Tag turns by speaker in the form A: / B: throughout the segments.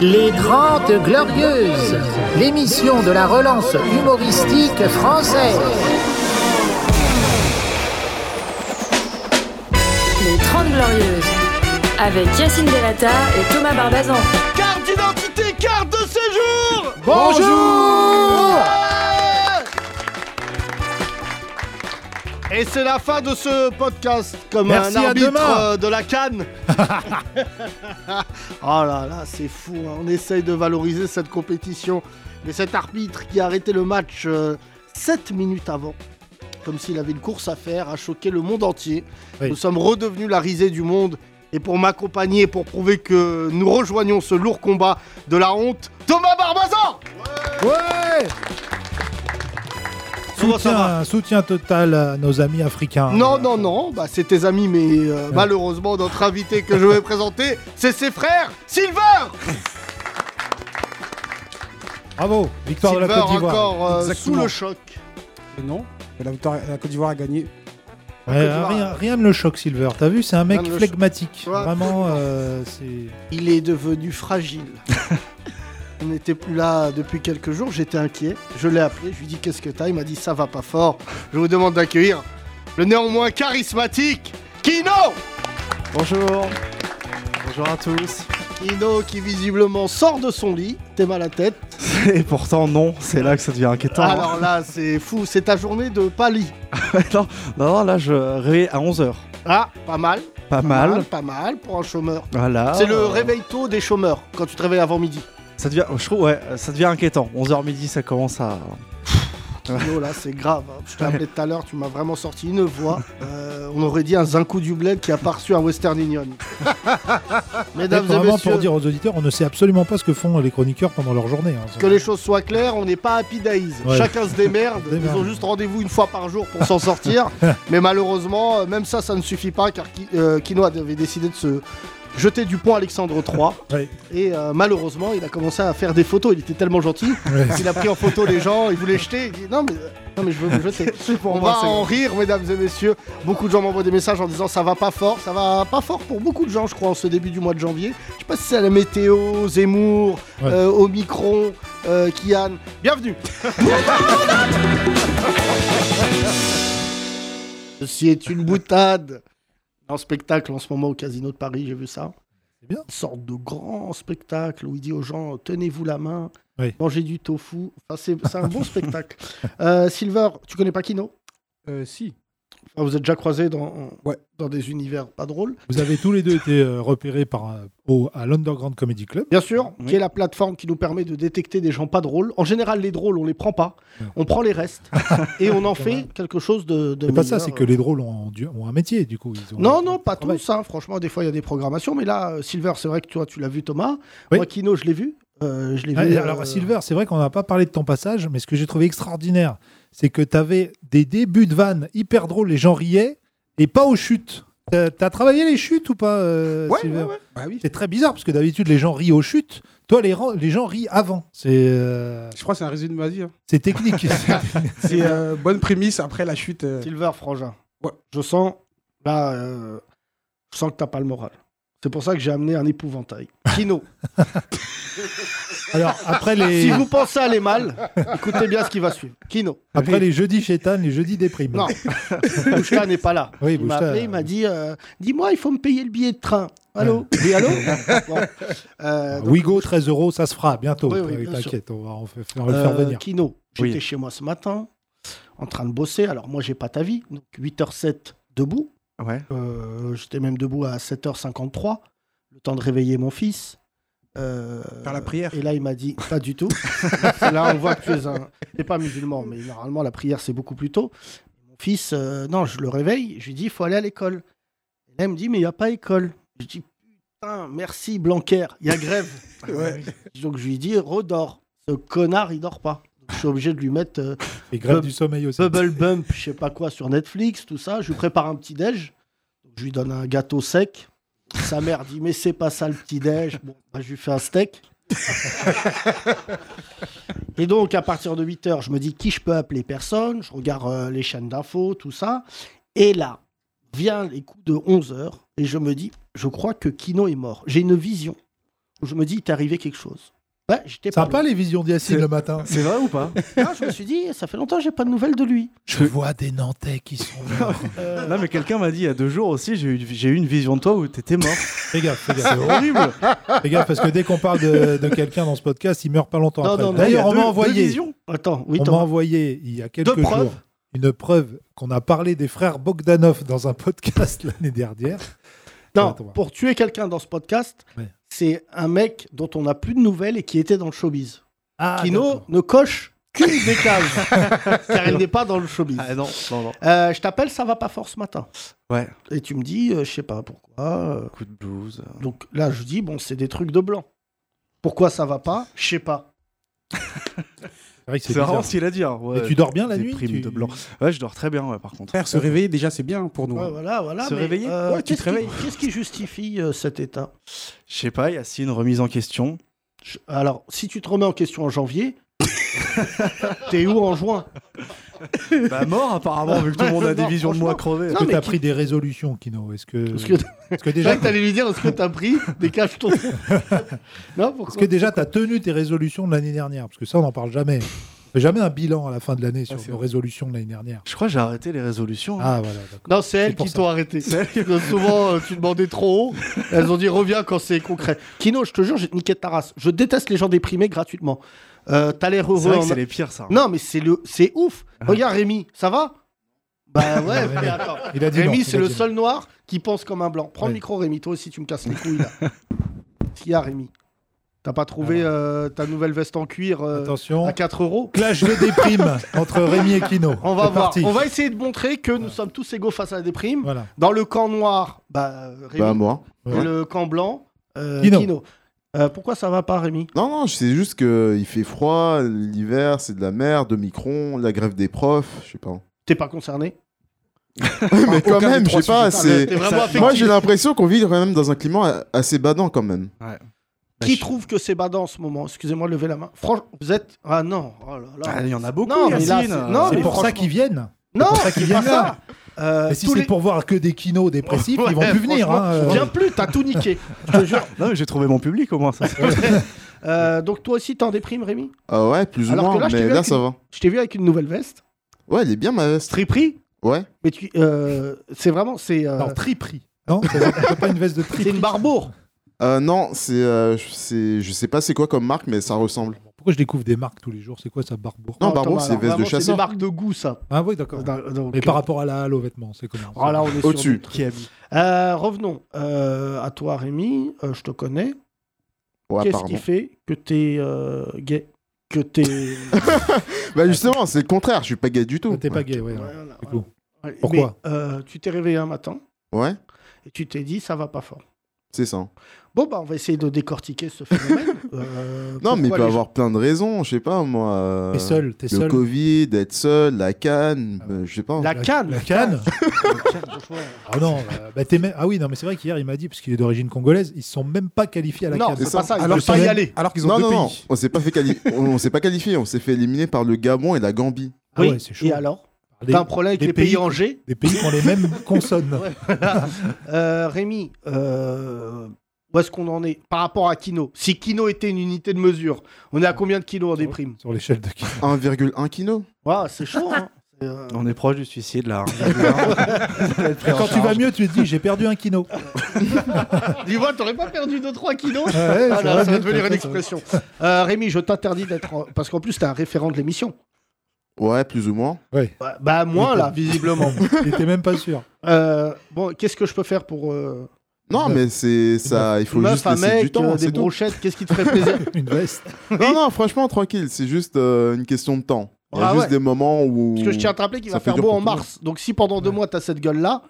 A: Les Grandes Glorieuses, l'émission de la relance humoristique française.
B: Les 30 Glorieuses, avec Yacine Delata et Thomas Barbazan.
C: Carte d'identité, carte de séjour
A: Bonjour
C: Et c'est la fin de ce podcast, comme
D: Merci,
C: un
D: à
C: arbitre
D: demain.
C: euh, de la canne. oh là là, c'est fou, hein. on essaye de valoriser cette compétition. Mais cet arbitre qui a arrêté le match 7 minutes avant, comme s'il avait une course à faire, a choqué le monde entier.
D: Oui.
C: Nous sommes redevenus la risée du monde. Et pour m'accompagner, et pour prouver que nous rejoignons ce lourd combat de la honte, Thomas Barbazan
D: Ouais
C: Souvent, ça va.
D: soutien, soutien total à nos amis africains.
C: Non, non, non, bah, c'est tes amis, mais euh, malheureusement, notre invité que je vais présenter, c'est ses frères, Silver
D: Bravo, victoire
C: Silver
D: de la Côte d'Ivoire.
C: encore euh, sous
E: Exactement.
C: le choc.
E: Mais Non, mais la, victoire- la Côte d'Ivoire a gagné.
D: Ouais, rien, rien ne le choque, Silver. T'as vu, c'est un mec
C: Rien ne le
D: flegmatique.
C: choque. Ouais.
D: Vraiment, euh, c'est.
C: Il est devenu fragile. On n'était plus là depuis quelques jours, j'étais inquiet. Je l'ai appelé, je lui ai dit qu'est-ce que t'as Il m'a dit ça va pas fort. Je vous demande d'accueillir le néanmoins charismatique Kino
F: Bonjour. Bonjour à tous.
C: Kino qui visiblement sort de son lit, t'es mal à la tête.
F: Et pourtant, non, c'est là que ça devient inquiétant.
C: Alors là, c'est fou, c'est ta journée de pas lit.
F: non, non, non, là, je réveille à 11h.
C: Ah, pas mal.
F: Pas mal.
C: Pas mal pour un chômeur.
D: Ah.
F: Voilà.
C: C'est le
F: Euh,
C: réveil tôt des chômeurs, quand tu te réveilles avant midi.
F: Ça devient, je trouve, ouais, ça devient inquiétant. 11h midi, ça commence à.
C: Yo, là, c'est grave. hein. Je t'ai appelé tout à l'heure, tu m'as vraiment sorti une voix. Euh, on aurait dit un Zinco du bled qui a pas reçu un Western Union. Mesdames et
D: Vraiment, pour
C: messieurs,
D: dire aux auditeurs, on ne sait absolument pas ce que font les chroniqueurs pendant leur journée. hein.
C: que les choses soient claires, on n'est pas Happy Days.
D: Ouais.
C: Chacun se démerde. Ils
D: Démerde.
C: ont juste rendez-vous une fois par jour pour s'en sortir. Mais malheureusement, euh, même ça, ça ne suffit pas car Ki- euh, Kino avait décidé de se jeter du pont Alexandre III.
D: Ouais.
C: Et euh, malheureusement, il a commencé à faire des photos. Il était tellement gentil.
D: Ouais.
C: Il a pris en photo les gens, il voulait jeter. Il dit non mais, non, mais je veux me jeter. On va en rire, mesdames et messieurs. Beaucoup de gens m'envoient des messages en disant ça va pas fort. Ça va pas fort pour beaucoup de gens, je crois, en ce début du mois de janvier. Je sais pas si c'est à la météo, Zemmour,
D: Ouais.
C: euh, Omicron, euh, Kian. Bienvenue Ceci est une boutade. Un spectacle en ce moment au Casino de Paris, j'ai vu ça.
D: C'est bien.
C: Une sorte de grand spectacle où il dit aux gens tenez-vous la main,
D: Oui.
C: mangez du tofu. Enfin, c'est c'est un bon spectacle. Euh, Silver, tu connais pas Kino
E: Euh, si.
C: Enfin, Vous êtes déjà croisés dans,
E: Ouais.
C: dans des univers pas drôles.
D: Vous avez tous les deux été euh, repérés par, euh, au- à l'Underground Comedy Club.
C: Bien sûr,
F: Oui.
C: qui est la plateforme qui nous permet de détecter des gens pas drôles. En général, les drôles, on les prend pas. On prend les restes et on en fait quelque chose de. de euh,
D: C'est pas ça,
C: meilleur.
D: c'est que les drôles ont, du- ont un métier, du coup. Ils ont
C: Non, non, pas
D: travail.
C: tous. Hein. Franchement, des fois, il y a des programmations. Mais là, euh, Silver, c'est vrai que toi, tu l'as vu, Thomas.
D: Oui.
C: Moi, Kino, je l'ai vu. Euh, je l'ai
D: Ah,
C: vu.
D: et
C: euh,
D: Alors, Silver, c'est vrai qu'on n'a pas parlé de ton passage, mais ce que j'ai trouvé extraordinaire, c'est que tu avais des débuts de vannes hyper drôles, les gens riaient, et pas aux chutes. T'as t'as travaillé les chutes ou pas, euh,
C: Ouais,
D: Silver
C: ouais, ouais.
E: Bah oui.
D: C'est très bizarre, parce que d'habitude, les gens rient aux chutes. Toi, les, ran- oh, les gens rient avant. C'est euh,
E: Je crois que c'est un résumé de ma vie. hein.
D: c'est technique. C'est-
E: C'est euh, bonne prémisse après la chute. euh,
C: Silver, frangin.
E: Ouais.
C: Je sens. Là, euh, je sens que t'as pas le moral. C'est pour ça que j'ai amené un épouvantail. Kino,
D: Alors, après les,
C: si vous pensez à aller mal, écoutez bien ce qui va suivre. Kino,
D: après les jeudis chétanes, les jeudis déprimes.
C: Non. Bouchka n'est pas là.
D: Oui,
C: il m'a
D: Bouchka,
C: appelé, il
D: euh,
C: m'a dit euh, Dis-moi, il faut me payer le billet de train. Allô Oui, allô Bon. Euh, donc,
D: Ah, Wigo, 13 euros, ça se fera bientôt. Ah
C: Oui, oui, bien
D: T'inquiète, on va en fa- on va le faire
C: Euh,
D: venir.
C: Kino,
F: Oui.
C: j'étais chez moi ce matin, en train de bosser. Alors, moi, j'ai pas ta vie. Donc, 8h07 debout.
F: Ouais.
C: Euh, j'étais même debout à 7h53, le temps de réveiller mon fils. Euh,
E: Faire la prière.
C: Et là, il m'a dit pas du tout. C'est là, on voit que tu es un. T'es pas musulman, mais normalement, la prière, c'est beaucoup plus tôt. Mon fils, euh, non, je le réveille, je lui dis il faut aller à l'école. Et là, il me dit mais il n'y a pas école. Je dis putain, merci Blanquer, il y a grève.
E: ouais.
C: Donc, je lui dis redors. Ce connard, il dort pas. Donc, Je suis obligé de lui mettre euh,
D: Et grève
C: Bub-
D: du sommeil aussi.
C: Bubble Bump, je sais pas quoi, sur Netflix, tout ça. Je lui prépare un petit déj. Je lui donne un gâteau sec. Sa mère dit mais c'est pas ça le petit déj. Bon, bah, je lui fais un steak. Et donc à partir de 8 heures, je me dis qui je peux appeler personne. Je regarde euh, les chaînes d'infos, tout ça. Et là vient les coups de 11 heures et je me dis je crois que Kino est mort. J'ai une vision où je me dis, t'es arrivé quelque chose. Bah, j'étais pas
D: Sympa les visions d'Yacine
F: C'est-
D: le matin.
F: C'est vrai ou pas
C: loin. Ah, je me suis dit, ça fait longtemps que j'ai pas de nouvelles de lui.
D: Je vois des Nantais qui sont morts.
C: Euh,
F: Non, mais quelqu'un m'a dit il y a deux jours aussi, j'ai eu, j'ai eu une vision de toi où t'étais mort.
D: fais gaffe, fais
F: C'est
D: gaffe.
F: horrible.
D: Fais gaffe, parce que dès qu'on parle de, de quelqu'un dans ce podcast, il meurt pas longtemps
C: Non,
D: après.
C: non, non,
F: Il y a
D: D'ailleurs, on
F: deux-
D: m'a
F: deux
D: envoyé,
F: visions.
C: Attends, oui,
D: on m'a
C: t'en-
D: envoyé il y a quelques
F: Deux preuves.
D: jours une preuve qu'on a parlé des frères Bogdanov dans un podcast l'année dernière.
C: non,
D: Attends, attends.
C: pour tuer quelqu'un dans ce podcast,
D: Ouais.
C: c'est un mec dont on n'a plus de nouvelles et qui était dans le showbiz.
D: Ah,
C: Kino
D: d'accord.
C: ne coche qu'une des cases, car il n'est pas dans le showbiz.
F: Ah non, non, non.
C: Euh, je t'appelle, ça va pas fort ce matin.
F: Ouais.
C: Et tu me dis, euh, je sais pas pourquoi. euh,
F: Coup de blues. euh.
C: Donc là, je dis, bon, c'est des trucs de blanc. Pourquoi ça va pas Je sais pas.
D: C'est vrai que c'est
F: C'est vraiment
D: bizarre.
F: ce qu'il a dit. hein, ouais.
D: Et tu dors bien la
F: Des
D: nuit
F: primes
D: tu-
F: de blanc. Ouais, je dors très bien, ouais, par contre.
E: Frère, se réveiller, déjà, c'est bien pour nous.
C: Ouais, voilà, voilà.
F: Se
C: mais,
F: réveiller
C: euh,
E: Ouais, tu
C: qu'est-ce
E: te réveilles.
C: qui- Qu'est-ce qui justifie euh, cet état
F: Je sais pas, Yacine, remise en question.
C: Je- Alors, si tu te remets en question en janvier, t'es où en juin
F: Bah, mort apparemment, vu que tout le monde a des
C: Non,
F: visions de moi crevées.
D: Est-ce que
C: Non,
D: t'as
C: mais qui-
D: pris des résolutions, Kino Est-ce que,
C: Parce que
D: est-ce que
C: déjà
D: déjà,
C: que t'allais lui dire, est-ce que t'as pris Décache ton. non,
D: est-ce
C: pourquoi
D: que déjà t'as tenu tes résolutions de l'année dernière Parce que ça, on n'en parle jamais. On fait jamais un bilan à la fin de
F: Ah,
D: l'année sur
E: c'est
D: nos
E: vrai.
D: résolutions de l'année dernière.
F: Je crois que j'ai arrêté les résolutions. hein.
D: Ah voilà, d'accord.
C: Non, c'est
D: C'est
C: elles
D: pour
C: qui
D: ça.
C: t'ont arrêté. Parce que souvent, euh, tu demandais trop haut. Elles ont dit reviens quand c'est concret. Kino, je te jure, j'ai niqué ta race. Je déteste les gens déprimés gratuitement. Euh, T'as l'air
F: c'est
C: heureux.
F: vrai
C: en-
F: que c'est les pires, ça.
C: Non, mais c'est le, c'est ouf.
D: Ah.
C: Regarde Rémi, ça va Bah ouais. mais attends.
D: Il a dit non,
C: Rémi,
D: il
C: c'est
D: a
C: le
D: dit non.
C: seul noir qui pense comme un blanc. Prends
D: Ouais.
C: le micro, Rémi. Toi aussi, tu me casses les couilles là. Qu'est-ce qu'il y a, Rémi T'as pas trouvé euh, ta nouvelle veste en cuir euh,
D: Ah. Attention.
C: à 4 euros
D: Clash de déprime entre Rémi et Kino.
C: On va voir.
D: C'est parti.
C: On va essayer de montrer que nous sommes tous égaux face à la déprime.
D: Voilà.
C: Dans le camp noir, bah, Rémi.
G: Bah, moi.
C: Et
D: Ouais.
C: le camp blanc, euh,
D: Kino.
C: Kino. Euh, pourquoi ça va pas, Rémi
G: Non, non, c'est juste qu'il fait froid, l'hiver, c'est de la merde, de micron, la grève des profs, je sais pas.
C: T'es pas concerné
G: mais quand
E: aucun
G: même,
E: des
G: je sais
E: trois
G: pas,
E: sujets.
G: c'est.
C: T'es vraiment affectif.
G: Moi, j'ai l'impression qu'on vit quand même dans un climat a- assez badant quand même.
C: Qui trouve que c'est badant en ce moment Excusez-moi, levez la main. Franchement, vous êtes. Ah non, oh là là.
F: Ah, Il y en a beaucoup,
C: Non, mais là,
F: Yacine.
C: c'est- non,
D: C'est
C: mais
D: pour ça
C: franchement-
D: qu'ils viennent.
C: non,
D: pour ça qu'ils
C: c'est pas
D: viennent là.
C: ça. Euh,
D: Et si
C: tous
D: c'est
C: les-
D: pour voir que des kinos dépressifs, ils vont
C: Ouais,
D: plus venir.
C: franchement,
D: hein, euh.
C: Viens plus, t'as tout niqué. Je te jure.
F: Non, mais j'ai trouvé mon public au moins, ça.
C: Euh, donc toi aussi, t'es en déprime, Rémi
G: Ah ouais, plus ou
C: Alors que
G: moins,
C: là, je t'ai vu
G: mais là,
C: avec
G: ça va.
C: Je t'ai vu avec une nouvelle veste.
G: Ouais, elle est bien ma veste.
C: Triperie
G: Ouais.
C: Mais tu. euh, c'est vraiment. C'est. euh,
D: Non, triperie. Non, c'est pas une veste de
C: c'est
D: triperie.
C: une barbour.
G: Euh, non, c'est, euh, je- c'est, je sais pas c'est quoi comme marque, mais ça ressemble.
D: Pourquoi je découvre des marques tous les jours C'est quoi ça, Barbour
G: Non,
C: Oh,
G: Barbour,
C: Thomas,
G: c'est
C: alors,
G: veste de
C: vraiment, C'est
G: chasseur.
C: des marques de goût, ça.
D: Ah oui, d'accord.
C: Donc,
D: Mais par rapport à la halle aux vêtements, c'est comment
C: Oh là, on est sur
G: Au-dessus.
F: Qui habille.
C: Euh, revenons euh, à toi, Rémi. Euh, je te connais.
G: Ouais,
C: Qu'est-ce
G: pardon.
C: qui fait que t'es euh, gay Que t'es.
G: Bah justement, c'est le contraire, je suis pas gay du tout.
D: Ah, T'es pas gay, ouais. ouais.
C: Voilà, voilà.
D: Du coup.
C: Ouais,
D: Pourquoi
C: mais, euh, Tu t'es réveillé un matin
G: Ouais,
C: et tu t'es dit, ça va pas fort.
G: c'est ça.
C: Bon, bah, on va essayer de décortiquer ce phénomène. Euh,
G: Non, mais il
C: pourquoi les
G: peut avoir plein de raisons, je sais pas moi. euh,
D: T'es seul, t'es
G: Le
D: seul. Ah
G: Covid, être seul, la canne, euh, je sais pas.
C: gens- La
D: La-
C: canne
D: La canne
C: Franchement,
D: Ah non, euh, bah, t'es même- Ah oui, non, mais c'est vrai qu'hier, il m'a dit, parce qu'il est d'origine congolaise, ils se sont même pas qualifiés à la
C: Non,
D: canne.
C: c'est pas ça. Il
E: Alors
C: veut pas
E: qu'ils-
C: y aller.
E: Alors qu'ils ont
G: Non,
E: deux
G: non, non,
E: pays.
G: on s'est pas fait quali- on on s'est pas qualifié, on s'est fait éliminer par le Gabon et la Gambie.
D: Ah ouais, c'est chaud.
C: Et alors
D: Des,
C: T'as un problème avec
D: des
C: les pays,
D: pays-
C: en G
D: des pays qui ont les mêmes consonnes.
C: Euh, Rémi, euh, où est-ce qu'on en est par rapport à Kino Si Kino était une unité de mesure, on est à combien de kilos en déprime
D: Sur l'échelle de qui
G: 1,1 kg.
C: Ouah, C'est chaud, hein C'est, euh,
F: On est proche du suicide, là. hein.
D: Quand tu vas mieux, tu te dis, j'ai perdu un kino.
C: Tu vois, t'aurais pas perdu 2-3 kilos
D: Ah ouais,
C: Ah
D: c'est
C: là,
D: vrai,
C: ça va
D: mais-
C: devenir une expression. Euh, Rémi, je t'interdis d'être. en- Parce qu'en plus, t'es un référent de l'émission.
G: Ouais, plus ou moins.
C: Bah, bah, moins, là, visiblement.
D: Il était même pas sûr.
C: Euh, bon, qu'est-ce que je peux faire pour. Euh,
G: Non,
D: Neuf.
G: mais c'est ça, il faut
C: meuf,
G: juste
C: un
G: laisser
C: mec,
G: du temps,
C: euh, des
G: c'est tout.
C: brochettes, qu'est-ce qui te ferait plaisir
D: Une veste.
G: Non, non, franchement, tranquille, c'est juste euh, une question de temps. Il y a
C: Ah
G: juste
C: ouais.
G: des moments où.
C: Parce que je tiens à te rappeler qu'il
G: Ça
C: va
G: fait
C: faire
G: dur
C: beau
G: pour
C: en
G: tout le
C: mars. Donc, si pendant deux mois, t'as cette gueule-là,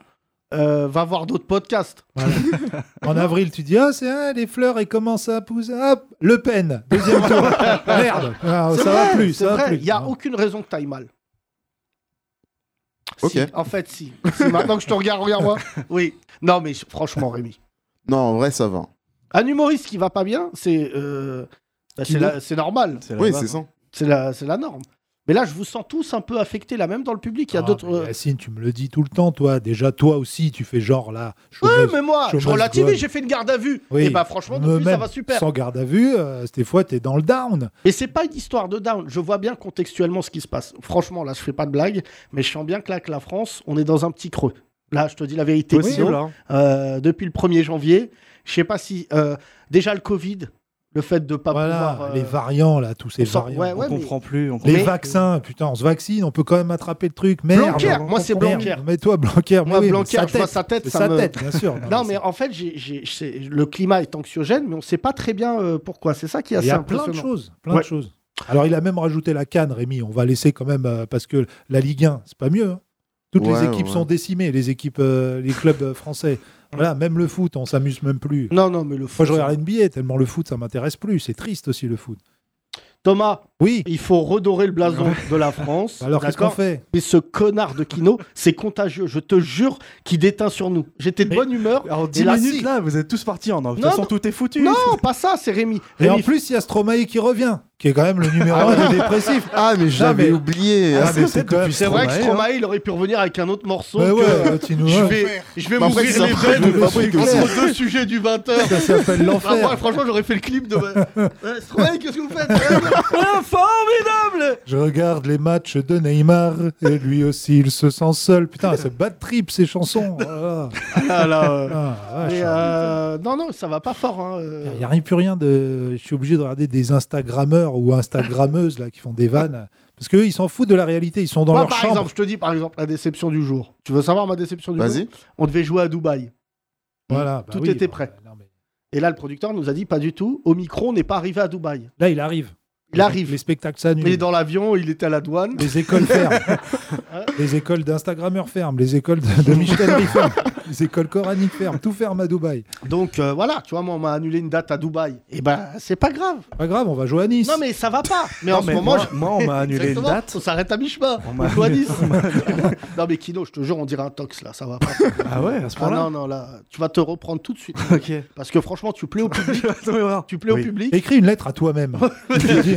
C: euh, va voir d'autres podcasts.
D: En avril, tu dis, ah, c'est ah, les fleurs, elles commencent à pousser. Hop, Le Pen, deuxième tour. Merde. Ah, ça
C: C'est
D: va
C: vrai,
D: plus,
C: c'est
D: ça va
C: vrai,
D: plus.
C: Il n'y a
D: Ah.
C: aucune raison que t'ailles mal.
G: Ok.
C: Si, en fait, si. Si, Maintenant que je te regarde, regarde-moi. Oui. Non, mais franchement, Rémi.
G: Non, en vrai, ça va.
C: Un humoriste qui va pas bien, c'est. euh, bah, c'est
D: Kino.
C: la- c'est normal.
F: C'est la
G: Oui,
F: base.
G: c'est ça.
C: C'est la, c'est la norme. Mais là, je vous sens tous un peu affectés, là, même dans le public. Il y a
D: Ah,
C: d'autres. euh,
D: mais Yacine, tu me le dis tout le temps, toi. Déjà, toi aussi, tu fais genre là.
C: Ouais,
D: chômeuse.
C: mais moi,
D: chômeuse
C: je relativise,
D: gold.
C: j'ai fait une garde à vue.
D: Oui.
C: Et bah, franchement,
D: Me
C: depuis, ça
D: même
C: va super.
D: Sans garde à vue, cette fois, t'es dans le down.
C: Mais c'est pas une histoire de down. Je vois bien contextuellement ce qui se passe. Franchement, là, je fais pas de blague, mais je sens bien que là, que la France, on est dans un petit creux. Là, je te dis la vérité.
F: Possible,
C: Bruno.
F: hein.
C: Euh, depuis le 1er janvier, je sais pas si euh, déjà le Covid, le fait de pas
D: Voilà,
C: pouvoir euh,
D: les variants, là, tous ces
C: on sort-
D: variants.
C: ouais, ouais,
F: on comprend plus. on
D: Les
C: Mais-
D: vaccins, putain, on se vaccine, on peut quand même attraper le truc. Merde.
C: Blanquer, moi, c'est
D: Merde.
C: Blanquer.
D: Mais toi, Blanquer,
C: Moi,
D: oui, mais
C: Blanquer,
D: sa
C: je vois
D: tête,
C: sa tête,
D: c'est
C: ça
D: sa
C: me-
D: tête, bien sûr.
C: Non, mais en fait, j'ai- j'ai- c'est- le climat est anxiogène, mais on sait pas très bien euh, pourquoi. C'est ça qui est
D: Il
C: assez
D: y a plein
C: impressionnant.
D: de choses, plein
C: Ouais.
D: de choses. Alors, il a même rajouté la canne, Rémi. On va laisser quand même euh, parce que la Ligue 1, c'est pas mieux. hein. Toutes
G: Ouais,
D: les équipes
G: ouais.
D: sont décimées, les équipes, euh, les clubs euh, français. Voilà, même le foot, on s'amuse même plus.
C: Non, non, mais le
D: Moi,
C: foot.
D: je regarde NBA tellement le foot, ça m'intéresse plus. C'est triste aussi le foot.
C: Thomas,
D: Oui.
C: il faut redorer le blason de la France.
D: Alors, qu'est-ce qu'on
C: d'accord
D: fait
C: Mais ce connard de Kino, c'est contagieux. Je te jure qu'il déteint sur nous. J'étais de
D: Mais-
C: bonne humeur.
F: En 10
C: là,
F: minutes
C: si.
F: là, vous êtes tous partis en De toute
C: Non,
F: façon,
C: non.
F: tout est foutu.
C: Non, pas ça, c'est Rémi.
D: Et en
C: Rémi,
D: plus, il y a Stromae qui revient, qui est quand même le numéro un des dépressifs.
G: Ah, mais j'avais
D: mais-
G: oublié.
D: Ah,
G: hein.
D: mais c'est quand même-
C: c'est vrai que
F: Stromae,
C: Stromae, il aurait pu revenir avec un autre morceau.
D: Mais
C: que-
D: ouais, tu nous-
C: Je
D: ouais.
C: vais, je vais
G: Bah, en fait,
C: m'ouvrir
G: ça
C: les
G: ferait
C: veines
G: de- de-
C: entre
G: de- de-
C: deux sujets du 20h.
D: Ça s'appelle l'enfer.
C: franchement, j'aurais fait le clip de. Ouais, Stromae, qu'est-ce que vous faites Ouais, Formidable
D: Je regarde les matchs de Neymar et lui aussi, il se sent seul. Putain, ça bat de trip ces chansons. Oh
F: Ah, là, euh,
D: là là. Ah, vache.
C: Mais, euh, Non, non, ça va pas fort. hein, euh.
D: Il n'y a rien plus rien de. Je suis obligé de regarder des Instagrammeurs ou Instagrammeuses là, qui font des vannes. Parce qu'eux, ils s'en foutent de la réalité. Ils sont dans
C: Moi,
D: leur
C: par
D: chambre.
C: exemple, je te dis par exemple la déception du jour. Tu veux savoir ma déception du jour
G: Vas-y.
C: On devait jouer à Dubaï.
D: Voilà, bah
C: Tout
D: oui,
C: était
D: bah,
C: prêt.
D: non, mais
C: Et là, le producteur nous a dit pas du tout. Omicron n'est pas arrivé à Dubaï.
D: Là, il arrive.
C: Il arrive.
D: Les spectacles s'annulent.
C: Il est dans l'avion, il était à la douane.
D: Les écoles ferment. les écoles d'Instagrammeurs ferment. Les écoles de, de Michelin ferment. Les écoles coraniques ferment. Tout ferme à Dubaï.
C: Donc euh, voilà, tu vois, moi, on m'a annulé une date à Dubaï. Et ben, c'est pas grave.
D: Pas grave, on va jouer à Nice.
C: Non, mais ça va pas. Mais
F: non,
C: en ce
F: mais
C: moment,
F: moi,
C: je-
F: moi, on m'a annulé une
C: Exactement,
F: date.
C: On s'arrête à mi-chemin.
F: On
C: On
F: m'a
C: joue à
F: annulé-
C: Nice. non, mais Kino, je te jure, on dirait un tox là, ça va pas.
F: Ah ouais, à ce
C: Ah
F: point-là.
C: non, non, là, tu vas te reprendre tout de suite.
F: Ok.
C: Parce que franchement, tu plais au public. tu plais
F: Oui.
C: au public.
D: Écris une lettre à toi-même. Je veux dire,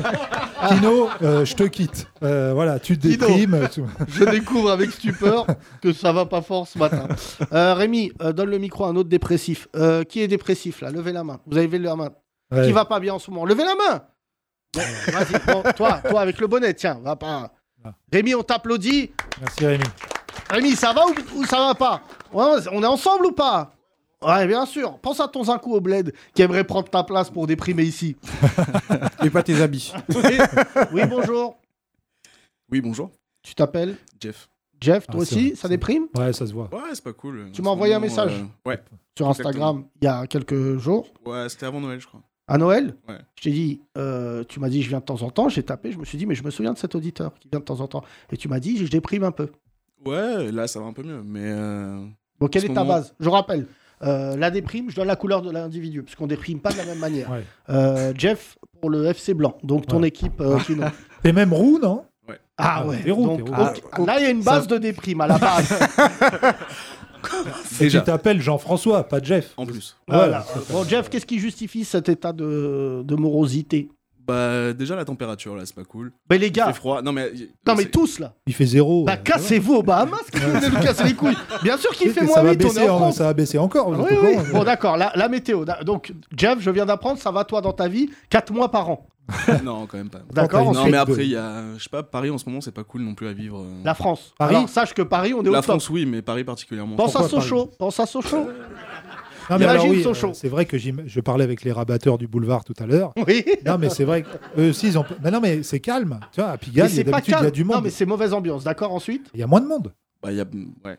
D: Kino, euh, je te quitte. Euh, voilà, tu te
C: Kino.
D: déprimes. tu-
C: Je découvre avec stupeur que ça va pas fort ce matin. Euh, Rémi, euh, donne le micro à un autre dépressif. Euh, qui est dépressif là Levez la main. Vous avez levé la main.
D: Ouais.
C: Qui va pas bien en ce moment Levez la main Bon, Vas-y, prends- toi, toi avec le bonnet, tiens, va pas.
D: Ah.
C: Rémi, on t'applaudit.
D: Merci Rémi.
C: Rémi, ça va ou, ou ça va pas Ouais, On est ensemble ou pas Ouais, bien sûr. Pense à ton Zinkou au bled qui aimerait prendre ta place pour déprimer ici.
E: Et pas tes habits.
C: Oui, oui, bonjour.
H: Oui, bonjour,
C: Tu t'appelles
H: Jeff.
C: Jeff,
D: Ah,
C: toi
D: c'est
C: aussi
D: vrai,
C: Ça
D: c'est vrai.
C: déprime
D: Ouais, ça se voit.
H: Ouais, c'est pas cool. euh,
C: Tu m'as envoyé un
H: Vraiment,
C: message.
H: euh, Ouais,
C: Sur Instagram, il y a quelques jours.
H: ouais c'était avant Noël, je crois.
C: À Noël,
H: Ouais.
C: je t'ai dit, euh, tu m'as dit, je viens de temps en temps, j'ai tapé, je me suis dit, mais je me souviens de cet auditeur qui vient de temps en temps. Et tu m'as dit, je déprime un peu.
H: Ouais, là, ça va un peu mieux, mais. euh,
C: Bon, quelle
H: En ce
C: est ta
H: moment-
C: base Je rappelle, euh, la déprime, je donne la couleur de l'individu, parce qu'on déprime pas de la même manière.
D: Ouais.
C: Euh, Jeff, pour le FC Blanc, donc ton
D: Ouais.
C: équipe euh, Kino.
D: T'es même roux, non
C: Ah
D: Ah,
C: ouais,
D: t'es roux,
C: donc,
D: t'es roux.
C: ok. Ah, là il y a une base de déprime à la base.
D: Tu t'appelles Jean-François, pas Jeff.
H: En plus.
C: Ah, Voilà. Bon, Jeff, qu'est-ce qui justifie cet état de, de morosité
H: Bah, déjà, la température, là, c'est pas cool.
C: Mais les
H: Il
C: gars,
H: fait froid. Non, mais.
C: non mais
H: c'est-
C: tous là,
D: Il fait zéro.
C: bah
D: euh,
C: cassez-vous aux Bahamas, qu'est-ce que vous venez nous casser les couilles Bien sûr
D: ça va.
C: qu'il fait
D: Ça
C: moins
D: va
C: 8, on
D: baisser
C: est en
D: en-
C: France. Ah
D: Ça va baisser encore. vous
C: Oui,
D: êtes au
C: oui.
D: courant,
C: Bon,
D: mais-
C: d'accord, la, la météo. Da- Donc, Jeff, je viens d'apprendre, ça va toi dans ta vie 4 mois par an.
H: Non, quand même pas.
C: D'accord
D: t'as une
H: Non,
D: Ensuite,
H: mais
D: de-
H: après, il y a. Je sais pas, Paris en ce moment, c'est pas cool non plus à vivre. euh.
C: La France.
D: Paris
C: Alors, sache que Paris, on est
H: La
C: au top.
H: France, oui, mais Paris particulièrement.
C: Pense à
D: Pourquoi
C: Sochaux. Pense à Sochaux.
D: Non, mais
C: Imagine
D: alors oui,
C: Sochaux.
D: euh, c'est vrai que j'im- je parlais avec les rabatteurs du boulevard tout à l'heure.
C: Oui.
D: Non, mais c'est vrai qu'eux aussi, ils ont. Mais non, mais c'est calme. Tu vois, à
C: Mais
D: Pigalle, il y
C: c'est
D: a
C: pas
D: d'habitude, il y a
C: calme.
D: du
C: Non,
D: monde.
C: mais c'est mauvaise ambiance. D'accord, ensuite
D: Il y a moins de monde.
H: Bah, il y a. Ouais.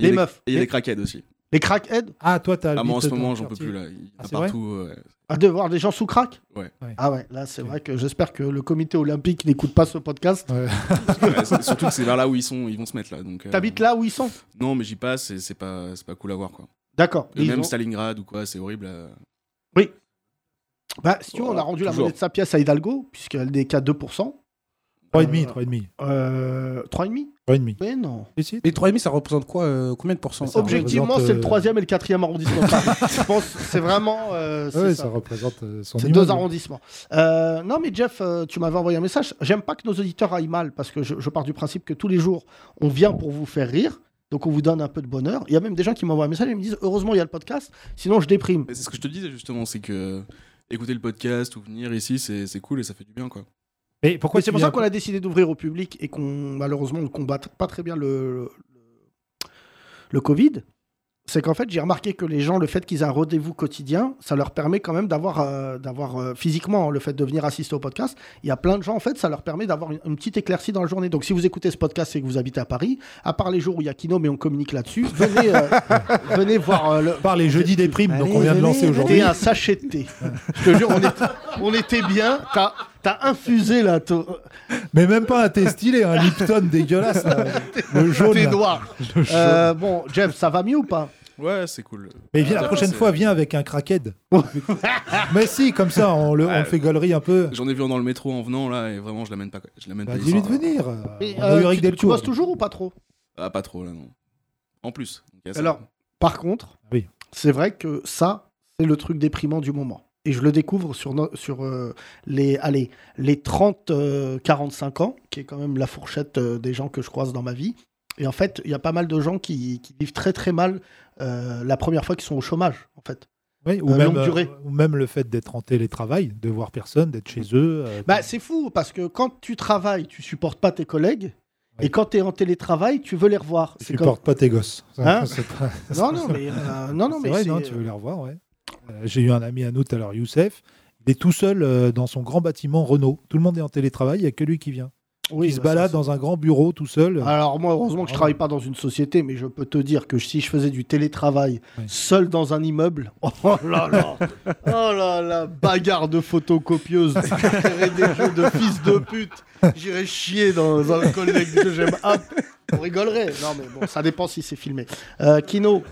H: Il
C: Les
H: y a des-
C: meufs.
H: Et il y a des crackheads aussi.
C: Les crackheads
D: Ah, toi, t'as.
H: Ah, moi, en
D: habité
H: ce
D: dans
H: moment,
D: le
H: j'en peux
D: quartier.
H: plus, là. Il y en
D: Ah,
H: a
D: c'est vrai
H: partout. ouais.
C: À de voir des gens sous crack
H: Ouais.
D: Ouais.
C: Ah ouais, là, c'est vrai que j'espère que le comité olympique n'écoute pas ce podcast.
H: Ouais, c'est- Surtout que c'est vers là où ils sont, ils vont se mettre, là. donc, euh,
C: T'habites là où ils sont
H: Non, mais j'y passe et c'est pas, c'est pas cool à voir, quoi.
C: D'accord.
H: Et
C: Ils
H: même
C: ont-
H: Stalingrad ou quoi, c'est horrible. euh.
C: Bah, si tu veux, on a
H: Voilà,
C: rendu la
H: toujours.
C: monnaie de sa pièce à Hidalgo, puisqu'elle n'est qu'à 2%.
D: 3,5, 3,5.
C: Euh, 3,5
D: Trois et demi.
C: Mais non.
D: Ici
E: Les 3,5, ça représente quoi euh, Combien de pourcents
D: Ça
C: Objectivement,
D: représente,
C: c'est le
D: euh,
C: troisième et le quatrième arrondissement. de Paris. Je pense que c'est vraiment. euh, c'est
D: Ouais,
C: ça.
D: ça représente euh, son
C: C'est
D: immeuble.
C: deux arrondissements. Euh, non, mais Jeff, euh, tu m'avais envoyé un message. J'aime pas que nos auditeurs aillent mal parce que je, je pars du principe que tous les jours, on vient pour vous faire rire. Donc, on vous donne un peu de bonheur. Il y a même des gens qui m'envoient un message et me disent Heureusement, il y a le podcast, sinon je déprime.
H: Mais C'est ce que je te disais justement, c'est que écouter le podcast ou venir ici, c'est c'est cool et ça fait du bien quoi.
D: Mais pourquoi
C: Mais c'est pour ça qu'on a décidé d'ouvrir au public et qu'on malheureusement ne combat pas très bien le, le, le Covid. C'est qu'en fait, j'ai remarqué que les gens, le fait qu'ils aient un rendez-vous quotidien, ça leur permet quand même d'avoir, euh, d'avoir euh, physiquement le fait de venir assister au podcast. Il y a plein de gens, en fait, ça leur permet d'avoir une, une petite éclaircie dans la journée. Donc, si vous écoutez ce podcast et que vous habitez à Paris, à part les jours où il y a Kino, mais on communique là-dessus, venez, euh, venez voir euh, le,
D: Par les jeudis des primes, donc on vient de lancer aujourd'hui.
C: et un sachet de thé. Je te jure, on était, on était bien. T'as, t'as infusé là. ton-
D: Mais même pas un thé stylé, un Lipton dégueulasse. là. Le jaune.
C: T'es
D: là.
C: noir.
D: Le jaune.
C: Euh, bon, Jeff, ça va mieux ou pas
H: Ouais, c'est cool.
D: Mais viens, la
H: Attends,
D: prochaine
H: c'est-
D: fois, viens avec un crackhead. Mais si, comme ça, on le, on le fait gaulerie un peu.
H: J'en ai vu un dans le métro en venant là et vraiment je l'amène pas. Je l'amène
D: Bah,
H: pas.
D: Dis-lui
H: ici.
D: de venir.
C: Mais,
D: on a
C: euh,
D: eu Eric
C: tu, tu
D: Delcourt.
C: bosses toujours ou pas trop
H: Ah pas trop là non. En plus. Donc, il y a ça.
C: Alors, par contre,
D: Oui.
C: c'est vrai que ça, c'est le truc déprimant du moment. Et je le découvre sur, no- sur euh, les, allez, les 30-45 ans, qui est quand même la fourchette euh, des gens que je croise dans ma vie. Et en fait, il y a pas mal de gens qui, qui vivent très très mal euh, la première fois qu'ils sont au chômage, en fait.
D: Oui, ou,
C: euh,
D: même,
C: longue
D: euh,
C: durée.
D: ou même le fait d'être en télétravail, de voir personne, d'être chez eux. euh,
C: Bah, c'est fou parce que quand tu travailles, tu supportes pas tes collègues.
D: Ouais.
C: Et quand tu es en télétravail, tu veux les revoir.
D: tu
C: C'est comme-
D: supportes pas tes gosses. Ça,
C: Hein
D: c'est pas-
C: Non, non, mais, euh, non, non,
D: C'est
C: mais
D: vrai,
C: c'est-
D: non, tu veux les revoir, ouais. Euh, J'ai eu un ami à nous tout à l'heure, Youssef. Il est tout seul euh, dans son grand bâtiment Renault. Tout le monde est en télétravail, il n'y a que lui qui vient.
C: oui,
D: il se
C: bah, ça,
D: balade
C: c'est-
D: dans un grand bureau tout seul.
C: Alors moi, heureusement que je travaille pas dans une société, mais je peux te dire que si je faisais du télétravail
D: Ouais.
C: seul dans un immeuble, oh là là, oh là là, bagarre de photocopieuses, et des jeux de fils de pute, j'irais chier dans un collègue que j'aime. Hop, on rigolerait. Non mais bon, ça dépend si c'est filmé. Euh, Kino.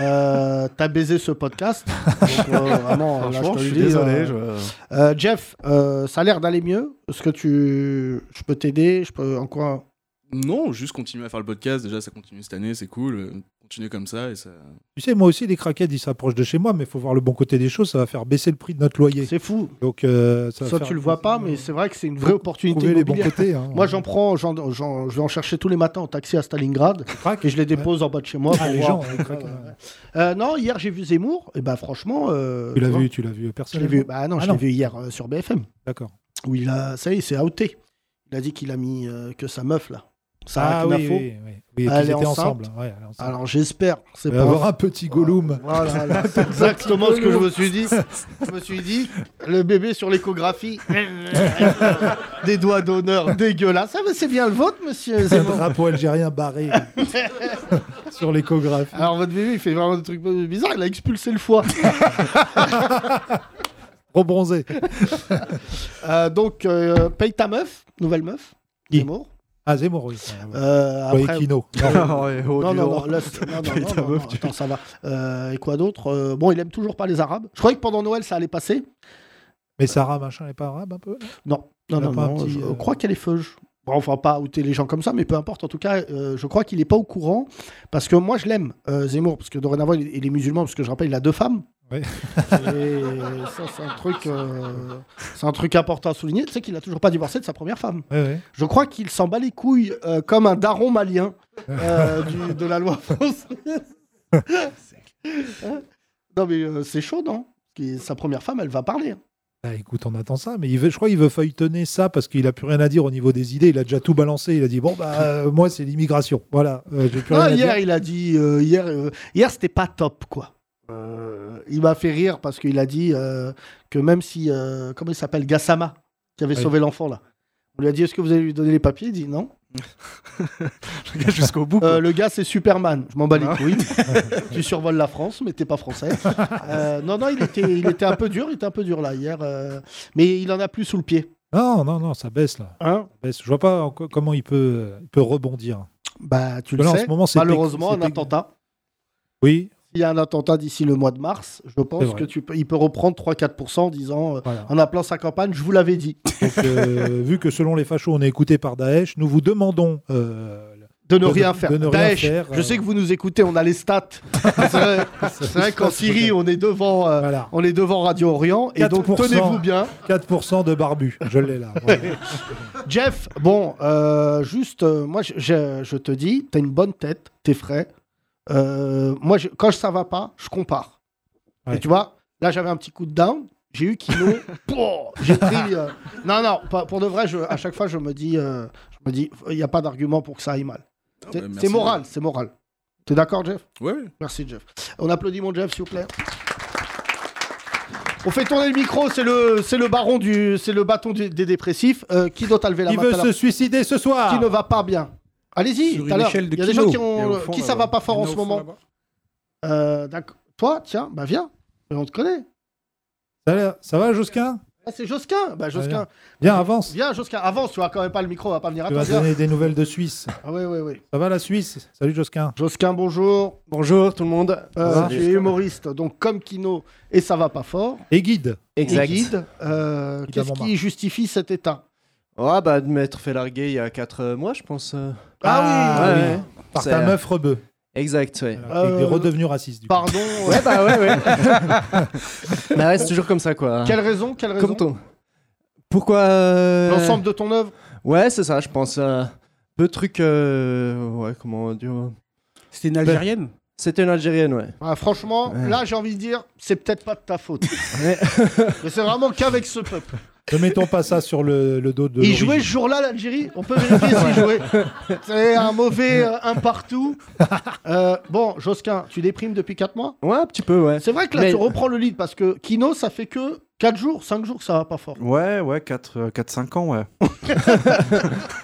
C: euh, t'as baisé ce podcast. Donc, euh, vraiment, là,
F: Franchement,
C: te
F: je
C: le
F: suis
C: dis,
F: désolé.
C: euh, euh, Jeff, euh, ça a l'air d'aller mieux. Est-ce que tu, je peux t'aider Je peux en quoi
H: Non, juste continuer à faire le podcast. Déjà, ça continue cette année, c'est cool. Euh, Continuer comme ça et ça.
D: Tu sais, moi aussi, les craquettes, ils s'approchent de chez moi, mais il faut voir le bon côté des choses. Ça va faire baisser le prix de notre loyer.
C: C'est fou.
D: Donc, euh, ça va
C: Soit
D: faire-
C: tu le vois pas, mais c'est vrai que c'est une vraie opportunité
D: Trouver les bons
C: immobilière.
D: côtés. hein.
C: Moi, j'en prends, j'en, j'en- je vais en chercher tous les matins en taxi à Stalingrad
D: Crac.
C: et je les dépose en bas de chez moi.
D: Ah,
C: pour
D: les
C: voir.
D: gens, les craques,
C: Ouais, ouais,
D: ouais.
C: ouais. Euh, non, hier j'ai vu Zemmour. Et ben franchement, euh,
D: Tu l'as
C: non,
D: vu, tu l'as vu
C: Je
D: personne.
C: l'ai vu. Bah non,
D: Ah,
C: je
D: non.
C: l'ai vu hier euh, sur BFM
D: D'accord.
C: où il a, ça y est, c'est outé. Il a dit qu'il a mis euh, que sa meuf là. Sarah
D: Ah oui,
C: Knafo.
D: oui, oui. oui.
C: Elle
D: qu'ils
C: est
D: étaient
C: enceinte.
D: ensemble. ouais, elle est ensemble.
C: Alors j'espère. C'est
D: Il va y avoir un petit Gollum.
C: Voilà, voilà, c'est exactement ce que je me suis dit. Je me suis dit, le bébé sur l'échographie, des doigts d'honneur dégueulasses. Ah, mais c'est bien le vôtre, monsieur.
D: C'est un
C: Zemmour.
D: drapeau algérien barré sur l'échographie.
C: Alors, votre bébé, il fait vraiment des trucs bizarres. Il a expulsé le foie.
D: Trop bronzé.
C: Euh, donc, euh, paye ta meuf, nouvelle meuf,
D: Qui
C: Zemmour.
D: Ah, Zemmour, oui.
C: Euh,
D: Ouais,
C: après,
D: Kino.
C: non, non, non, là, c'est- non, non, non, non, non, attends, ça va. Euh, et quoi d'autre Euh, Bon, il aime toujours pas les Arabes. Je croyais que pendant Noël, ça allait passer.
D: Mais Sarah, machin, elle est pas arabe un peu
C: Non, non,
D: Il a
C: non,
D: pas un
C: non,
D: petit,
C: je
D: euh,
C: crois qu'elle est feuge. Bon, enfin, pas outer les gens comme ça, mais peu importe. En tout cas, euh, je crois qu'il n'est pas au courant. Parce que moi, je l'aime, euh, Zemmour. Parce que dorénavant, il est, il est musulman. Parce que je rappelle, il a deux femmes.
D: Ouais.
C: Et ça, c'est un, truc, euh, c'est un truc important à souligner. Tu sais qu'il n'a toujours pas divorcé de sa première femme.
D: Ouais, ouais.
C: Je crois qu'il s'en bat les couilles euh, comme un daron malien euh, du- de la loi française. Hein non, mais euh, c'est chaud, non Parce que Sa première femme, elle va parler. hein.
D: Bah, écoute, on attend ça. Mais il veut, je crois qu'il veut feuilletonner ça parce qu'il a plus rien à dire au niveau des idées. Il a déjà tout balancé. Il a dit Bon, bah, euh, moi, c'est l'immigration. Voilà. euh, j'ai plus
C: Non,
D: rien à
C: Ah, hier,
D: dire.
C: il a dit. euh, hier, euh, hier c'était pas top, quoi. Euh, il m'a fait rire parce qu'il a dit euh, que même si. euh, comment il s'appelle Gassama, qui avait
D: Oui.
C: sauvé l'enfant, là. On lui a dit Est-ce que vous allez lui donner les papiers Il dit Non.
F: Jusqu'au bout.
C: Euh, le gars, c'est Superman. Je m'en bats les
D: Ah.
C: couilles. tu survoles la France, mais t'es pas français. Euh, non, non, il était, il était un peu dur. Il était un peu dur, là, hier. euh, mais il en a plus sous le pied.
D: Non, non, non, ça baisse là.
C: Hein
D: Ça baisse. Je vois pas en quoi- comment il peut, euh, il peut rebondir.
C: bah, tu
D: Voilà, en
C: le sais.
D: ce moment, c'est
C: Malheureusement,
D: tec-
C: un
D: c'est tec-
C: attentat.
D: Oui,
C: S'il y a un attentat d'ici le mois de mars, je
D: C'est
C: pense
D: vrai.
C: que tu peux, il peut reprendre 3-4% en disant, euh,
D: voilà.
C: en appelant sa campagne, je vous l'avais dit.
D: Donc, euh, vu que selon les fachos, on est écouté par Daesh, nous vous demandons euh,
C: de ne
D: De-
C: rien
D: de
C: faire.
D: ne rien
C: Daesh,
D: faire,
C: je
D: euh.
C: sais que vous nous écoutez, on a les stats. c'est vrai, c'est vrai qu'en Syrie, on est devant, euh,
D: Voilà.
C: on est devant Radio Orient. Et donc,
D: 4%.
C: tenez-vous bien.
D: 4% de barbu. Je l'ai là. voilà.
C: Jeff, bon, euh, juste, euh, moi, je, je- je te dis, t'as une bonne tête, t'es frais. Euh, moi, je- quand ça va pas, je compare.
D: Ouais.
C: Et tu vois, là, j'avais un petit coup de down. J'ai eu Kino. Pouah, j'ai pris. euh, Non, non, pas- pour de vrai, je- à chaque fois, je me dis, euh, je me dis, il n'y a pas d'argument pour que ça aille mal.
E: Ah
C: C'est
H: bah,
C: c'est
H: merci.
C: moral, c'est moral. T'es d'accord, Jeff
H: Ouais, ouais.
C: Merci, Jeff. On applaudit mon Jeff, s'il vous plaît. On fait tourner le micro, c'est le, c'est le baron du, c'est le bâton du- des dépressifs. Euh, qui d'autre a levé la
D: Il
C: main
D: veut
C: tout à
D: se suicider ce
C: l'heure Qui
D: soir.
C: ne va pas bien Allez-y,
E: Sur
C: tout à
E: une
C: l'heure.
E: échelle de
C: Il y a des
E: kilos.
C: gens qui,
E: Il y a
C: ont,
E: au fond,
C: qui ça
E: là-bas.
C: va pas fort
E: Il y
C: en
E: a au
C: ce
E: fond,
C: moment.
E: là-bas.
C: Euh, d'accord. Toi, tiens, bah viens, Mais on te connaît.
D: Ça va- Ça va, Josquin
C: Ah, c'est Josquin. Bah, Josquin.
D: Viens, avance.
C: Viens, Josquin. Avance, tu vois quand même pas le micro, on va pas venir à
D: Tu
C: toi.
D: vas
C: viens.
D: donner des nouvelles de Suisse.
C: Ah, oui, oui, oui.
D: Ça va la Suisse Salut Josquin.
C: Josquin, bonjour.
F: Bonjour tout le monde.
C: Euh,
D: Bonjour,
C: tu es humoriste, donc comme Kino, et ça va pas fort.
D: Et guide.
F: Exact.
C: Et guide, euh, qu'est-ce
D: Évidemment,
C: qui justifie cet état
F: Ah bah de m'être fait larguer il y a 4 mois je pense. euh.
C: Ah,
D: Ah
C: oui,
D: oui. Par ta
F: C'est- euh,
D: meuf rebeu.
F: Exact, ouais.
D: Voilà. Et
C: Euh,
D: il est redevenu raciste. Du coup.
C: pardon.
F: Ouais bah ouais ouais. bah ouais, c'est toujours comme ça quoi.
C: Quelle raison Quelle raison
F: Comme ton. Pourquoi euh,
C: L'ensemble de ton œuvre
F: Ouais, c'est ça, je pense euh, peu de trucs euh, ouais, comment dire. euh,
E: C'était une Algérienne
F: C'était une Algérienne, ouais.
C: Ah, Franchement,
F: Ouais.
C: là, j'ai envie de dire, c'est peut-être pas de ta faute.
F: Ouais.
C: Mais c'est vraiment qu'avec ce peuple.
D: Ne mettons pas ça sur le, le dos
C: Il
D: de. l'origine.
C: jouait ce jour-là, l'Algérie On peut vérifier s'il jouait. C'est un mauvais euh, un partout. Euh, bon, Josquin, tu déprimes depuis 4 mois
F: Ouais, un petit peu, ouais.
C: C'est vrai que là,
F: Mais-
C: tu reprends le lead parce que Kino, ça fait que 4 jours, 5 jours que ça va pas fort.
F: Ouais, ouais, 4-5 ans, ouais.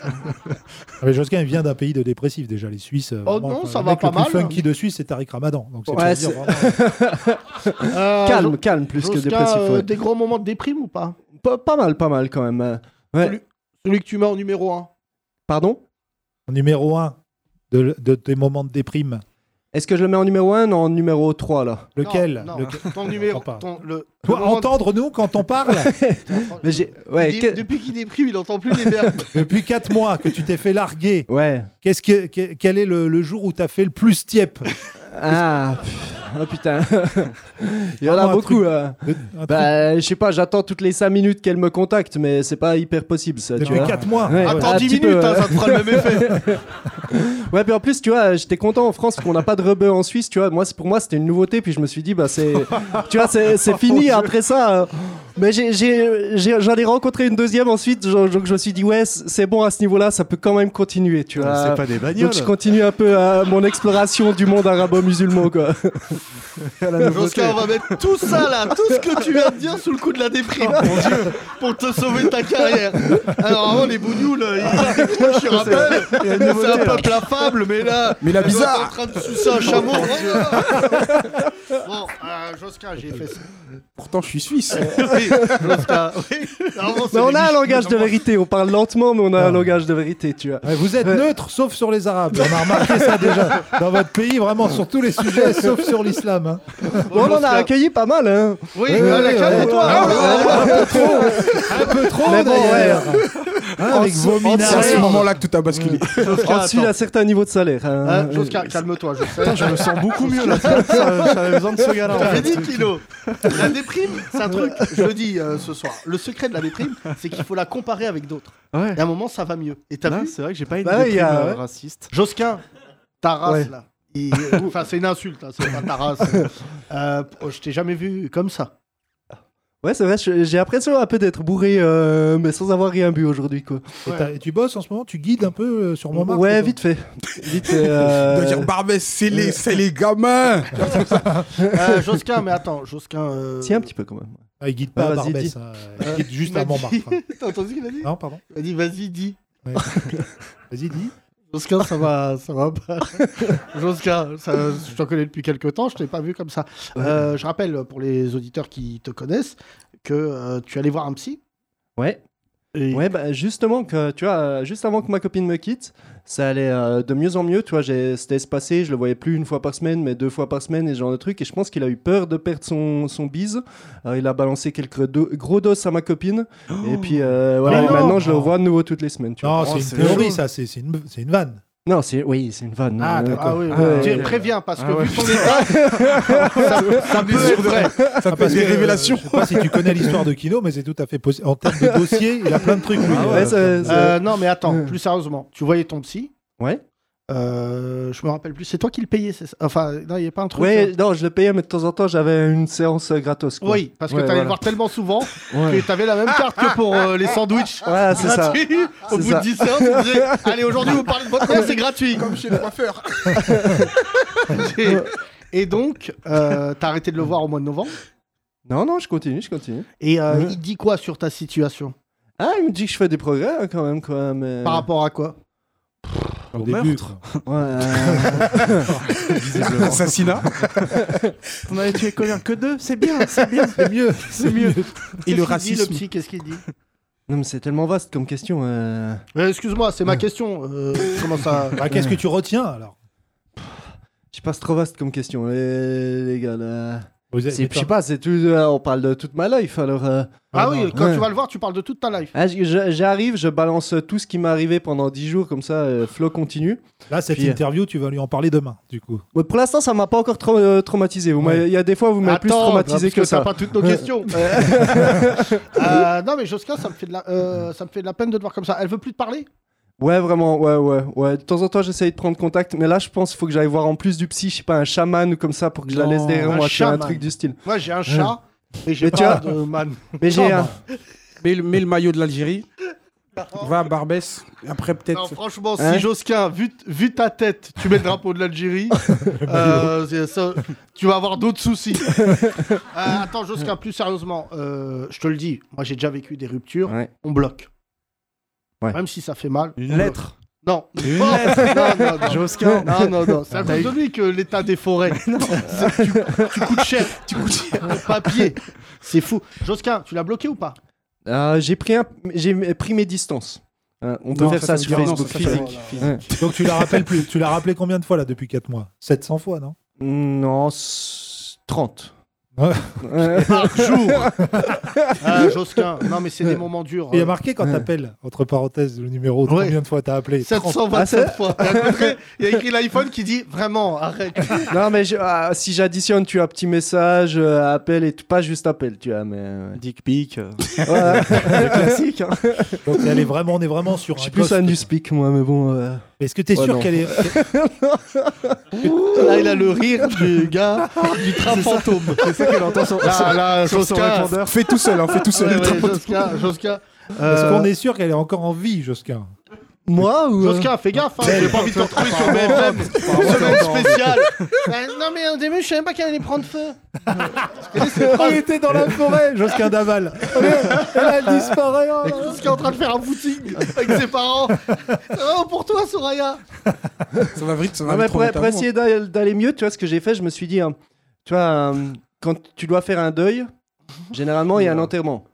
D: Ah, mais Josquin il vient d'un pays de dépressifs déjà, les Suisses. euh,
C: Oh
D: vraiment,
C: non,
D: enfin,
C: ça
D: le
C: va
D: mec
C: pas
D: le plus
C: mal.
D: funky de Suisse, c'est Tariq Ramadan. Donc c'est
F: Ouais,
D: pour dire
F: c'est-
D: vraiment-
C: Euh,
F: Calme,
C: Jo-
F: calme, plus que
C: Josquin,
F: dépressif.
C: euh,
F: ouais.
C: des gros moments de déprime ou pas
F: Pas, pas mal, pas mal quand même. euh. Ouais.
C: Celui que tu mets en numéro 1.
F: Pardon
D: numéro 1 de, de tes moments de déprime.
F: Est-ce que je le mets en numéro 1 ou en numéro 3 là
D: Lequel,
C: non,
D: Lequel-
C: Ton numéro.
D: entend pas.
C: ton- le,
D: Toi,
C: le moment-
D: entendre nous quand on parle
F: Mais j'ai.
C: Il
F: Ouais,
C: est-
F: que-
C: Depuis qu'il déprime, il entend plus les verbes.
D: depuis 4 mois que tu t'es fait larguer.
F: ouais.
D: Qu'est-ce que, que- quel est le, le jour où t'as fait le plus tiep
F: Ah, pff, oh putain. Il y en a
D: Ah, moi, un
F: beaucoup. euh.
D: Un truc
F: Bah, je sais pas, j'attends toutes les 5 minutes qu'elle me contacte, mais c'est pas hyper possible ça, tu
D: Depuis
F: vois.
D: 4 mois.
F: Ouais,
C: Attends
F: un
C: 10
F: petit
C: minutes,
F: peu,
C: hein,
F: ouais.
C: ça te fera le même effet.
F: Ouais, puis en plus, tu vois, j'étais content en France parce qu'on n'a pas de rebeu en Suisse, tu vois. Moi, c'est- pour moi, c'était une nouveauté, puis je me suis dit, bah, c'est. tu vois, c'est
D: Oh,
F: c'est fini après ça. euh. Mais j'ai- j'ai- j'ai- j'en ai, rencontré une deuxième ensuite, genre, donc je me suis dit, ouais, c'est c'est bon à ce niveau-là, ça peut quand même continuer, tu
C: Ah,
F: vois.
I: C'est pas des bagnoles.
F: donc je continue un peu euh, mon exploration du monde arabo-musulman, quoi.
C: Josquin, on va mettre tout ça là, tout ce que tu viens de dire sous le coup de la déprime.
D: Oh,
C: Pour te sauver ta carrière. Alors avant, les bougnoules, ils
F: Ah.
C: disent, moi je te rappelle, c'est un peuple affable, mais là,
E: Mais la
C: ils sont
E: bizarre
C: en train de sucer un chameau. bon, euh, Josquin, j'ai fait ça. Euh,
E: Pourtant, je suis suisse.
C: Oui, Josquin, oui. Normalement, c'est
F: Mais on
C: les
F: a un
C: miches-
F: langage de vérité, on parle lentement, mais on a
D: Ah.
F: un langage de vérité, tu vois. Euh,
D: Ouais, vous êtes neutre sauf sur les Arabes. On a remarqué ça déjà dans votre pays, vraiment sur tous les sujets sauf sur l'islam. hein.
F: Bon, on en a
C: Josquin.
F: accueilli pas mal, hein.
C: Oui, euh,
D: Ouais,
C: voilà,
D: ouais,
C: calme-toi.
D: ouais, ouais,
C: voilà.
D: Un peu trop
F: Mais bon,
D: d'ailleurs. Hein, avec
F: dessous-
D: vos
F: en
D: minards.
E: C'est à ce
C: merde.
E: moment-là que tout a basculé.
C: Josquin,
F: Ensuite,
C: attends.
F: à certains niveaux de salaire. hein.
C: Hein, Josquin, calme-toi, je sais.
F: je me sens beaucoup mieux là.
D: J'avais besoin de ce gars-là.
C: J'avais dit Kilo. La déprime, c'est un truc, je le dis euh, ce soir. Le secret de la déprime, c'est qu'il faut la comparer avec d'autres.
F: Ouais.
C: Et à un moment, ça va mieux. Et t'as vu
F: c'est vrai que j'ai pas une
D: Bah, il y a-
F: déprime, euh,
D: ouais.
F: raciste.
C: Josquin, ta race
F: Ouais.
C: là. il- euh, Enfin, c'est une insulte, hein, c'est pas ta race. Euh, oh, je t'ai jamais vu comme ça.
F: Ouais, c'est vrai, je- j'ai l'impression un peu d'être bourré, euh, mais sans avoir rien bu aujourd'hui, quoi.
D: Et t'as- et tu bosses en ce moment, tu guides un peu euh, sur mon
F: ouais, vite fait. Vite fait. euh,
E: De dire Barbès, c'est
D: Euh,
E: les, c'est les gamins
C: Euh, Josquin, mais attends, Josquin. euh,
F: Si, un petit peu quand même.
D: Ah, il guide pas
F: Ouais,
D: à
F: vas-y,
D: Barbès,
F: dis.
D: hein. il guide juste
C: il
D: à
C: m'a dit-
D: Montmartre. hein.
C: T'as entendu ce qu'il a dit
D: Non, pardon.
C: Il a dit, vas-y, dis.
D: Ouais. Vas-y, dis.
C: Josquin, ça va, ça va pas. Josquin, ça- je t'en connais depuis quelques temps, je t'ai pas vu comme ça. Euh, je rappelle pour les auditeurs qui te connaissent que euh, tu allais voir un psy.
F: Ouais.
C: Et-
F: Ouais, bah justement, que, tu vois, euh, juste avant que ma copine me quitte, ça allait euh, de mieux en mieux, tu vois, j'ai- c'était espacé, je le voyais plus une fois par semaine, mais deux fois par semaine et ce genre de truc, et je pense qu'il a eu peur de perdre son, son bise, Euh, il a balancé quelques do- gros dos à ma copine, et puis euh, voilà,
D: Mais Oh non.
F: maintenant je le revois de nouveau toutes les semaines, tu vois.
D: Non,
E: Oh,
D: c'est une
E: c'est
D: théorie,
E: chaud.
D: ça. C'est c'est une, c'est une vanne.
F: Non, c'est oui, c'est une vanne.
C: Ah,
F: euh,
C: d'accord. Ah, oui, oui.
F: Ouais.
C: Tu préviens, parce que
F: Ah, ouais.
C: vu ton état, ça, ça peut être vrai.
D: Ça
E: peut être des révélations.
D: Je sais pas si tu connais l'histoire de Kino, mais c'est tout à fait possible. En termes de dossier, il a plein de trucs. lui.
F: Ah ouais,
D: Euh,
F: c'est- c'est-
C: Euh, non, mais attends, plus sérieusement, tu voyais ton psy.
F: Ouais.
C: Euh, je me rappelle plus, c'est toi qui le payais, c'est ça Enfin, non, il n'y a pas un truc.
F: Ouais,
C: euh,
F: non, je le payais, mais de temps en temps, j'avais une séance euh, gratos. quoi.
C: Oui, parce que
F: Ouais,
C: t'allais
F: voilà.
C: le voir tellement souvent
F: Ouais.
C: que t'avais la même carte que pour euh, les sandwichs.
F: Voilà, c'est ça.
C: gratuits. Au
F: C'est
C: bout
F: ça.
C: de 10 heures, tu disais, allez, aujourd'hui, vous parlez de votre mère, c'est gratuit.
E: Comme chez le coiffeur.
C: Et, et donc, euh, t'as arrêté de le voir au mois de novembre.
F: Non, non, je continue, je continue.
C: Et euh,
F: Mhm.
C: il dit quoi sur ta situation
F: Ah, il me dit que je fais des progrès hein, quand même, quoi. Mais...
C: Par rapport à quoi
D: au
H: Au
D: début,
H: meurtre.
D: quoi.
F: Ouais, euh,
E: Assassinat.
I: On avait tué combien Que deux C'est bien, c'est bien.
D: C'est mieux.
I: C'est mieux.
E: Et
C: Qu'est-ce qu'il dit,
E: le racisme.
C: Le psy, qu'est-ce qu'il dit
F: Non, mais c'est tellement vaste comme question. euh.
C: Euh, Excuse-moi, c'est ma question. euh, comment ça
D: Bah, Qu'est-ce que tu retiens alors
F: Je passe trop vaste comme question, les, les gars. là.
D: Vous êtes-
F: C'est- Je sais pas, c'est tout. euh, on parle de toute ma life, alors. euh,
C: Ah oui, quand
F: Ouais.
C: tu vas le voir, tu parles de toute ta life.
F: ah, je- je- J'arrive, je balance tout ce qui m'est arrivé pendant 10 jours, comme ça, euh, flow continue.
D: Là, cette
F: Puis- euh,
D: interview, tu vas lui en parler demain, du coup.
F: Ouais, pour l'instant, ça m'a pas encore tra- euh, traumatisé. Vous
D: Ouais.
F: m'avez- Il y a des fois, vous m'avez plus
C: Attends,
F: traumatisé
C: parce
F: que
C: t'as
F: ça.
C: pas toutes nos questions. Euh, non, mais Josca, ça me fait de la, euh, ça me fait de la peine de te voir comme ça. Elle veut plus te parler
F: Ouais, vraiment, ouais, ouais, ouais. De temps en temps, j'essaye de prendre contact, mais là, je pense qu'il faut que j'aille voir en plus du psy, je sais pas, un chaman ou comme ça pour que je la
C: Non,
F: laisse derrière
C: un
F: moi, tu vois, un
C: chaman.
F: truc du style.
C: Moi, j'ai un chat.
E: Euh.
C: Et j'ai
F: Mais tu
C: pas
F: as-
C: de man.
F: Mais j'ai
C: Non,
F: un.
E: Mets le, mets le maillot de l'Algérie. Va à Barbès. Après,
C: Non,
E: peut-être.
C: franchement,
F: Hein
C: si Josquin, vu, t- vu ta tête, tu mets le drapeau de l'Algérie, euh, c'est ça, tu vas avoir d'autres soucis. Euh, attends, Josquin, plus sérieusement, euh, je te le dis, moi j'ai déjà vécu des ruptures,
F: Ouais.
C: on bloque.
F: Ouais.
C: Même si ça fait mal.
I: Une
C: on
I: lettre.
C: bloque. Non. Non, non, non, non.
I: Josquin.
C: Non, non, non, c'est à
I: T'as
C: cause
I: eu-
C: de lui que l'état des forêts. C'est que tu, tu coûtes cher, tu coûtes cher. Le papier, c'est fou. Josquin, tu l'as bloqué ou pas
F: Euh, j'ai pris, un... j'ai pris mes distances. Hein, on peut
E: Non,
F: faire ça,
E: ça, c'est
F: sur
E: violent,
F: Facebook.
E: ça, ça,
F: physique. Ouais.
D: Donc tu la rappelles plus. Tu l'as rappelé combien de fois là depuis 4 mois 700 fois, non
F: Non, s- 30.
D: Ouais.
F: Euh,
C: Par jour. Ah, Josquin, non, mais c'est des moments durs.
D: Il y
C: euh.
D: a marqué quand
F: Ouais.
D: t'appelles, entre parenthèses, le numéro,
C: Ouais.
D: combien de fois t'as appelé
C: 727 fois. Et à côté, Il y a écrit l'iPhone qui dit vraiment arrête.
F: non, mais je- ah, si j'additionne, tu as petit message, euh, appel et tout, pas juste appel, tu vois, mais. euh,
I: Dick pic.
F: ouais. Ouais, c'est classique. hein.
D: Donc elle est vraiment, on est vraiment sur
F: Je
D: un
F: suis plus
D: ghost.
F: un du speak, moi, mais bon. euh,
D: Est-ce que t'es
F: Ouais,
D: sûr
F: non.
D: qu'elle est.
C: Là, il a le rire du gars du train fantôme.
I: C'est ça qu'elle entend sur,
C: Là, là,
I: sur son
C: Josquin.
I: répondeur.
E: Fais tout seul, hein, fais tout
C: Ouais,
E: seul. le
C: ouais,
E: drapeau de-
C: Josquin, Josquin.
D: Est-ce
C: Euh,
D: qu'on est sûr qu'elle est encore en vie, Josquin
F: Moi ou. euh,
C: Josquin, fais gaffe, hein, j'ai pas envie de te retrouver sur BFM. Semaine spéciale. Bah, non, mais au début, je savais pas qu'elle allait prendre feu.
D: Elle était dans la forêt, Josquin Daval Elle, elle disparaît oh là là.
C: Josquin est en train de faire un footing avec ses parents. Oh, pour toi, Soraya.
E: Ça va vite, ça va
F: Non,
E: vite.
F: mais
E: trop
F: pour,
E: vite à
F: pour
E: moi.
F: essayer d'aller d'aller mieux, tu vois, ce que j'ai fait, je me suis dit, hein, tu vois, euh, quand tu dois faire un deuil, généralement, il y a un enterrement.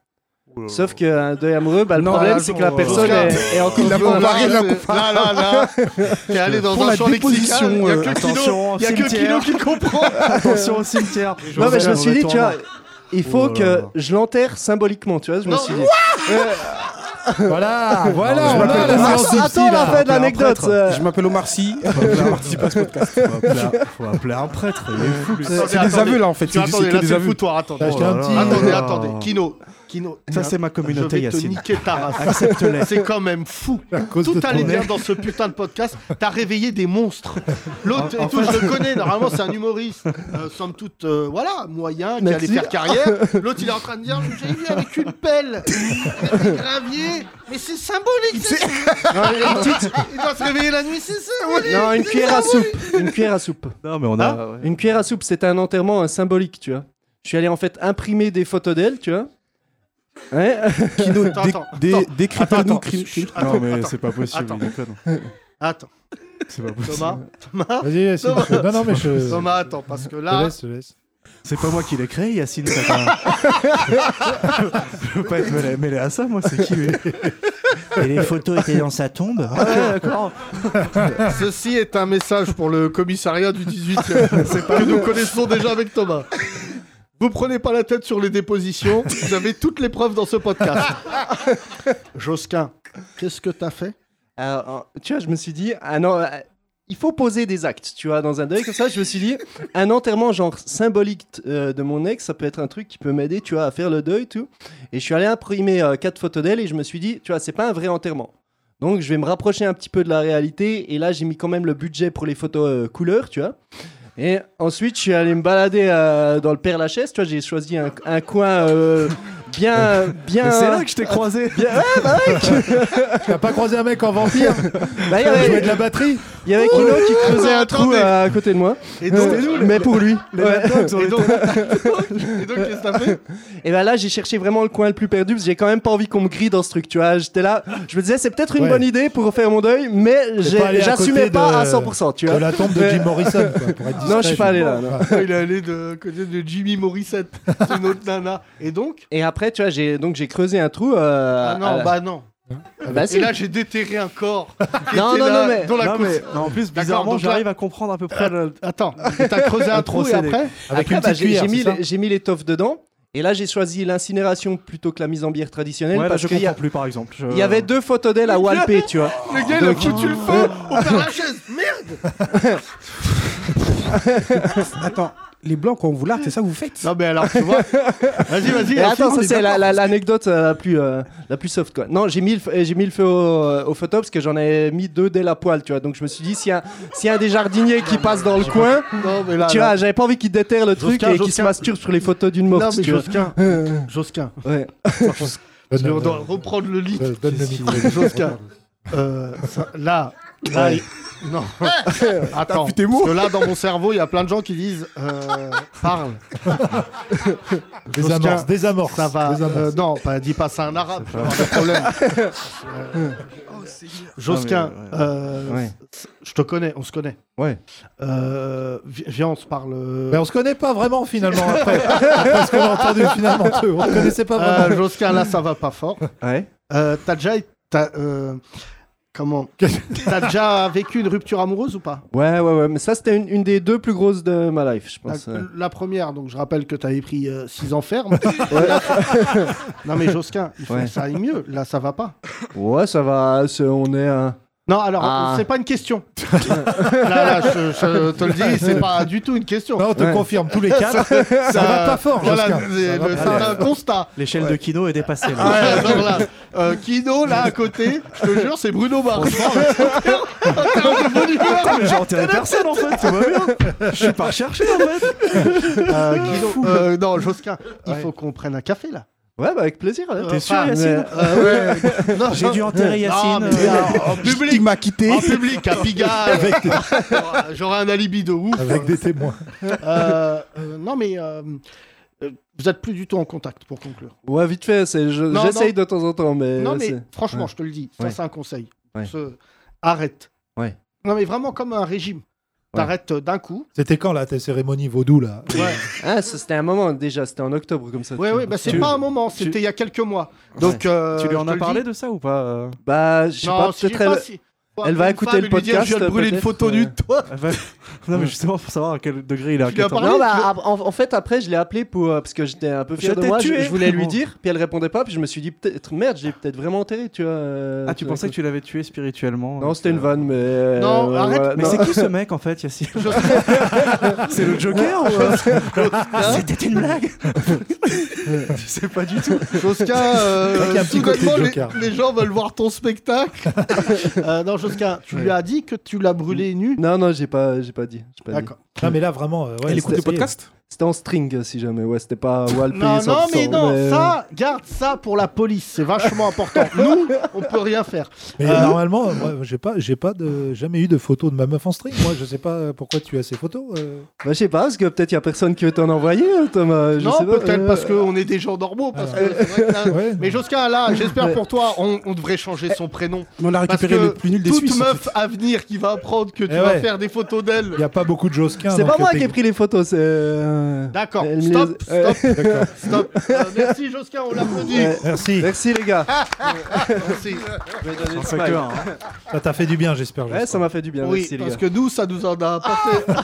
F: Sauf qu'un deuil amoureux, bah, le
E: Non,
F: problème,
E: là,
F: c'est que
E: non,
F: la personne
C: Oscar,
F: est, est encore
E: il l'a
F: vivante.
E: pas barré.
C: Là,
E: Paris, la
C: c'est- là, là, là. T'es allé dans
E: Pour
C: un
E: la
C: champ lexical.
E: déposition,
C: Il y a
E: euh,
C: que Kino.
I: attention,
C: Il y a que Kino
I: cimetière.
C: qui comprend.
I: Attention au cimetière.
F: Non, mais je me
I: Josquin,
F: suis dit, tu vois,
I: retourne.
F: il faut
I: Oh là
F: que
I: là.
F: je l'enterre symboliquement, tu vois, je me
C: Non.
F: suis dit.
E: Ah,
D: Voilà, voilà,
I: je
D: on a
I: m'appelle
D: la
I: Omar
D: séance
I: Sy.
D: de psy,
F: Attends, la
D: là.
F: fin de
I: Appeler un
F: l'anecdote.
I: prêtre.
F: euh,
E: Je m'appelle Omar Sy. Je participe à ce podcast.
I: Faut appeler, un- faut appeler un prêtre. Il est fou. lui.
E: C'est c'est
C: Attendez,
E: des
J: Ah,
E: aveux là en fait.
C: Tu
E: C'est du-
C: attendez,
E: c'est
C: là
E: que
C: c'est
E: des
C: le
E: aveux.
C: foutoir, attendez.
D: T'as acheté un petit.
C: Attendez,
I: Oh.
C: attendez. Kino, Kino.
I: Ça, c'est ma communauté,
C: Je vais te
I: Yacine.
C: niquer ta race. C'est quand même fou. Tout allait bien dans ce putain de podcast. T'as réveillé des monstres. L'autre, et tout, je le connais. Normalement, c'est un humoriste. Euh, somme toute, euh, voilà, moyen, qui allait
F: Merci.
C: faire carrière. L'autre, il est en train de dire J'ai vu avec une pelle, des graviers. Mais c'est symbolique. c'est- Il doit se réveiller la nuit, c'est symbolique.
F: Non, une cuillère à soupe. Une cuillère à soupe. Ah,
I: Non, mais on a.
F: Une cuillère à soupe, c'était un enterrement euh, symbolique, tu vois. Je suis allé en fait imprimer des photos d'elle, tu vois. Ouais.
E: Kino,
C: Attends,
E: dé-
C: attends,
E: dé-
C: attends.
E: décrypte-nous,
C: Attends,
E: cri-
C: chut,
E: cri-
C: attends,
H: non, mais
C: attends.
H: c'est pas possible,
C: Attends.
H: il déconne.
C: Attends,
H: C'est pas possible.
C: Thomas, Thomas,
D: Vas-y, vas-y,
C: Thomas.
D: je- Non, non, mais je.
C: Thomas, attends, parce
G: Euh,
C: que
D: je te
C: là,
D: laisse, je te laisse.
I: C'est pas moi qui l'ai créé, Yacine. ça va. je veux pas être mêlé, mêlé à ça, moi, c'est qui lui Et les photos étaient dans sa tombe. Ah ouais, d'accord.
C: ceci est un message pour le commissariat du 18e. C'est pas que nous connaissons déjà avec Thomas. Vous prenez pas la tête sur les dépositions, vous avez toutes les preuves dans ce podcast. Josquin, qu'est-ce que t'as fait
F: euh, tu vois, je me suis dit, ah non, euh, il faut poser des actes, tu vois, dans un deuil comme ça. Je me suis dit, un enterrement genre symbolique euh, de mon ex, ça peut être un truc qui peut m'aider, tu vois, à faire le deuil, tout. Et je suis allé imprimer euh, quatre photos d'elle et je me suis dit, tu vois, c'est pas un vrai enterrement. Donc je vais me rapprocher un petit peu de la réalité et là j'ai mis quand même le budget pour les photos euh, couleurs, tu vois. Et ensuite je suis allé me balader euh, dans le Père Lachaise, tu vois, j'ai choisi un, un coin euh, bien bien.
I: Mais c'est là que je t'ai croisé.
F: bien- ouais, bah ouais,
D: T'as pas croisé un mec en vampire
F: bah, il y
D: qui
F: avait-
D: jouait de la batterie
F: il y avait Kino qui creusait un trou
G: Attendez.
F: euh, à côté de moi.
I: Ah, Et
F: Euh,
I: c'était nous, les-
F: mais pour lui.
I: les
F: Ouais.
I: laptops, on
G: Et
I: était
G: donc, et donc, qu'est-ce que t'as fait
F: Et ben là, j'ai cherché vraiment le coin le plus perdu parce que j'ai quand même pas envie qu'on me grille dans ce truc, tu vois. J'étais là, je me disais, c'est peut-être une
D: Ouais.
F: bonne idée pour faire mon deuil, mais j'ai-
D: pas allé à
F: j'assumais
D: côté
F: pas
D: de-
F: à 100%, tu
D: de
F: vois.
D: la tombe de Jim Morrison. quoi, pour être
F: Non,
D: discret,
F: je suis pas allé là. non.
I: Il est allé de côté de Jimmy Morissette, c'est une autre nana. Et donc
F: Et après, tu vois, j'ai donc j'ai creusé un trou. euh,
I: Ah
F: à
I: non,
F: la-
I: bah non.
F: bah, si.
I: Et là, j'ai déterré un corps. qui
F: Non,
I: était
F: non,
I: là,
F: non, mais-
I: Dans la
F: non,
I: course.
F: mais-
I: en plus,
C: bizarrement, j'arrive
I: à comprendre à peu près.
C: Attends, et t'as creusé un trou et
I: Procédé.
C: après
D: Avec
F: Après,
D: une
F: bah,
D: petite
F: j'ai
D: cuillère,
F: j'ai mis
D: c'est ça
F: les- j'ai mis les toffes dedans. Et là, j'ai choisi l'incinération plutôt que la mise en bière traditionnelle
I: Ouais, là,
F: parce
I: je
F: qu'il y,
I: comprends
F: a-
I: plus, par exemple. Je-
F: il y avait deux photos d'elle à Walpé, tu vois.
I: Le gars, il a foutu le feu au Père Lachaise.
E: Attends, les blancs, quand on vous largue, c'est ça que vous faites
C: Non, mais alors, tu vois. Vas-y, vas-y.
F: Et attends, ça c'est la- la- l'anecdote euh, la, plus euh, la plus soft quoi. Non, j'ai mis le feu- euh, j'ai mis le feu au, euh, au feu top parce que j'en ai mis deux dès la poêle, tu vois. Donc je me suis dit s'il y a s'il y a des jardiniers qui passent dans le coin,
C: Non, mais là.
F: tu
C: là.
F: vois, j'avais pas envie qu'ils déterrent le truc
C: Josquin,
F: et qu'ils se
C: Josquin.
F: masturbent sur les photos d'une
C: Non,
F: morte,
C: mais
F: tu vois.
C: Josquin. Josquin.
F: Ouais.
D: Donne,
C: On
D: euh,
C: doit reprendre le lit.
D: euh, donne le micro.
C: Josquin. Euh, ça- là. là, il- Non. Attends.
G: tes mots
C: Parce que là, dans mon cerveau, il y a plein de gens qui disent euh, parle.
D: Des amorces, des amorces.
C: Ça va.
D: des amorces.
C: euh, non, pas, dis pas ça à un arabe. tu vas avoir des problèmes. Euh, Josquin,
I: Oh, Non, mais, ouais.
C: euh,
F: Ouais.
C: c- je te connais, on se connaît.
I: Ouais.
C: Euh, vi- viens, on se parle. euh,
D: Mais on se connaît pas vraiment finalement après. Après ce qu'on a entendu finalement, tu- on se connaissait pas
C: euh,
D: vraiment.
C: Josquin, là, ça va pas fort.
F: Ouais.
C: Euh, t'as déjà, t'as, euh, comment, t'as déjà vécu une rupture amoureuse ou pas
F: Ouais, ouais, ouais, mais ça c'était une, une des deux plus grosses de ma life, je
C: la,
F: pense. euh.
C: la première, donc je rappelle que t'avais pris 6 ans ferme. non mais Josquin, il faut
F: Ouais.
C: que ça aille mieux. Là, ça va pas.
F: Ouais, ça va, c'est- on est euh,
C: Non, alors
F: Ah.
C: c'est pas une question. là, là, je, je te le dis, c'est pas du tout une question.
D: Non, on te
F: Ouais.
D: confirme tous les quatre. ça, va pas fort,
C: Voilà,
D: Josquin.
C: c'est
D: Ça va
C: le-
D: pas
C: c'est
D: fort.
C: un constat.
I: L'échelle de Kino est dépassée. là.
C: Ouais, non, voilà. Euh, Kino, là à côté, je te jure, c'est Bruno Mars.
I: Attends, mais j'ai enterré personne en fait, tout va bien. Je suis pas recherché en fait.
C: Euh, Kino, euh, non, Josquin, il faut qu'on prenne un café là.
F: Ouais, bah avec plaisir. ouais.
C: Euh,
I: T'es sûr,
C: enfin,
I: Yacine
C: euh, ouais. Non,
I: J'ai dû enterrer
C: Non,
I: Yacine.
C: mais
I: euh,
C: en
E: Il
C: public,
E: m'a quitté.
C: en public, à Pigalle. J'aurais un alibi de ouf.
D: Avec des témoins.
C: Euh, euh, non, mais euh, euh, vous êtes plus du tout en contact pour conclure.
F: Ouais, vite fait, c'est- je-
C: Non,
F: j'essaye de temps en temps, mais.
C: non,
F: ouais,
C: mais
F: Euh, c'est-
C: franchement,
F: ouais.
C: je te le dis,
F: Ouais.
C: ça c'est un conseil.
F: Ouais.
C: Se- Arrête.
F: Ouais.
C: Non, mais vraiment comme un régime. T'arrêtes euh, d'un coup.
D: C'était quand là, tes cérémonies vaudou là
C: Ouais,
F: Ah, ça, c'était un moment déjà, c'était en octobre comme ça.
C: ouais, ouais, bah, c'est
I: Tu-
C: pas un moment, c'était il y a quelques mois. Donc, euh,
I: Tu lui en
C: je te
I: as
C: le
I: parlé
C: dis.
I: de ça ou pas euh
F: Bah, je sais
C: Non,
F: pas,
C: je sais
F: peut-être
C: pas
F: elle-
C: si-
F: elle va
C: Une
F: écouter
C: femme
F: le
C: et lui dire,
F: podcast,
C: Je viens de brûler une
F: peut-être,
C: photo
F: euh,
C: nue de toi.
I: Elle va- Non, mais justement, pour savoir à quel degré il est à
C: Tu lui as
I: 14.
C: parlé
F: Non, bah, ap- en, en fait, après, je l'ai appelée pour, euh, parce que j'étais un peu
I: Je
F: fier de
I: t'ai
F: moi. Je,
I: tué.
F: je voulais lui dire, puis elle répondait pas. Puis je me suis dit, peut-être, merde, j'ai peut-être vraiment enterré, tu vois. euh,
I: Ah, tu pensais que tu l'avais tué spirituellement
F: Non, c'était une vanne, mais. euh,
C: Non, arrête,
F: voilà,
I: Mais
F: non.
I: c'est qui ce mec en fait, Yacine C'est le Joker ou C'était une blague Je sais pas du tout.
C: Josquin, euh,
D: vrai qu'il y a un petit côté
C: soudainement,
D: Joker.
C: les, les gens veulent voir ton spectacle. Euh, non, Josquin, tu lui as dit que tu l'as brûlé nu.
F: Non, non, j'ai pas, j'ai pas dit. j'ai pas dit.
C: D'accord.
D: Non, mais là vraiment. euh, ouais,
E: Elle écoute
D: c'était-
E: le podcast
F: C'était en string, si jamais. Ouais, c'était pas Walpé.
C: Non, non,
F: 100%,
C: mais non,
F: euh,
C: ça, garde ça pour la police, c'est vachement important. Nous, on peut rien faire.
D: Mais
C: Euh,
D: normalement, euh, moi, j'ai pas, j'ai pas de, jamais eu de photos de ma meuf en string. Moi, je sais pas pourquoi tu as ces photos. euh.
F: Bah, je sais pas, parce que peut-être y a personne qui veut t'en envoyer, hein, Thomas. je
C: non,
F: sais pas,
C: peut-être
F: euh,
C: parce qu'on est des gens normaux. Parce que c'est vrai que là-
D: Ouais.
C: Mais Josquin, là, j'espère pour toi, on, on devrait changer son prénom.
E: Mais on a
C: Parce
E: récupéré
C: que
E: le plus nul des
C: toute
E: Suisses. en
C: meuf à venir qui va apprendre que tu
D: Eh
C: vas
D: ouais.
C: faire des photos
D: Il
C: d'elle.
D: n'y a pas beaucoup de Josquin.
F: C'est
D: donc,
F: pas moi
D: euh, t'es-
F: qui ai pris les photos, c'est. euh,
C: D'accord,
F: elle me
C: stop,
F: les- Ouais.
C: stop, stop. Euh, merci Josquin, on l'applaudit.
F: Ouais.
D: Merci,
F: Merci les gars.
C: Merci.
I: Pas que un, hein.
D: ça t'a fait du bien, j'espère.
F: Ouais, ça m'a fait du bien.
C: Oui,
F: merci les
C: parce
F: gars.
C: que nous, ça nous en a pas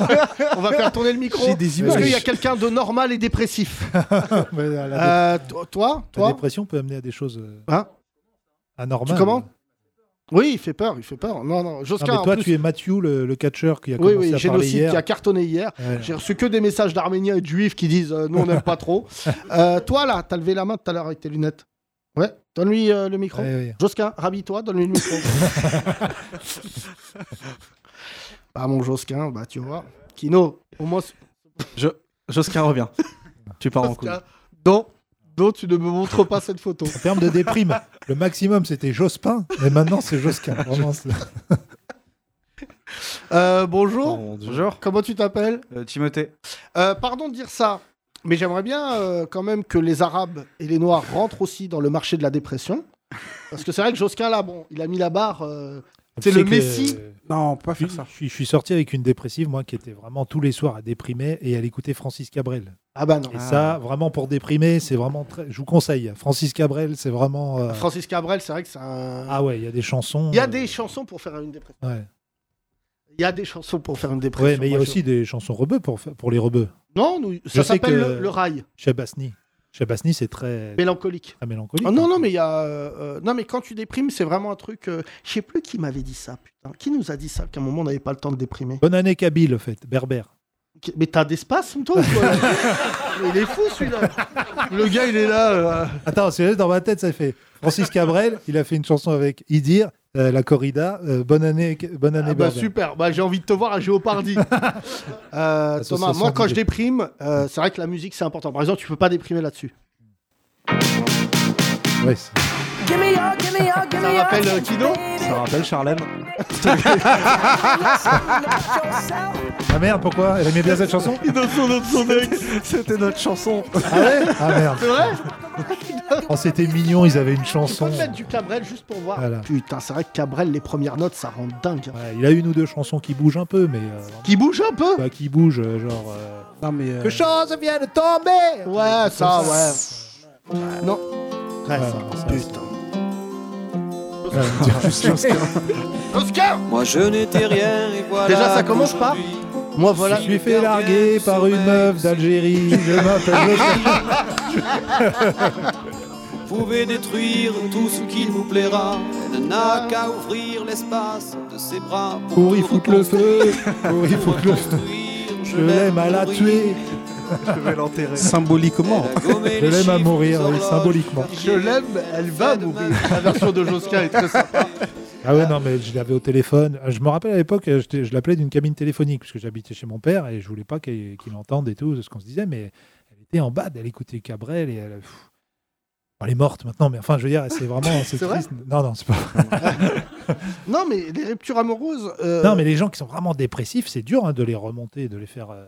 C: fait. on va faire tourner le micro.
E: J'ai des
C: Parce
E: images.
C: qu'il y a quelqu'un de normal et dépressif.
D: J'espère. Mais, euh, la, dé-
C: Euh, to- toi,
D: la
C: toi,
D: dépression peut amener à des choses euh,
C: Hein
D: anormales.
C: Tu commences Oui, il fait peur, il fait peur. Non, non,
D: Non,
C: Josquin,
D: mais
C: en
D: toi,
C: plus-
D: tu es Mathieu, le, le catcheur qui a
C: Oui,
D: commencé
C: oui,
D: à parler
C: génocide
D: hier.
C: qui a cartonné hier.
D: Ouais.
C: J'ai reçu que des messages d'Arméniens et de Juifs qui disent euh, nous on n'aime pas trop. Euh, toi là, t'as levé la main tout à l'heure avec tes lunettes. Ouais, donne-lui euh, le micro.
D: Ouais, ouais.
C: Josquin, rhabille-toi, donne-lui le micro. bah mon Josquin, bah tu vois. Kino, au moins.
I: Josquin revient. tu pars en couille.
C: Josquin, non, non, tu ne me montres pas cette photo.
D: En termes de déprime, le maximum c'était Jospin, et maintenant c'est Josquin. Vraiment, c'est-
C: Euh, bonjour.
I: Bonjour.
C: Comment tu t'appelles
I: Euh, Timothée.
C: Euh, Pardon de dire ça, mais j'aimerais bien euh, quand même que les Arabes et les Noirs rentrent aussi dans le marché de la dépression. Parce que c'est vrai que Josquin, là, bon, il a mis la barre. euh, c'est
D: Tu sais
C: le
D: que-
C: Messi.
E: Non, pas
D: Je
E: faire ça.
D: suis, je suis sorti avec une dépressive, moi, qui était vraiment tous les soirs à déprimer et elle écoutait Francis Cabrel.
C: Ah bah non.
D: Et ça, vraiment pour déprimer, c'est vraiment très. Je vous conseille. Francis Cabrel, c'est vraiment. euh,
C: Francis Cabrel, c'est vrai que c'est un.
D: Ah ouais, il y a des chansons.
C: il y a
D: euh,
C: des chansons pour faire une dépression.
D: Ouais,
C: Il y a des chansons pour faire une dépression.
D: Ouais, mais il y a
C: moi, je-
D: aussi des chansons rebeux pour, fa- pour les rebeux.
C: Non, nous- ça
D: sais
C: s'appelle
D: que-
C: le, le rail,
D: Chabasni. Chabasni, c'est très,
C: mélancolique.
D: très Ah, mélancolique. hein.
C: Oh non, non, mais il y a. euh, euh, non, mais quand tu déprimes, c'est vraiment un truc. euh, Je sais plus qui m'avait dit ça, putain. Qui nous a dit ça qu'à un moment on n'avait pas le temps de déprimer
D: Bonne année, Kabyle, en fait, berbère.
C: Qui- Mais t'as des spasmes, toi ou quoi Mais Il est fou, celui-là. Le gars, il est là. euh,
D: Attends, c'est juste dans ma tête, ça fait. Francis Cabrel, il a fait une chanson avec Idir, euh, La Corrida, euh, Bonne année, bonne année
C: Ah bah,
D: berbère.
C: super, bah, j'ai envie de te voir à Géopardy. Euh, Thomas, moi, quand je déprime, euh, c'est vrai que la musique, c'est important. Par exemple, tu peux pas déprimer là-dessus.
D: Ouais, c'est-
C: Ça rappelle euh, Kino
I: Ça rappelle Charlem.
D: Ah merde, pourquoi Elle aimait bien cette chanson
I: C'était notre chanson.
D: Ah ouais Ah merde.
C: C'est vrai
D: Oh, c'était mignon, ils avaient une chanson.
C: Faut mettre du Cabrel juste pour voir.
D: Voilà.
C: Putain, c'est vrai que Cabrel, les premières notes, ça rend dingue. hein.
D: Ouais, il a une ou deux chansons qui bougent un peu, mais. euh, vraiment,
C: Qui bouge un peu
D: bah, qui bougent, euh, genre. euh,
E: Non, mais. euh,
D: Que chose vient de tomber
C: Ouais, ça, ouais. Non. Ouais,
D: Ouais,
C: ça,
D: ça,
C: putain.
K: Moi je n'étais rien et voilà.
C: Déjà, ça commence pas Moi, voilà.
D: Je suis fait larguer par une meuf d'Algérie. Je m'appelle Joseph.
K: Vous pouvez détruire tout ce qu'il vous plaira. Elle n'a qu'à ouvrir l'espace de ses bras pour,
D: Pour y
K: tout
D: foutre le
K: reconstruire.
D: feu. Pour y foutre le feu.
K: Reconstruire,
D: Je l'aime à la
K: mourir.
D: tuer.
I: Je vais l'enterrer.
E: Symboliquement.
K: Elle a gommé
D: Je
K: les
D: l'aime à
K: chiffres
D: mourir,
K: des
D: oui,
K: horloges,
D: symboliquement.
K: quartiers.
C: Je l'aime, elle va mourir. La version de Josquin est très sympa.
D: Ah ouais, non, mais je l'avais au téléphone. Ah, Je me rappelle à l'époque, je, t'ai- je l'appelais d'une cabine téléphonique, puisque j'habitais chez mon père et je voulais pas qu'elle- qu'il entende et tout ce qu'on se disait, mais elle était en bas, elle écoutait Cabrel et elle. pff. Bon, elle est morte maintenant, mais enfin, je veux dire, c'est vraiment. C'est
C: C'est vrai
D: triste. non, non, c'est pas.
C: Non, mais les ruptures amoureuses, euh,
D: Non, mais les gens qui sont vraiment dépressifs, c'est dur hein, de les remonter, de les faire. euh,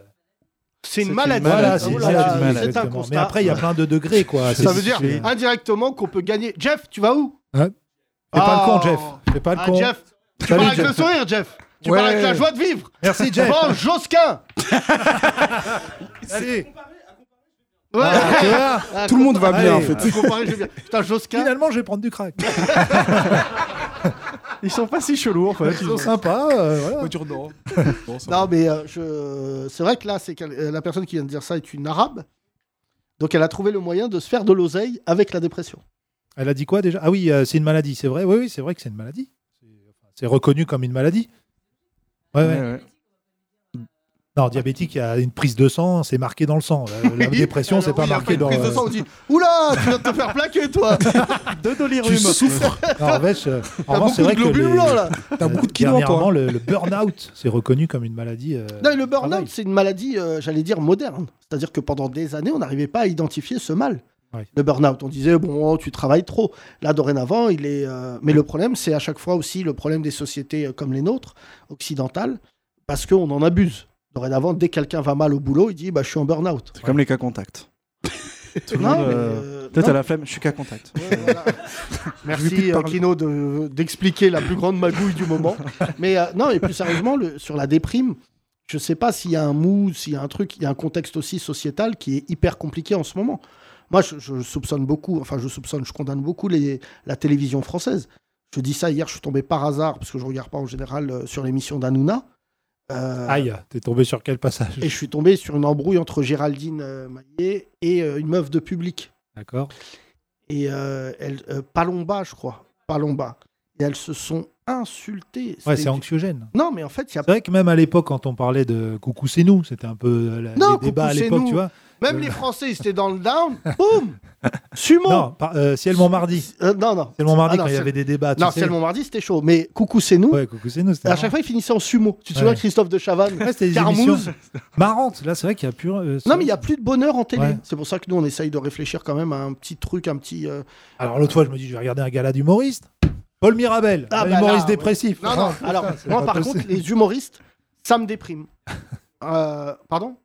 C: c'est une maladie.
D: Voilà,
C: Ah,
D: c'est
C: voilà,
D: c'est-
C: c'est
D: exactement.
C: un constat.
D: Mais après, il y a plein de degrés, quoi.
C: Ça
D: C'est-
C: veut dire
D: c'est- Fais
C: indirectement qu'on peut gagner. Jeff, tu vas où
E: Ah,
D: pas le
C: Ah.
D: con, Jeff. Fais pas le
C: Ah,
D: con.
C: Jeff, tu
D: Salut,
C: parles avec
D: Jeff.
C: le sourire, Jeff. Tu
E: Ouais.
C: parles avec la joie de vivre.
D: Merci, Jeff.
C: Bon, Josquin.
D: Allez.
C: Ouais.
D: Ah, tu vois
C: Ah,
E: Tout le monde va
D: Allez.
E: bien, en fait.
C: comparé- comparé, j'ai bien. Putain, Josquin.
D: Finalement, je vais prendre du crack.
I: Ils sont pas si chelous en fait.
D: Ils sont sympas. euh, voilà.
H: Voiture d'or. Bon, ça
C: Non, mais euh, je... c'est vrai que là, c'est quel- euh, la personne qui vient de dire ça est une arabe. Donc, elle a trouvé le moyen de se faire de l'oseille avec la dépression.
D: Elle a dit quoi déjà Ah oui, euh, c'est une maladie, c'est vrai. Oui, oui, c'est vrai que c'est une maladie. C'est- C'est reconnu comme une maladie. Ouais, ouais. Non, diabétique, il y a une prise de sang, c'est marqué dans le sang. La, la dépression, c'est
C: Alors,
D: pas
C: oui,
D: marqué
C: après,
D: dans.
C: une prise de
D: euh,
C: sang, on dit Oula, tu viens de te faire plaquer, toi
I: De Dolirium.
E: Tu souffres.
D: non, en revanche, euh, en
C: T'as beaucoup
D: revanche, c'est
C: de
D: vrai que.
C: globules
D: les-
C: blancs, là
E: T'as
D: euh,
E: beaucoup de kilos, toi.
D: dernièrement, le, le burn-out, c'est reconnu comme une maladie. euh,
C: Non, mais le
D: du travail.
C: burn-out, c'est une maladie, euh, j'allais dire, moderne. C'est-à-dire que pendant des années, on n'arrivait pas à identifier ce mal.
D: Ouais.
C: Le burn-out, on disait, bon, oh, tu travailles trop. Là, dorénavant, il est... euh, Mais le problème, c'est à chaque fois aussi le problème des sociétés euh, comme les nôtres, occidentales, parce qu'on en abuse. Dorénavant, dès que quelqu'un va mal au boulot, il dit, bah, je suis en burn-out.
I: C'est comme les cas contacts. Tout le
C: Non,
I: monde.
C: mais,
I: euh,
C: euh,
I: Toi,
C: non.
I: t'as la flemme, je suis cas contact.
C: Ouais, voilà. Merci euh, Kino de- d'expliquer la plus grande magouille du moment. Mais euh, non, et plus sérieusement, le- sur la déprime, je sais pas s'il y a un mood, s'il y a un truc, il y a un contexte aussi sociétal qui est hyper compliqué en ce moment. Moi, je, je soupçonne beaucoup, enfin, je soupçonne, je condamne beaucoup les, la télévision française. Je dis ça hier, je suis tombé par hasard, parce que je regarde pas en général euh, sur l'émission d'Anouna. Euh,
D: Aïe, t'es tombé sur quel passage
C: et je suis tombé sur une embrouille entre Géraldine euh, Maillet et euh, une meuf de public
D: D'accord.
C: et euh, elle, euh, Palomba, je crois, Palomba. Et elles se sont insulté.
D: Ouais,
C: C'était-
D: c'est anxiogène.
C: Non, mais en fait, il y a
D: C'est vrai que même à l'époque, quand on parlait de coucou, c'est nous, c'était un peu euh, la-
C: Non,
D: hein, les débats à
C: coucou, c'est
D: l'époque,
C: nous.
D: tu vois.
C: Même
D: Euh,
C: les Français, ils étaient dans le down. Boum Sumo
D: Non, par- euh, ciel mardi.
C: Non, non.
D: Ciel mardi,
C: Ah, non,
D: quand il y
C: c'est-
D: avait des débats. tu
C: Non,
D: sais.
C: c'est le mardi, c'était chaud. Mais coucou, c'est nous.
D: Ouais, coucou, c'est nous.
C: À chaque fois, il finissait en sumo. Tu te souviens,
D: Ouais.
C: Christophe de Chavannes
D: Ouais, c'était des
C: Carmouze
D: émissions marrantes. Là, c'est vrai qu'il y a plus. euh,
C: Non, mais il n'y a plus de bonheur en télé.
D: Ouais.
C: C'est pour ça que nous, on essaye de réfléchir quand même à un petit truc, un petit. euh,
D: Alors l'autre fois, je me dis, je vais regarder un gala d'humoriste. Paul Mirabel,
C: Ah,
D: un
C: bah
D: humoriste
C: là, ouais.
D: dépressif.
C: Non, non,
D: putain,
C: alors,
D: c'est
C: moi,
D: pas
C: par
D: possible.
C: contre, les humoristes, ça me déprime. Euh, pardon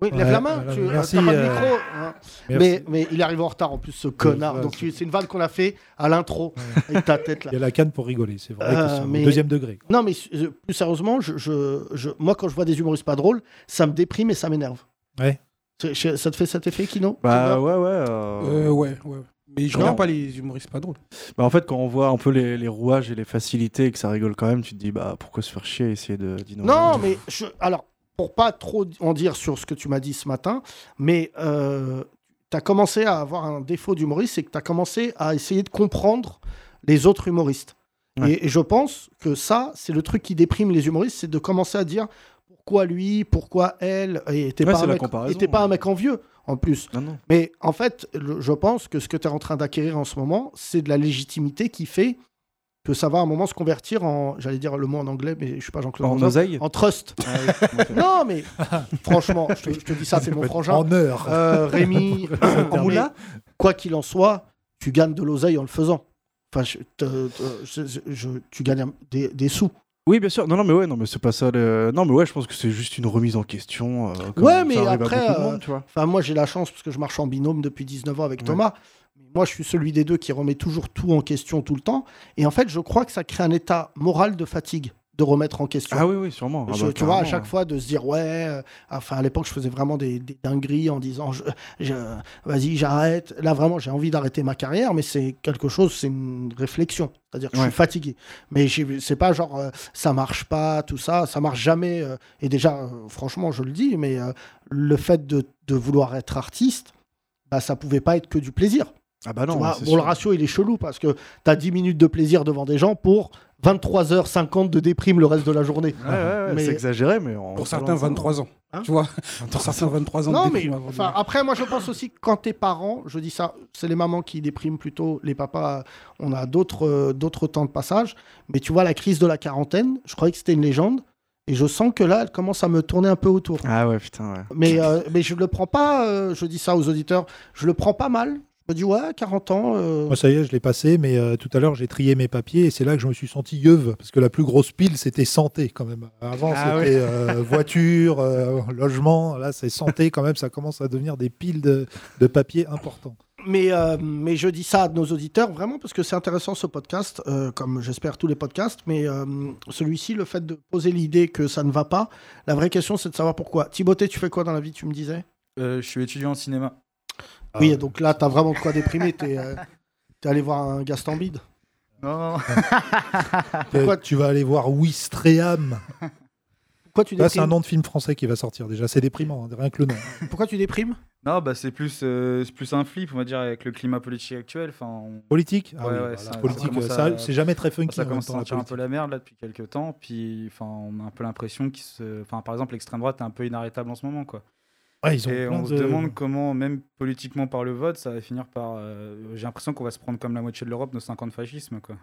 C: Oui, lève
D: Ouais,
C: la main.
D: voilà,
C: tu-
D: merci,
C: t'as pas de
D: euh,
C: micro, hein.
D: merci.
C: Mais, mais il arrive en retard, en plus, ce connard.
D: ouais,
C: Donc, tu- c'est une vanne qu'on a fait à l'intro, avec ta tête là.
D: Il y a la canne pour rigoler, c'est vrai. que
C: Euh,
D: c'est au
C: mais-
D: Deuxième degré.
C: Non, mais euh, plus sérieusement, je, je- je- moi, quand je vois des humoristes pas drôles, ça me déprime et ça m'énerve.
D: Ouais.
C: C'est- je- Ça te fait cet effet, Kino
J: Bah
C: Tu
J: ouais, ouais.
E: Euh, ouais, ouais. Mais je
J: Non.
E: regarde pas les humoristes pas drôles.
J: Bah en fait, quand on voit un peu les, les rouages et les facilités et que ça rigole quand même, tu te dis bah pourquoi se faire chier et essayer de d'innover.
C: Non, mais je, alors, pour pas trop en dire sur ce que tu m'as dit ce matin, mais euh, tu as commencé à avoir un défaut d'humoriste, c'est que tu as commencé à essayer de comprendre les autres humoristes.
J: Ouais.
C: Et, et je pense que ça, c'est le truc qui déprime les humoristes, c'est de commencer à dire pourquoi lui, pourquoi elle, et t'es
J: Ouais,
C: pas,
J: c'est
C: un
J: la
C: mec-
J: comparaison, hein. Ah
C: et t'es pas un mec envieux, en plus. Mais en fait, le- je pense que ce que tu es en train d'acquérir en ce moment, c'est de la légitimité qui fait que ça va à un moment se convertir en, j'allais dire le mot en anglais, mais je suis pas Jean-Claude.
J: En
C: Van Damme,
J: oseille
C: En trust.
I: Ah
C: non, mais franchement, je te, je te dis ça, c'est mon frangin.
D: En heure.
C: Euh, Rémi, en moula. Quoi qu'il en soit, tu gagnes de l'oseille en le faisant. Enfin, je- te- te- je- je- je- tu gagnes un- des, des sous.
J: Oui, bien sûr. Non, non, mais ouais, non, mais c'est pas ça. le- Non, mais ouais, je pense que c'est juste une remise en question. euh, comme
C: ouais,
J: ça
C: mais
J: arrive à
C: après,
J: beaucoup de
C: euh,
J: monde, tu vois.
C: enfin, moi j'ai la chance parce que je marche en binôme depuis 19 ans avec Thomas. Mais Moi, je suis celui des deux qui remet toujours tout en question tout le temps. Et en fait, je crois que ça crée un état moral de fatigue de remettre en question.
J: Ah oui, oui, sûrement. Ah
C: Je-
J: bah,
C: tu vois, à
J: carrément,
C: chaque
J: ouais.
C: fois de se dire, ouais, euh, enfin, à l'époque, je faisais vraiment des, des dingueries en disant, je- je- vas-y, j'arrête. Là, vraiment, j'ai envie d'arrêter ma carrière, mais c'est quelque chose, c'est une réflexion. C'est-à-dire que je
J: Ouais.
C: suis fatigué. Mais j'ai- c'est pas genre, euh, ça marche pas, tout ça, ça marche jamais. euh. et déjà, euh, franchement, je le dis, mais euh, le fait de, de vouloir être artiste, bah, ça pouvait pas être que du plaisir.
J: Ah bah non,
C: Tu vois,
J: c'est
C: bon,
J: sûr.
C: le ratio, il est chelou parce que tu as 10 minutes de plaisir devant des gens pour 23h50 de déprime le reste de la journée.
J: Ouais, ouais, ouais,
C: Mais-
J: c'est exagéré, mais en-
E: Pour certains, 23 ans. tu vois, pour certains, 23 ans.
C: Hein Non,
E: de
C: mais
E: déprime avant de-
C: enfin, après, moi, je pense aussi que quand tes parents, je dis ça, c'est les mamans qui dépriment plutôt, les papas, euh, on a d'autres euh, d'autres temps de passage. Mais tu vois, la crise de la quarantaine, je croyais que c'était une légende. Et je sens que là, elle commence à me tourner un peu autour.
J: Ah ouais, putain, ouais.
C: Mais, euh, mais je le prends pas, euh, je dis ça aux auditeurs, je le prends pas mal. Je me dis, ouais, 40 ans. euh,
D: Moi, ça y est, je l'ai passé, mais euh, tout à l'heure, j'ai trié mes papiers et c'est là que je me suis senti yeuve, parce que la plus grosse pile, c'était santé quand même. Avant,
J: Ah
D: c'était
J: ouais.
D: euh, voiture, euh, logement. Là, c'est santé quand même. Ça commence à devenir des piles de, de papier importants.
C: Mais, euh, mais je dis ça à nos auditeurs vraiment parce que c'est intéressant ce podcast, euh, comme j'espère tous les podcasts. Mais euh, celui-ci, le fait de poser l'idée que ça ne va pas, la vraie question c'est de savoir pourquoi. Timothée, tu fais quoi dans la vie Tu me disais
L: Euh, je suis étudiant en cinéma.
D: Euh,
C: Oui, donc là, t'as vraiment de quoi déprimer. T'es euh, t'es allé voir un Gaston Bide
L: Non.
C: Ah.
D: Euh, tu vas aller voir Wistreham.
C: Pourquoi tu
D: Là, c'est
L: déprimes
D: un nom de film français qui va sortir déjà. C'est déprimant, hein, rien que le nom.
C: Pourquoi tu déprimes
L: Non, bah c'est plus, euh, c'est plus un flip, on va dire, avec le climat politique actuel. Enfin, on-
D: Politique Ah
L: Ouais,
D: oui,
L: ouais,
D: voilà,
L: ça- ça
D: politique,
L: commence
D: ça,
L: à-
D: c'est jamais très funky, en
L: Ça
D: même
L: commence à
D: temps, la
L: sentir un peu
D: politique.
L: la merde là depuis quelques temps. Puis, enfin, on a un peu l'impression qu'ils se, enfin, par exemple, l'extrême droite est un peu inarrêtable en ce moment, quoi.
D: Ouais, ils ont
L: Et
D: plein
L: on se
D: de-
L: demande comment, même politiquement par le vote, ça va finir par. euh, J'ai l'impression qu'on va se prendre comme la moitié de l'Europe nos 50 fascismes, quoi.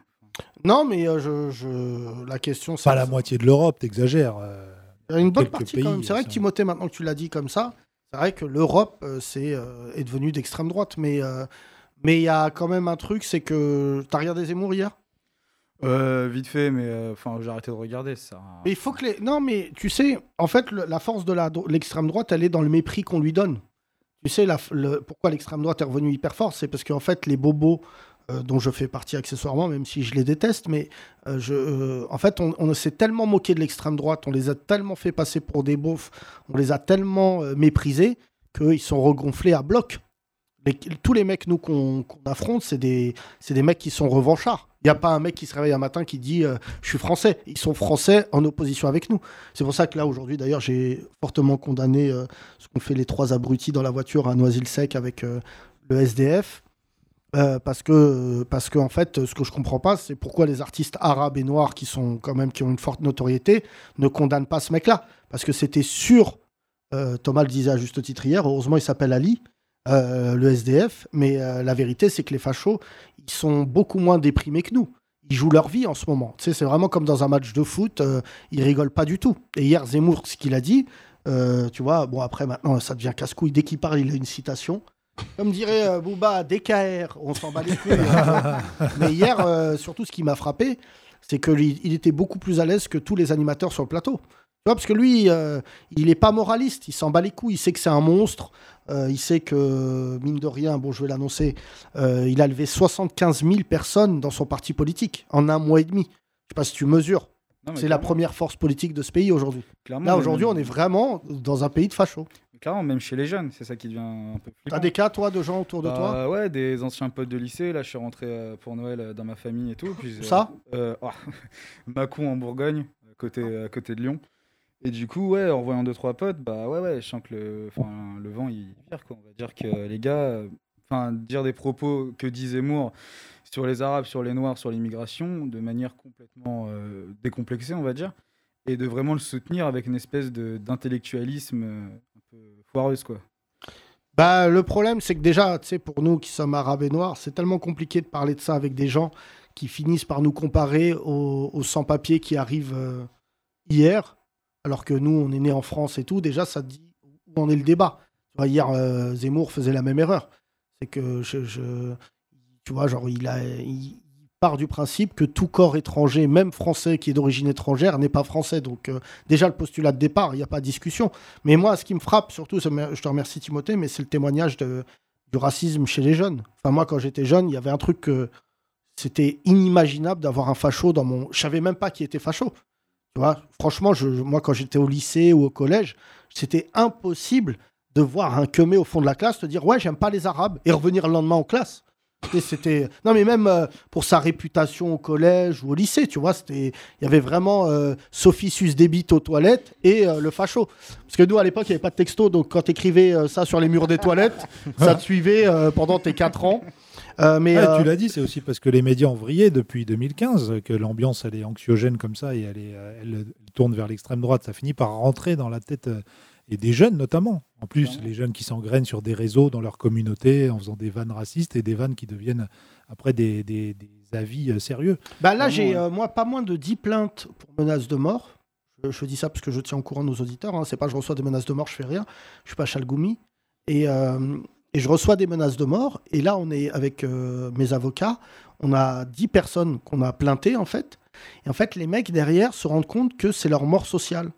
C: Non, mais euh, je, je- la question c'est.
D: Pas la moitié de l'Europe, t'exagères. euh,
C: Une bonne
D: quelques
C: partie
D: pays,
C: quand même. C'est vrai que Timothée, maintenant que tu l'as dit comme ça, c'est vrai que l'Europe euh, c'est, euh, est devenue d'extrême droite. Mais euh, mais il y a quand même un truc, c'est que. T'as regardé Zemmour hier
L: Euh, vite fait, mais euh, enfin, j'ai arrêté de regarder ça.
C: Mais il faut que les. Non, mais tu sais, en fait, le- la force de la dro- l'extrême droite, elle est dans le mépris qu'on lui donne. Tu sais, la f- le- pourquoi l'extrême droite est revenue hyper fort C'est parce qu'en fait, les bobos, euh, dont je fais partie accessoirement, même si je les déteste, mais euh, je, euh, en fait, on, on s'est tellement moqué de l'extrême droite, on les a tellement fait passer pour des beaufs, on les a tellement euh, méprisés, qu'ils sont regonflés à bloc. Les- tous les mecs, nous, qu'on qu'on affronte, c'est des, c'est des mecs qui sont revanchards. Il n'y a pas un mec qui se réveille un matin qui dit euh, Je suis français. Ils sont français en opposition avec nous. C'est pour ça que là, aujourd'hui, d'ailleurs, j'ai fortement condamné euh, ce qu'ont fait les trois abrutis dans la voiture à Noisy-le-Sec avec euh, le SDF. Euh, parce que parce que en fait, ce que je comprends pas, c'est pourquoi les artistes arabes et noirs qui sont quand même qui ont une forte notoriété ne condamnent pas ce mec-là, parce que c'était sûr. euh, Thomas le disait à juste titre hier. Heureusement, il s'appelle Ali, euh, le SDF. Mais euh, la vérité, c'est que les fachos, ils sont beaucoup moins déprimés que nous. Ils jouent leur vie en ce moment. Tu sais, c'est vraiment comme dans un match de foot. euh, ils rigolent pas du tout. Et hier, Zemmour, ce qu'il a dit, euh, tu vois, bon après maintenant, ça devient casse-couille. Dès qu'il parle, il a une citation. Comme dirait euh, Booba, DKR, on s'en bat les couilles. Mais hier, euh, surtout, ce qui m'a frappé, c'est qu'il il était beaucoup plus à l'aise que tous les animateurs sur le plateau. Tu vois, parce que lui, euh, il n'est pas moraliste, il s'en bat les couilles, il sait que c'est un monstre, euh, il sait que, mine de rien, bon, je vais l'annoncer, euh, il a levé 75 000 personnes dans son parti politique en un mois et demi. Je sais pas si tu mesures.
L: Non, mais
C: C'est la
L: clairement.
C: première force politique de ce pays aujourd'hui.
L: Clairement,
C: Là,
L: mais
C: aujourd'hui,
L: même-
C: on est vraiment dans un pays de fachos.
L: Clairement, même chez les jeunes, c'est ça qui devient un peu flippant.
C: T'as des cas, toi, de gens autour de
L: Bah,
C: toi
L: Ouais, des anciens potes de lycée. Là, je suis rentré euh, pour Noël euh, dans ma famille et tout. Puis, euh,
C: Ça
L: euh, oh, Mâcon en Bourgogne, à côté,
C: Ah.
L: à côté de Lyon. Et du coup, ouais, en voyant deux trois potes, bah ouais, ouais, je sens que le, enfin, le vent il vire quoi. On va dire que euh, les gars, euh, enfin, dire des propos que disait Moore sur les Arabes, sur les Noirs, sur l'immigration, de manière complètement euh, décomplexée, on va dire, et de vraiment le soutenir avec une espèce de- d'intellectualisme euh, un peu foireuse quoi.
C: Bah, le problème, c'est que déjà, tu sais, pour nous qui sommes arabes et noirs, c'est tellement compliqué de parler de ça avec des gens qui finissent par nous comparer aux, aux sans-papiers qui arrivent euh, hier, alors que nous, on est nés en France et tout. Déjà, ça te dit où en est le débat. Tu vois, hier, euh, Zemmour faisait la même erreur. C'est que, je, je- tu vois, genre, il, a, il part du principe que tout corps étranger, même français qui est d'origine étrangère, n'est pas français. Donc, euh, déjà, le postulat de départ, il n'y a pas de discussion. Mais moi, ce qui me frappe, surtout, ça me- je te remercie, Timothée, mais c'est le témoignage de, du racisme chez les jeunes. Enfin, moi, quand j'étais jeune, il y avait un truc que c'était inimaginable d'avoir un facho dans mon. Je savais même pas qui était facho. Tu vois, franchement, je, je- moi, quand j'étais au lycée ou au collège, c'était impossible de voir un queumé au fond de la classe te dire ouais, j'aime pas les Arabes et revenir le lendemain en classe. Et c'était non mais même euh, pour sa réputation au collège ou au lycée tu vois c'était il y avait vraiment euh, Sophie sus débite aux toilettes et euh, le facho parce que nous à l'époque il n'y avait pas de texto donc quand t'écrivais euh, ça sur les murs des toilettes ça te suivait euh, pendant tes 4 ans Euh, mais
D: Ah,
C: euh,
D: Tu l'as dit, c'est aussi parce que les médias ont vrillé depuis 2015 euh, que l'ambiance elle est anxiogène comme ça et elle, est, euh, elle, euh, tourne vers l'extrême droite. Ça finit par rentrer dans la tête euh, et des jeunes notamment. En plus, les jeunes qui s'engrainent sur des réseaux dans leur communauté en faisant des vannes racistes et des vannes qui deviennent après des, des- des avis euh, sérieux.
C: Bah là,
D: Vraiment,
C: j'ai
D: euh,
C: euh, moi pas moins de 10 plaintes pour menaces de mort. Je, je dis ça parce que je tiens au courant nos auditeurs. hein. C'est pas je reçois des menaces de mort, je fais rien. Je suis pas Chalgoumi. Et, euh, et je reçois des menaces de mort. Et là, on est avec euh, mes avocats. On a 10 personnes qu'on a plaintées, en fait. Et en fait, les mecs derrière se rendent compte que c'est leur mort sociale.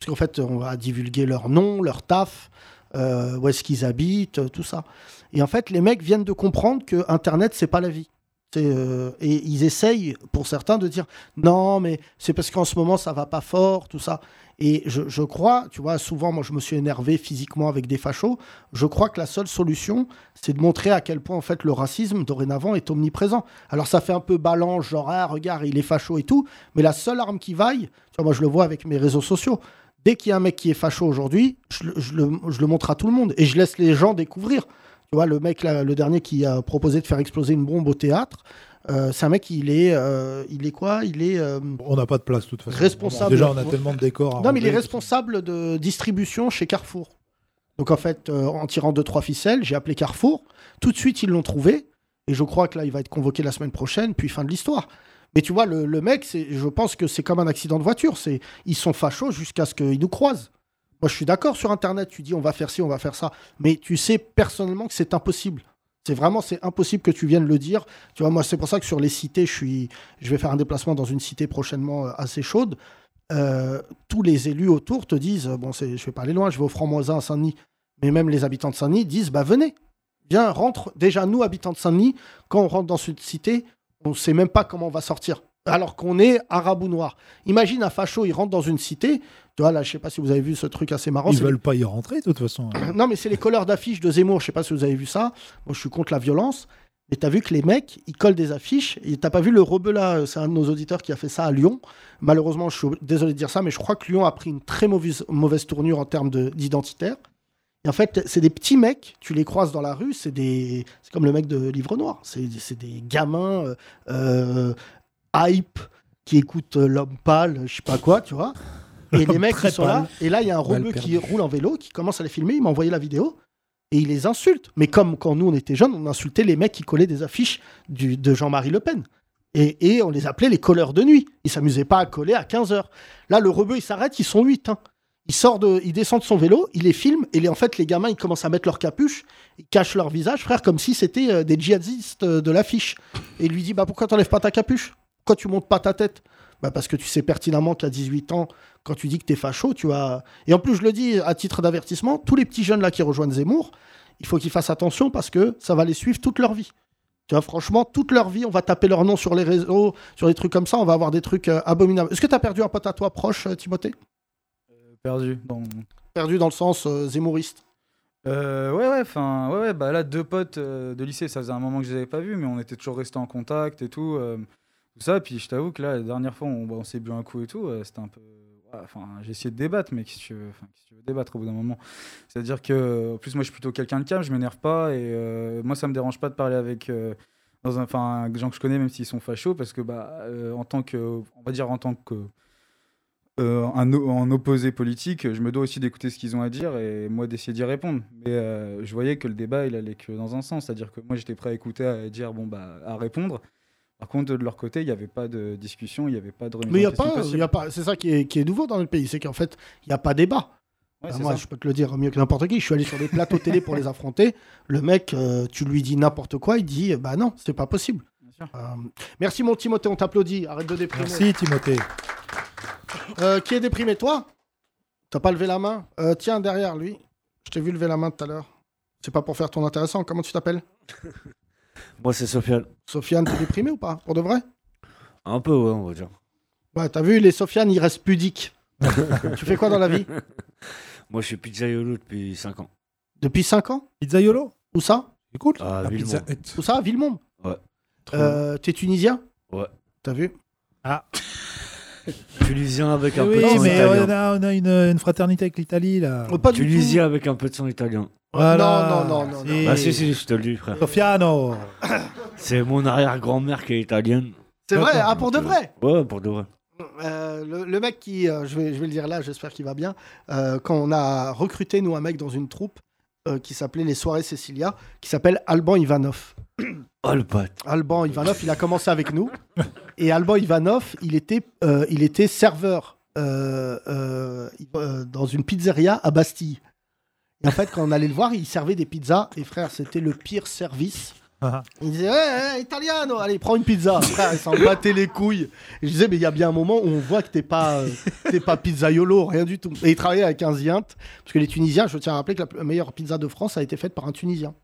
C: Parce qu'en fait, on va divulguer leur nom, leur taf, euh, où est-ce qu'ils habitent, euh, tout ça. Et en fait, les mecs viennent de comprendre que Internet, c'est pas la vie. C'est, euh, et ils essayent, pour certains, de dire non, mais c'est parce qu'en ce moment, ça va pas fort, tout ça. Et je, je crois, tu vois, souvent, moi, je me suis énervé physiquement avec des fachos. Je crois que la seule solution, c'est de montrer à quel point, en fait, le racisme, dorénavant, est omniprésent. Alors, ça fait un peu balance, genre, ah, regarde, il est facho et tout. Mais la seule arme qui vaille, tu vois, moi, je le vois avec mes réseaux sociaux. Dès qu'il y a un mec qui est facho aujourd'hui, je, le- je le, je le montre à tout le monde et je laisse les gens découvrir. Tu vois, le mec, là, le dernier qui a proposé de faire exploser une bombe au théâtre, euh, c'est un mec, il est, euh, il est quoi Il est. euh,
D: on n'a pas de place, de toute façon.
C: Responsable.
D: Déjà, on a tellement de décors. à
C: Non, mais il est
D: ranger.
C: responsable de distribution chez Carrefour. Donc en fait, euh, en tirant deux trois ficelles, j'ai appelé Carrefour. Tout de suite, ils l'ont trouvé. Et je crois que là, il va être convoqué la semaine prochaine, puis fin de l'histoire. Mais tu vois, le, le mec, c'est- je pense que c'est comme un accident de voiture. C'est, ils sont fachos jusqu'à ce qu'ils nous croisent. Moi, je suis d'accord sur Internet. Tu dis, on va faire ci, on va faire ça. Mais tu sais personnellement que c'est impossible. C'est vraiment, c'est impossible que tu viennes le dire. Tu vois, moi, c'est pour ça que sur les cités, je suis, je vais faire un déplacement dans une cité prochainement euh, assez chaude. Euh, tous les élus autour te disent, euh, bon, c'est, je vais pas aller loin, je vais au Franc-Moisin à Saint-Denis. Mais même les habitants de Saint-Denis disent, bah venez, viens, rentre. Déjà, nous, habitants de Saint-Denis, quand on rentre dans une cité, on sait même pas comment on va sortir. Alors qu'on est arabe ou noir. Imagine un facho, il rentre dans une cité. Tu vois, là, je sais pas si vous avez vu ce truc assez marrant.
D: Ils
C: c'est-
D: veulent pas y rentrer, de toute façon. hein.
C: non, mais c'est les couleurs d'affiches de Zemmour. Je sais pas si vous avez vu ça. Moi, je suis contre la violence. Mais t'as vu que les mecs, ils collent des affiches. Et t'as pas vu le rebeu là euh, C'est un de nos auditeurs qui a fait ça à Lyon. Malheureusement, je suis désolé de dire ça, mais je crois que Lyon a pris une très mauvaise, mauvaise tournure en termes de- d'identitaire. Il Et en fait, c'est des petits mecs, tu les croises dans la rue, c'est des, c'est comme le mec de Livre Noir, c'est, c'est des gamins euh, euh, hype qui écoutent euh, l'homme pâle, je sais pas quoi, tu vois. Et les
I: L'homme
C: mecs
I: très
C: qui sont là,
I: pâle.
C: et là il y a un
I: Mal
C: rebeu qui
I: perdu.
C: roule en vélo, qui commence à les filmer, il m'a envoyé la vidéo. Et il les insulte. Mais comme quand nous on était jeunes, on insultait les mecs qui collaient des affiches du, de Jean-Marie Le Pen. Et, et on les appelait les colleurs de nuit. Ils s'amusaient pas à coller à 15h. Là, le rebeu, il s'arrête, ils sont 8. hein. Il, sort de, il descend de son vélo, il les filme, et les- en fait, les gamins, ils commencent à mettre leur capuche, ils cachent leur visage, frère, comme si c'était euh, des djihadistes euh, de l'affiche. Et il lui dit Bah pourquoi t'enlèves pas ta capuche Pourquoi tu montes pas ta tête bah parce que tu sais pertinemment qu'à 18 ans, quand tu dis que t'es facho, tu as. Et en plus, je le dis à titre d'avertissement, tous les petits jeunes là qui rejoignent Zemmour, il faut qu'ils fassent attention parce que ça va les suivre toute leur vie. Tu vois, franchement, toute leur vie, on va taper leur nom sur les réseaux, sur des trucs comme ça, on va avoir des trucs euh, abominables. Est-ce que t'as perdu un pote à toi proche, euh, Timothée
L: Perdu. Dans...
C: Perdu dans le sens euh, zémouriste.
L: Euh, ouais, ouais, enfin, ouais, ouais, bah là, deux potes euh, de lycée, ça faisait un moment que je les avais pas vus, mais on était toujours restés en contact et tout. euh, tout ça, puis je t'avoue que là, la dernière fois, on, bah, on s'est bu un coup et tout, euh, c'était un peu. ouais, Enfin, j'ai essayé de débattre, mais qu'est-ce que tu veux, enfin, qu'est-ce que tu veux débattre au bout d'un moment C'est-à-dire que, en plus, moi, je suis plutôt quelqu'un de calme, je m'énerve pas, et euh, moi, ça me dérange pas de parler avec. euh, dans un, enfin, des gens que je connais, même s'ils sont fachos, parce que, bah, euh, en tant que. On va dire en tant que euh, un o- en opposé politique, je me dois aussi d'écouter ce qu'ils ont à dire et moi d'essayer d'y répondre. Mais euh, je voyais que le débat, il allait que dans un sens, c'est-à-dire que moi j'étais prêt à écouter, à dire bon bah à répondre. Par contre, de leur côté, il n'y avait pas de discussion, il n'y avait pas de. remise
C: Mais il y
L: en
C: a
L: question
C: pas,
L: possible.
C: y a pas. C'est ça qui est, qui est nouveau dans notre pays, c'est qu'en fait, il n'y a pas débat. Bah,
L: Ouais, c'est
C: moi,
L: ça.
C: je peux te le dire mieux que n'importe qui. Je suis allé sur des plateaux télé pour les affronter. Le mec, euh, tu lui dis n'importe quoi, il dit euh, bah non, c'est pas possible. Euh, merci mon Timothée, on t'applaudit. Arrête de déprimer.
D: Merci Timothée.
C: Euh, qui est déprimé Toi T'as pas levé la main Euh, Tiens, derrière lui. Je t'ai vu lever la main tout à l'heure. C'est pas pour faire ton intéressant. Comment tu t'appelles
M: Moi, c'est Sofiane.
C: Sofiane, t'es déprimé ou pas Pour de vrai
M: Un peu, ouais, on va dire.
C: Ouais, t'as vu, les Sofiane, ils restent pudiques. tu fais quoi dans la vie
M: Moi, je suis pizzaiolo depuis 5 ans.
C: Depuis 5 ans
D: Pizzaiolo
C: Où ça
D: Écoute,
M: Ah, Villemont.
C: Où ça Villemont
M: Ouais.
C: Euh, T'es tunisien
M: Ouais.
C: T'as vu
D: Ah.
M: Tunisien avec
C: Eh
M: un
D: oui,
M: peu de sang
D: mais euh, Oh,
M: italien.
D: on a, on a une, une fraternité avec l'Italie là.
M: Tunisien avec un peu de sang italien.
D: Voilà. Non, non, non, non, Si. non.
M: Bah, si, si, je te le dis, frère.
D: Sofiano.
M: C'est mon arrière-grand-mère qui est italienne.
C: C'est vrai Ah, pour de vrai
M: Ouais, pour de vrai.
C: Euh, le, le mec qui, euh, je, vais, je vais le dire là, j'espère qu'il va bien, euh, quand on a recruté, nous, un mec dans une troupe euh, qui s'appelait les Soirées Cécilia, qui s'appelle Alban Ivanov.
M: Oh le pote.
C: Alban Ivanov, il a commencé avec nous. Et Alban Ivanov, il était, euh, il était serveur euh, euh, euh, dans une pizzeria à Bastille. Et en fait, quand on allait le voir, il servait des pizzas. Et frère, c'était le pire service. Il disait, hey, hey, italiano, allez, prends une pizza. Frère, il s'en battait les couilles. Et je disais, mais il y a bien un moment où on voit que t'es pas, euh, t'es pas pizzaiolo, rien du tout. Et il travaillait avec un Zient, parce que les Tunisiens, je tiens à rappeler que la p- meilleure pizza de France a été faite par un Tunisien.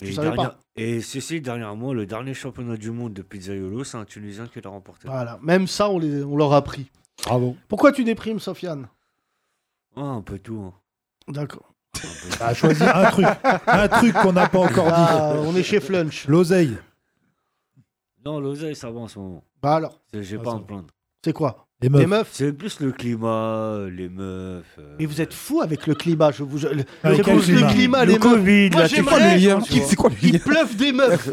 M: Et,
C: savais
M: dernière-
C: pas.
M: et ceci, dernièrement, le dernier championnat du monde de pizzaiolo, c'est un Tunisien qui l'a remporté.
C: Voilà, même ça, on, les, on leur a pris.
D: Bravo.
C: Pourquoi tu déprimes, Sofiane
M: Ah, un peu tout. hein.
C: D'accord.
D: Bah, choisis un truc, un truc qu'on n'a pas encore dit.
C: Ah, on est chez Flunch.
D: L'oseille.
M: Non, l'oseille, ça va en ce moment.
C: Bah alors
M: C'est- J'ai
C: Ah, ça
M: pas à me
C: va.
M: plaindre.
C: C'est quoi
D: Les
C: meufs. Les meufs.
M: C'est plus le climat, les meufs. euh,
C: Mais vous êtes fou avec le climat, je vous. je- Le,
M: Ah,
C: c'est
M: quel
C: pour
M: climat
C: le climat,
M: Le
C: les meufs.
M: Covid,
C: Moi,
M: là, c'est
C: j'aimerais
M: quoi le lien
C: qu'il-
M: C'est quoi le
C: qu'il
M: lien
C: pleuve des meufs.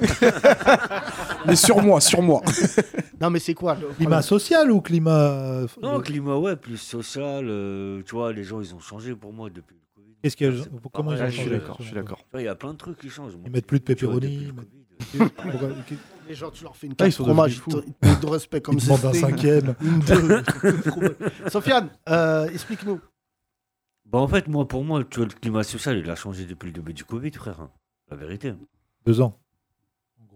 E: Mais sur moi, sur moi.
C: non, mais c'est quoi le
D: Climat social ou climat. euh,
M: Non, climat, ouais, plus social. euh, tu vois, les gens, ils ont changé pour moi depuis le Covid.
D: Qu'est-ce qu'il y a-
M: C'est pas
D: comment ils
M: pareil.
D: ont Je suis changé, d'accord, je suis d'accord.
M: Tu vois, Il y a plein de trucs qui changent. moi.
D: Ils mettent plus de
M: Tu vois,
D: pepperoni.
M: depuis le Covid,
D: Pourquoi-
C: Les gens, tu leur fais une
D: Ah,
C: carte
D: ils sont
C: fromage,
D: devenus fous.
C: ils te- ils te de respect comme
D: Ils
C: si
D: demandent un
C: c'était
D: cinquième.
C: Une, une deux. Sofiane, euh, explique-nous.
M: Bah, en fait, moi, pour moi, tu vois, le climat social, il a changé depuis le début du Covid, frère. hein. La vérité.
D: Deux ans.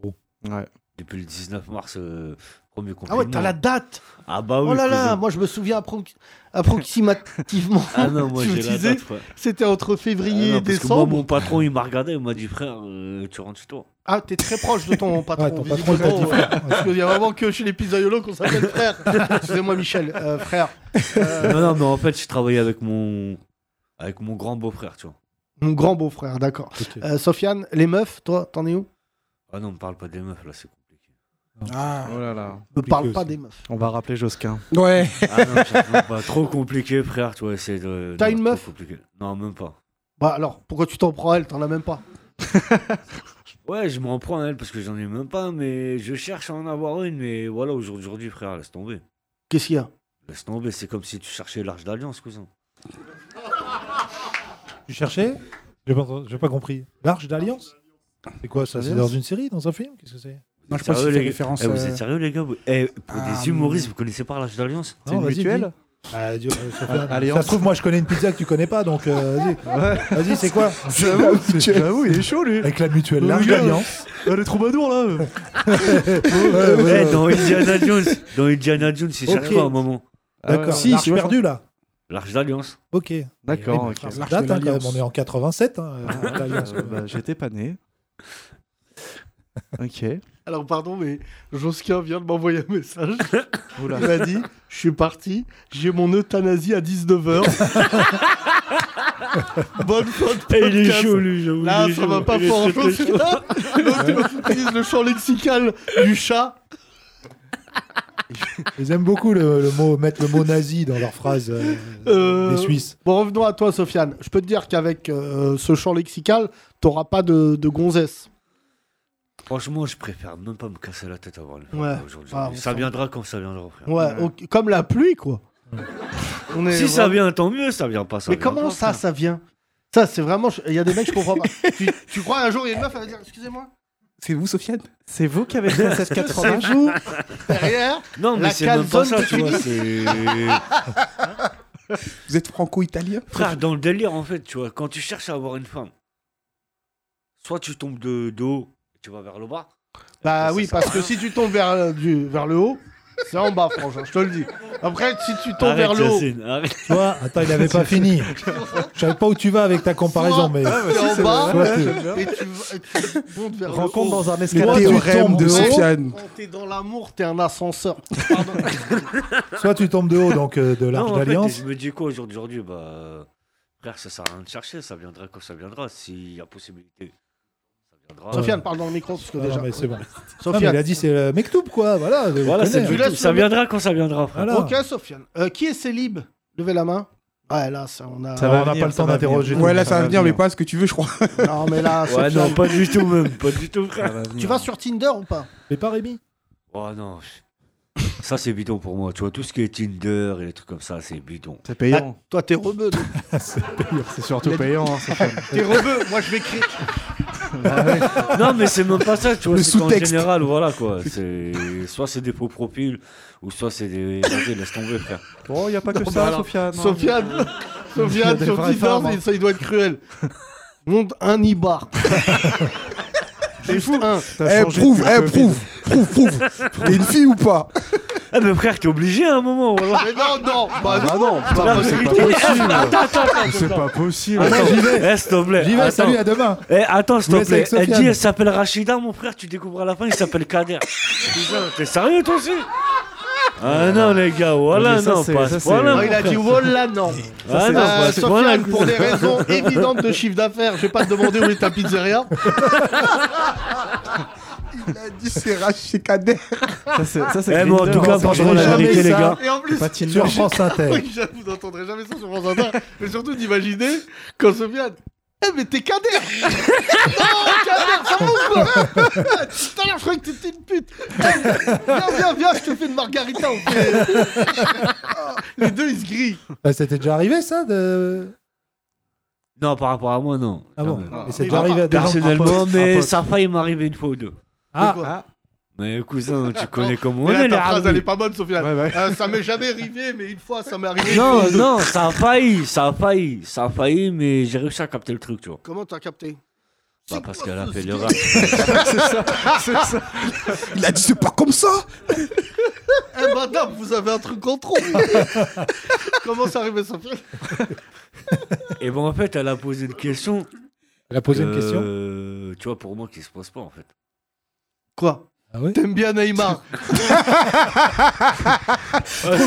M: Ouais. Depuis le 19 mars, euh, premier
C: Ah
M: confinement.
C: ouais, t'as la date
M: Ah bah oui.
C: Oh là là,
M: cousin.
C: moi je me souviens appro- approximativement.
M: Ah non, moi,
C: Tu me
M: j'ai la
C: disais,
M: date, ouais.
C: C'était entre
M: Ah
C: février et
M: non, parce que moi,
C: décembre.
M: mon patron, il m'a regardé, il m'a dit, frère, euh, tu rentres chez toi.
C: Ah, t'es très proche de ton patron.
M: Ouais, ton patron,
C: visiblement,
M: il t'a dit
C: ouais.
M: frère.
C: Parce qu'il y a vraiment que chez les pizzaiolos qu'on s'appelle frère. Excusez-moi, Michel, euh, frère. Euh,
M: Non, non, mais en fait, je travaillais avec mon, avec mon grand beau-frère, tu vois.
C: Mon grand beau-frère, d'accord.
M: Ok.
C: Euh, Sofiane, les meufs, toi, t'en es où
M: Ah non, on parle pas des meufs, là, c'est compliqué.
E: Ah,
J: oh là là.
C: Ne parle pas des meufs.
J: On va rappeler Josquin.
M: Ah non, j'avoue, bah, trop compliqué, frère, tu vois, c'est de...
C: T'as
M: non,
C: une
M: trop
C: meuf
M: compliqué. Non, même pas.
C: Bah alors, pourquoi tu t'en prends à elle T'en as même pas.
M: Ouais, je m'en prends à elle parce que j'en ai même pas, mais je cherche à en avoir une. Mais voilà, aujourd'hui, aujourd'hui, frère, laisse tomber.
C: Qu'est-ce qu'il y a
M: Laisse tomber, c'est comme si tu cherchais l'arche d'alliance, cousin.
D: Tu cherchais J'ai pas, entendu- j'ai pas compris. L'arche d'alliance C'est quoi ça C'est dans une série, dans un film Qu'est-ce que c'est
M: Vous êtes sérieux, les- Eh, Vous êtes sérieux, les gars vous- eh, Pour
D: euh, Ah,
M: des humoristes,
D: mais-
M: vous connaissez pas l'arche d'alliance
D: Non, Oh, vas-y, dis. Bah, dis- euh, ça, fait- ça se trouve, moi je connais une pizza que tu connais pas, donc euh, vas-y. Vas-y, c'est quoi
I: J'avoue,
D: C'est-
I: c'est- j'avoue, il est chaud lui.
D: Avec la mutuelle,
I: Oh,
D: l'arche
I: gars.
D: d'alliance.
J: Euh,
I: Ah, le troubadour là.
M: Eh, dans Indiana Jones, dans Indiana Jones, il cherche
D: Ok.
M: pas un moment.
D: D'accord, Ah, l'arche perdue là.
M: L'arche d'alliance.
D: Ok.
M: D'accord,
D: Mais
M: ok.
D: ça
M: L'arche
D: date,
M: de
D: hein, quand
M: l'Alliance.
D: même, on est en 87. hein, euh, l'Alliance,
J: Euh,
D: quoi.
J: Eh ben, bah, J'étais pas né. Ok.
C: Alors pardon, mais Josquin vient de m'envoyer un message.
J: Oula.
C: Il m'a dit, je suis parti, j'ai mon euthanasie à 19h. Bonne fin de podcast.
M: Eh, il est chaud, lui, j'avoue,
C: Là,
M: il est
C: ça
M: chaud.
C: va pas
M: Il est
C: fort en
M: très, très
C: chose. L'autre, il utilise le champ lexical du chat.
D: Ils aiment beaucoup le, le mot, mettre le mot nazi dans leurs phrases. euh,
C: Euh,
D: Les Suisses.
C: Bon, revenons à toi, Sofiane. Je peux te dire qu'avec euh, ce champ lexical, t'auras pas de, de gonzesse.
M: Franchement, je préfère même pas me casser la tête avant. le-
C: Ouais.
M: aujourd'hui.
C: Ah, on
M: ça
C: s'en-
M: viendra quand ça viendra, frère.
C: Ouais, ok, comme la pluie, quoi. On est
M: Si ça
C: vraiment-
M: vient, tant mieux. Ça vient pas. Ça
C: Mais
M: vient
C: comment
M: pas,
C: ça, ça vient Ça, c'est vraiment. Il y a des mecs, je comprends pas. tu, tu crois un jour, il y a une meuf, elle va dire Excusez-moi,
J: C'est vous, Sofiane C'est vous qui avez fait la 780
C: C'est vous derrière
M: Non, mais
C: la
M: c'est même pas
C: calzone
M: ça,
C: que
M: tu
C: tu
M: vois.
C: dis.
M: c'est-
E: Vous êtes franco-italien
M: Frère, dans le délire, en fait, tu vois, quand tu cherches à avoir une femme, soit tu tombes de, de haut, tu vas vers le bas.
C: Bah oui, parce que si tu tombes vers, le- du, vers le haut, c'est en bas, franchement, je te le dis. Après, si tu tombes vers le haut,
D: Tu vois, Ah, attends, il avait pas fini. Je savais pas où tu vas avec ta comparaison, mais.
C: t'es en bas,
D: Soit tu-
C: et tu, vas- et tu montes vers
D: Rencontre
C: le haut.
D: dans un escalator. Le théorème
C: Quand tu tombes
D: de
C: haut,
D: Sofiane.
C: Quand t'es dans l'amour, t'es un ascenseur.
D: soit tu tombes de haut, donc euh, de l'arche
M: Non, en fait,
D: d'alliance.
M: je me dis quoi aujourd'hui, aujourd'hui Bah, euh, frère, ça sert à rien de chercher, ça viendra quand ça viendra, s'il y a possibilité. Ça viendra.
C: Sofiane, parle dans le micro, parce que
D: Ah,
C: déjà.
D: non, mais c'est bon.
C: Sofiane.
D: Non, mais il a dit c'est le Mektoub, quoi. Voilà, hein.
M: Voilà, c'est du- ça viendra quand ça viendra, frère.
C: Ok, Sofiane. Euh, qui est célib Levez la main. Ouais, là, ça, on a.
D: Ça va On a venir, pas le ça temps va d'interroger venir. tout
E: Ouais,
D: le
E: là,
D: monde.
E: ça va venir, mais pas ce que tu veux, je crois.
C: Non, mais là,
M: Ouais,
C: Sofiane-
M: non, pas du tout, même, pas du tout, frère.
C: Tu vas sur Tinder ou pas
D: Mais pas Rémi.
M: Oh non. Ça, c'est bidon pour moi. Tu vois, tout ce qui est Tinder et les trucs comme ça, c'est bidon.
J: C'est
C: payant. Ah, Toi, t'es rebeu. donc.
J: C'est surtout payant. hein, Sofiane.
C: T'es rebeu, moi je vais créer.
M: Ah, non, mais c'est même pas ça, tu vois.
J: Le
M: C'est qu'en
J: sous-texte.
M: général, voilà quoi. C'est soit c'est des faux profils ou soit c'est des. Vas-y, laisse tomber, frère.
J: Oh, il n'y a pas que
C: Bah
J: ça,
C: alors,
J: Sofiane. hein.
C: Sofiane, Sofiane,
J: Il y a des
C: sur
J: vraies
C: Tinder,
J: femmes, hein.
C: il- ça, il doit être cruel. Monte un Ibar. C'est fou. Un.
E: Eh, prouve, eh, prouve, prouve, prouve. T'es une fille ou pas
M: Eh, mais frère, t'es obligé à un moment. Voilà.
C: Mais non, non, bah
E: Ah
C: non.
E: bah
M: La
E: non, c'est pas
M: vérité-
E: possible.
M: Attends, attends, attends,
E: C'est
M: attends.
E: pas possible.
M: Attends,
E: J'y
M: eh, s'il te plaît.
D: J'y vais,
M: attends.
D: salut, à demain.
M: Eh, attends, s'il
D: Vous
M: te
D: laissez
M: plaît.
D: avec
M: Elle dit,
D: Sofiane.
M: elle s'appelle Rachida, mon frère. Tu découvres à la fin, il s'appelle Kader. Putain, t'es sérieux, toi aussi Ah non, les gars, voilà,
J: Mais ça,
M: non,
J: c'est-
M: pas.
J: ça,
M: à ce
J: c'est-
M: point-là,
J: Ah,
M: mon
C: Il a
M: frère.
C: dit voilà non.
M: Ah,
C: Euh,
M: non, bah, c'est- voilà,
C: Sofiane, pour des raisons évidentes de chiffre d'affaires, je vais pas te demander où est ta pizzeria.
E: dit c'est Rachid Kader.
J: Ça, c'est- ça, c'est
M: Eh, moi, en
J: Grindr,
M: tout cas,
J: hein,
M: franchement,
J: Grindr.
M: la vérité, les gars.
C: Et en plus,
J: Pas Tinder.
D: Sur France Inter.
C: Oui, j'avoue, vous n'entendrez jamais ça sur France Inter. mais surtout d'imaginer quand Sofiane. Eh, mais t'es Kader Non, Kader, ça monte quoi Tout à l'heure, je croyais que t'étais une pute Viens, viens, viens, je te fais une margarita, on fait... Les deux, ils se grillent
D: Bah, C'était déjà arrivé, ça de...
M: Non, par rapport à moi, non.
D: Ah bon
M: Non,
D: Et c'est
M: non.
D: déjà arrivé à des gens
M: Personnellement,
D: Un
M: mais
D: pote.
M: ça a failli m'arriver une fois ou deux.
D: Ah,
M: Mais cousin, tu connais comment on
C: Mais
M: est,
C: là,
M: les
C: ta phrase, elle est
M: hardis.
C: pas Ah, bonne, Sofiane. Euh, ça m'est jamais arrivé, mais une fois, ça m'est arrivé.
M: Non,
C: Une fois.
M: non, ça a failli, ça a failli, ça a failli, mais j'ai réussi à capter le truc, tu vois.
C: Comment t'as capté
M: Bah, parce qu'elle a fait l'erreur.
C: C'est ça, c'est ça.
E: Il a dit c'est pas comme ça.
C: Eh, madame, vous avez un truc en trop Comment ça arrivé, Sofiane
M: Et bon, en fait, elle a posé une question.
D: Elle a posé une
M: que,
D: question
M: euh, Tu vois, pour moi, qui se pose pas, en fait.
C: Quoi
D: Ah ouais
C: T'aimes bien Neymar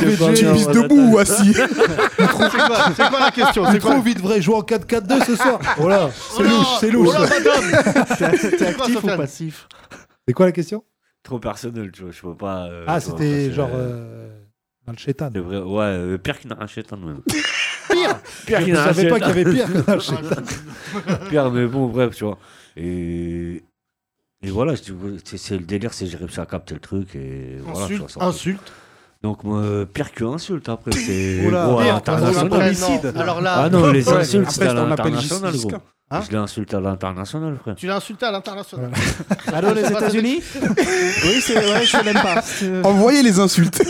E: Mais tu pisses debout ou assis
C: C'est quoi, c'est quoi la question C'est quoi
D: Trop vite vrai, jouer en 4-4-2 ce soir. Voilà, c'est louche, c'est louche.
C: Oh là, madame
J: T'es
C: quoi,
J: actif ou
C: Sofiane
J: passif
D: C'est quoi la question
M: Trop personnel, tu vois, je peux pas. euh,
D: Ah,
M: tu vois,
D: c'était
M: passer,
D: genre
M: euh,
C: Ah,
D: euh, dans le chétan.
M: c'est vrai, ouais, euh, pire qu'une rachète, hein, même.
C: Pire
M: Pire
D: Je
M: qu'une
D: savais pas qu'il y avait
M: rachette.
D: pire qu'une rachette.
M: Pire, mais bon, bref, tu vois. Et. Et voilà, si tu veux, c'est c'est le délire, c'est j'ai réussi à capter le truc et voilà. tu
C: Insulte,
M: vois, ça en fait.
C: insulte.
M: Donc moi, euh, pire que insulte après, c'est
C: Oula,
M: gros, à
C: pire,
M: l'international.
C: oula, après, non. Homicide. Alors là-
M: ah non, les
C: Ouais,
M: insultes,
C: après,
M: c'est à
C: on appelle
M: l'international,
C: Giscard.
M: gros.
C: Hein
M: je l'ai insulté à l'international, frère.
C: Tu l'as insulté à l'international.
I: Allô, les
C: C'est pas ça-
I: États-Unis Oui, c'est vrai, je l'aime pas.
M: Euh.
G: Envoyez les insultes.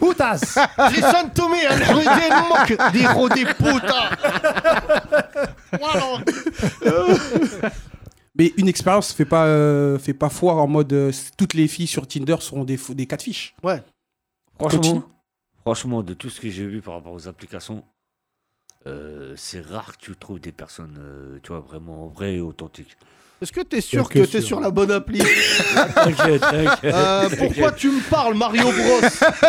C: Putas Jason Tomé, un rude moque des rois des putas Voilà.
E: Mais une expérience fait pas, euh, fait pas foire en mode euh, toutes les filles sur Tinder seront des, fou- des quatre fiches.
C: Ouais.
M: Franchement, franchement, de tout ce que j'ai vu par rapport aux applications, euh, c'est rare que tu trouves des personnes, euh, tu vois, vraiment vraies et authentiques.
C: Est-ce que t'es sûr que
M: Quelque
C: t'es
M: sûr.
C: sur la bonne appli
M: T'inquiète, t'inquiète.
C: Euh, Pourquoi tu me parles, Mario Bros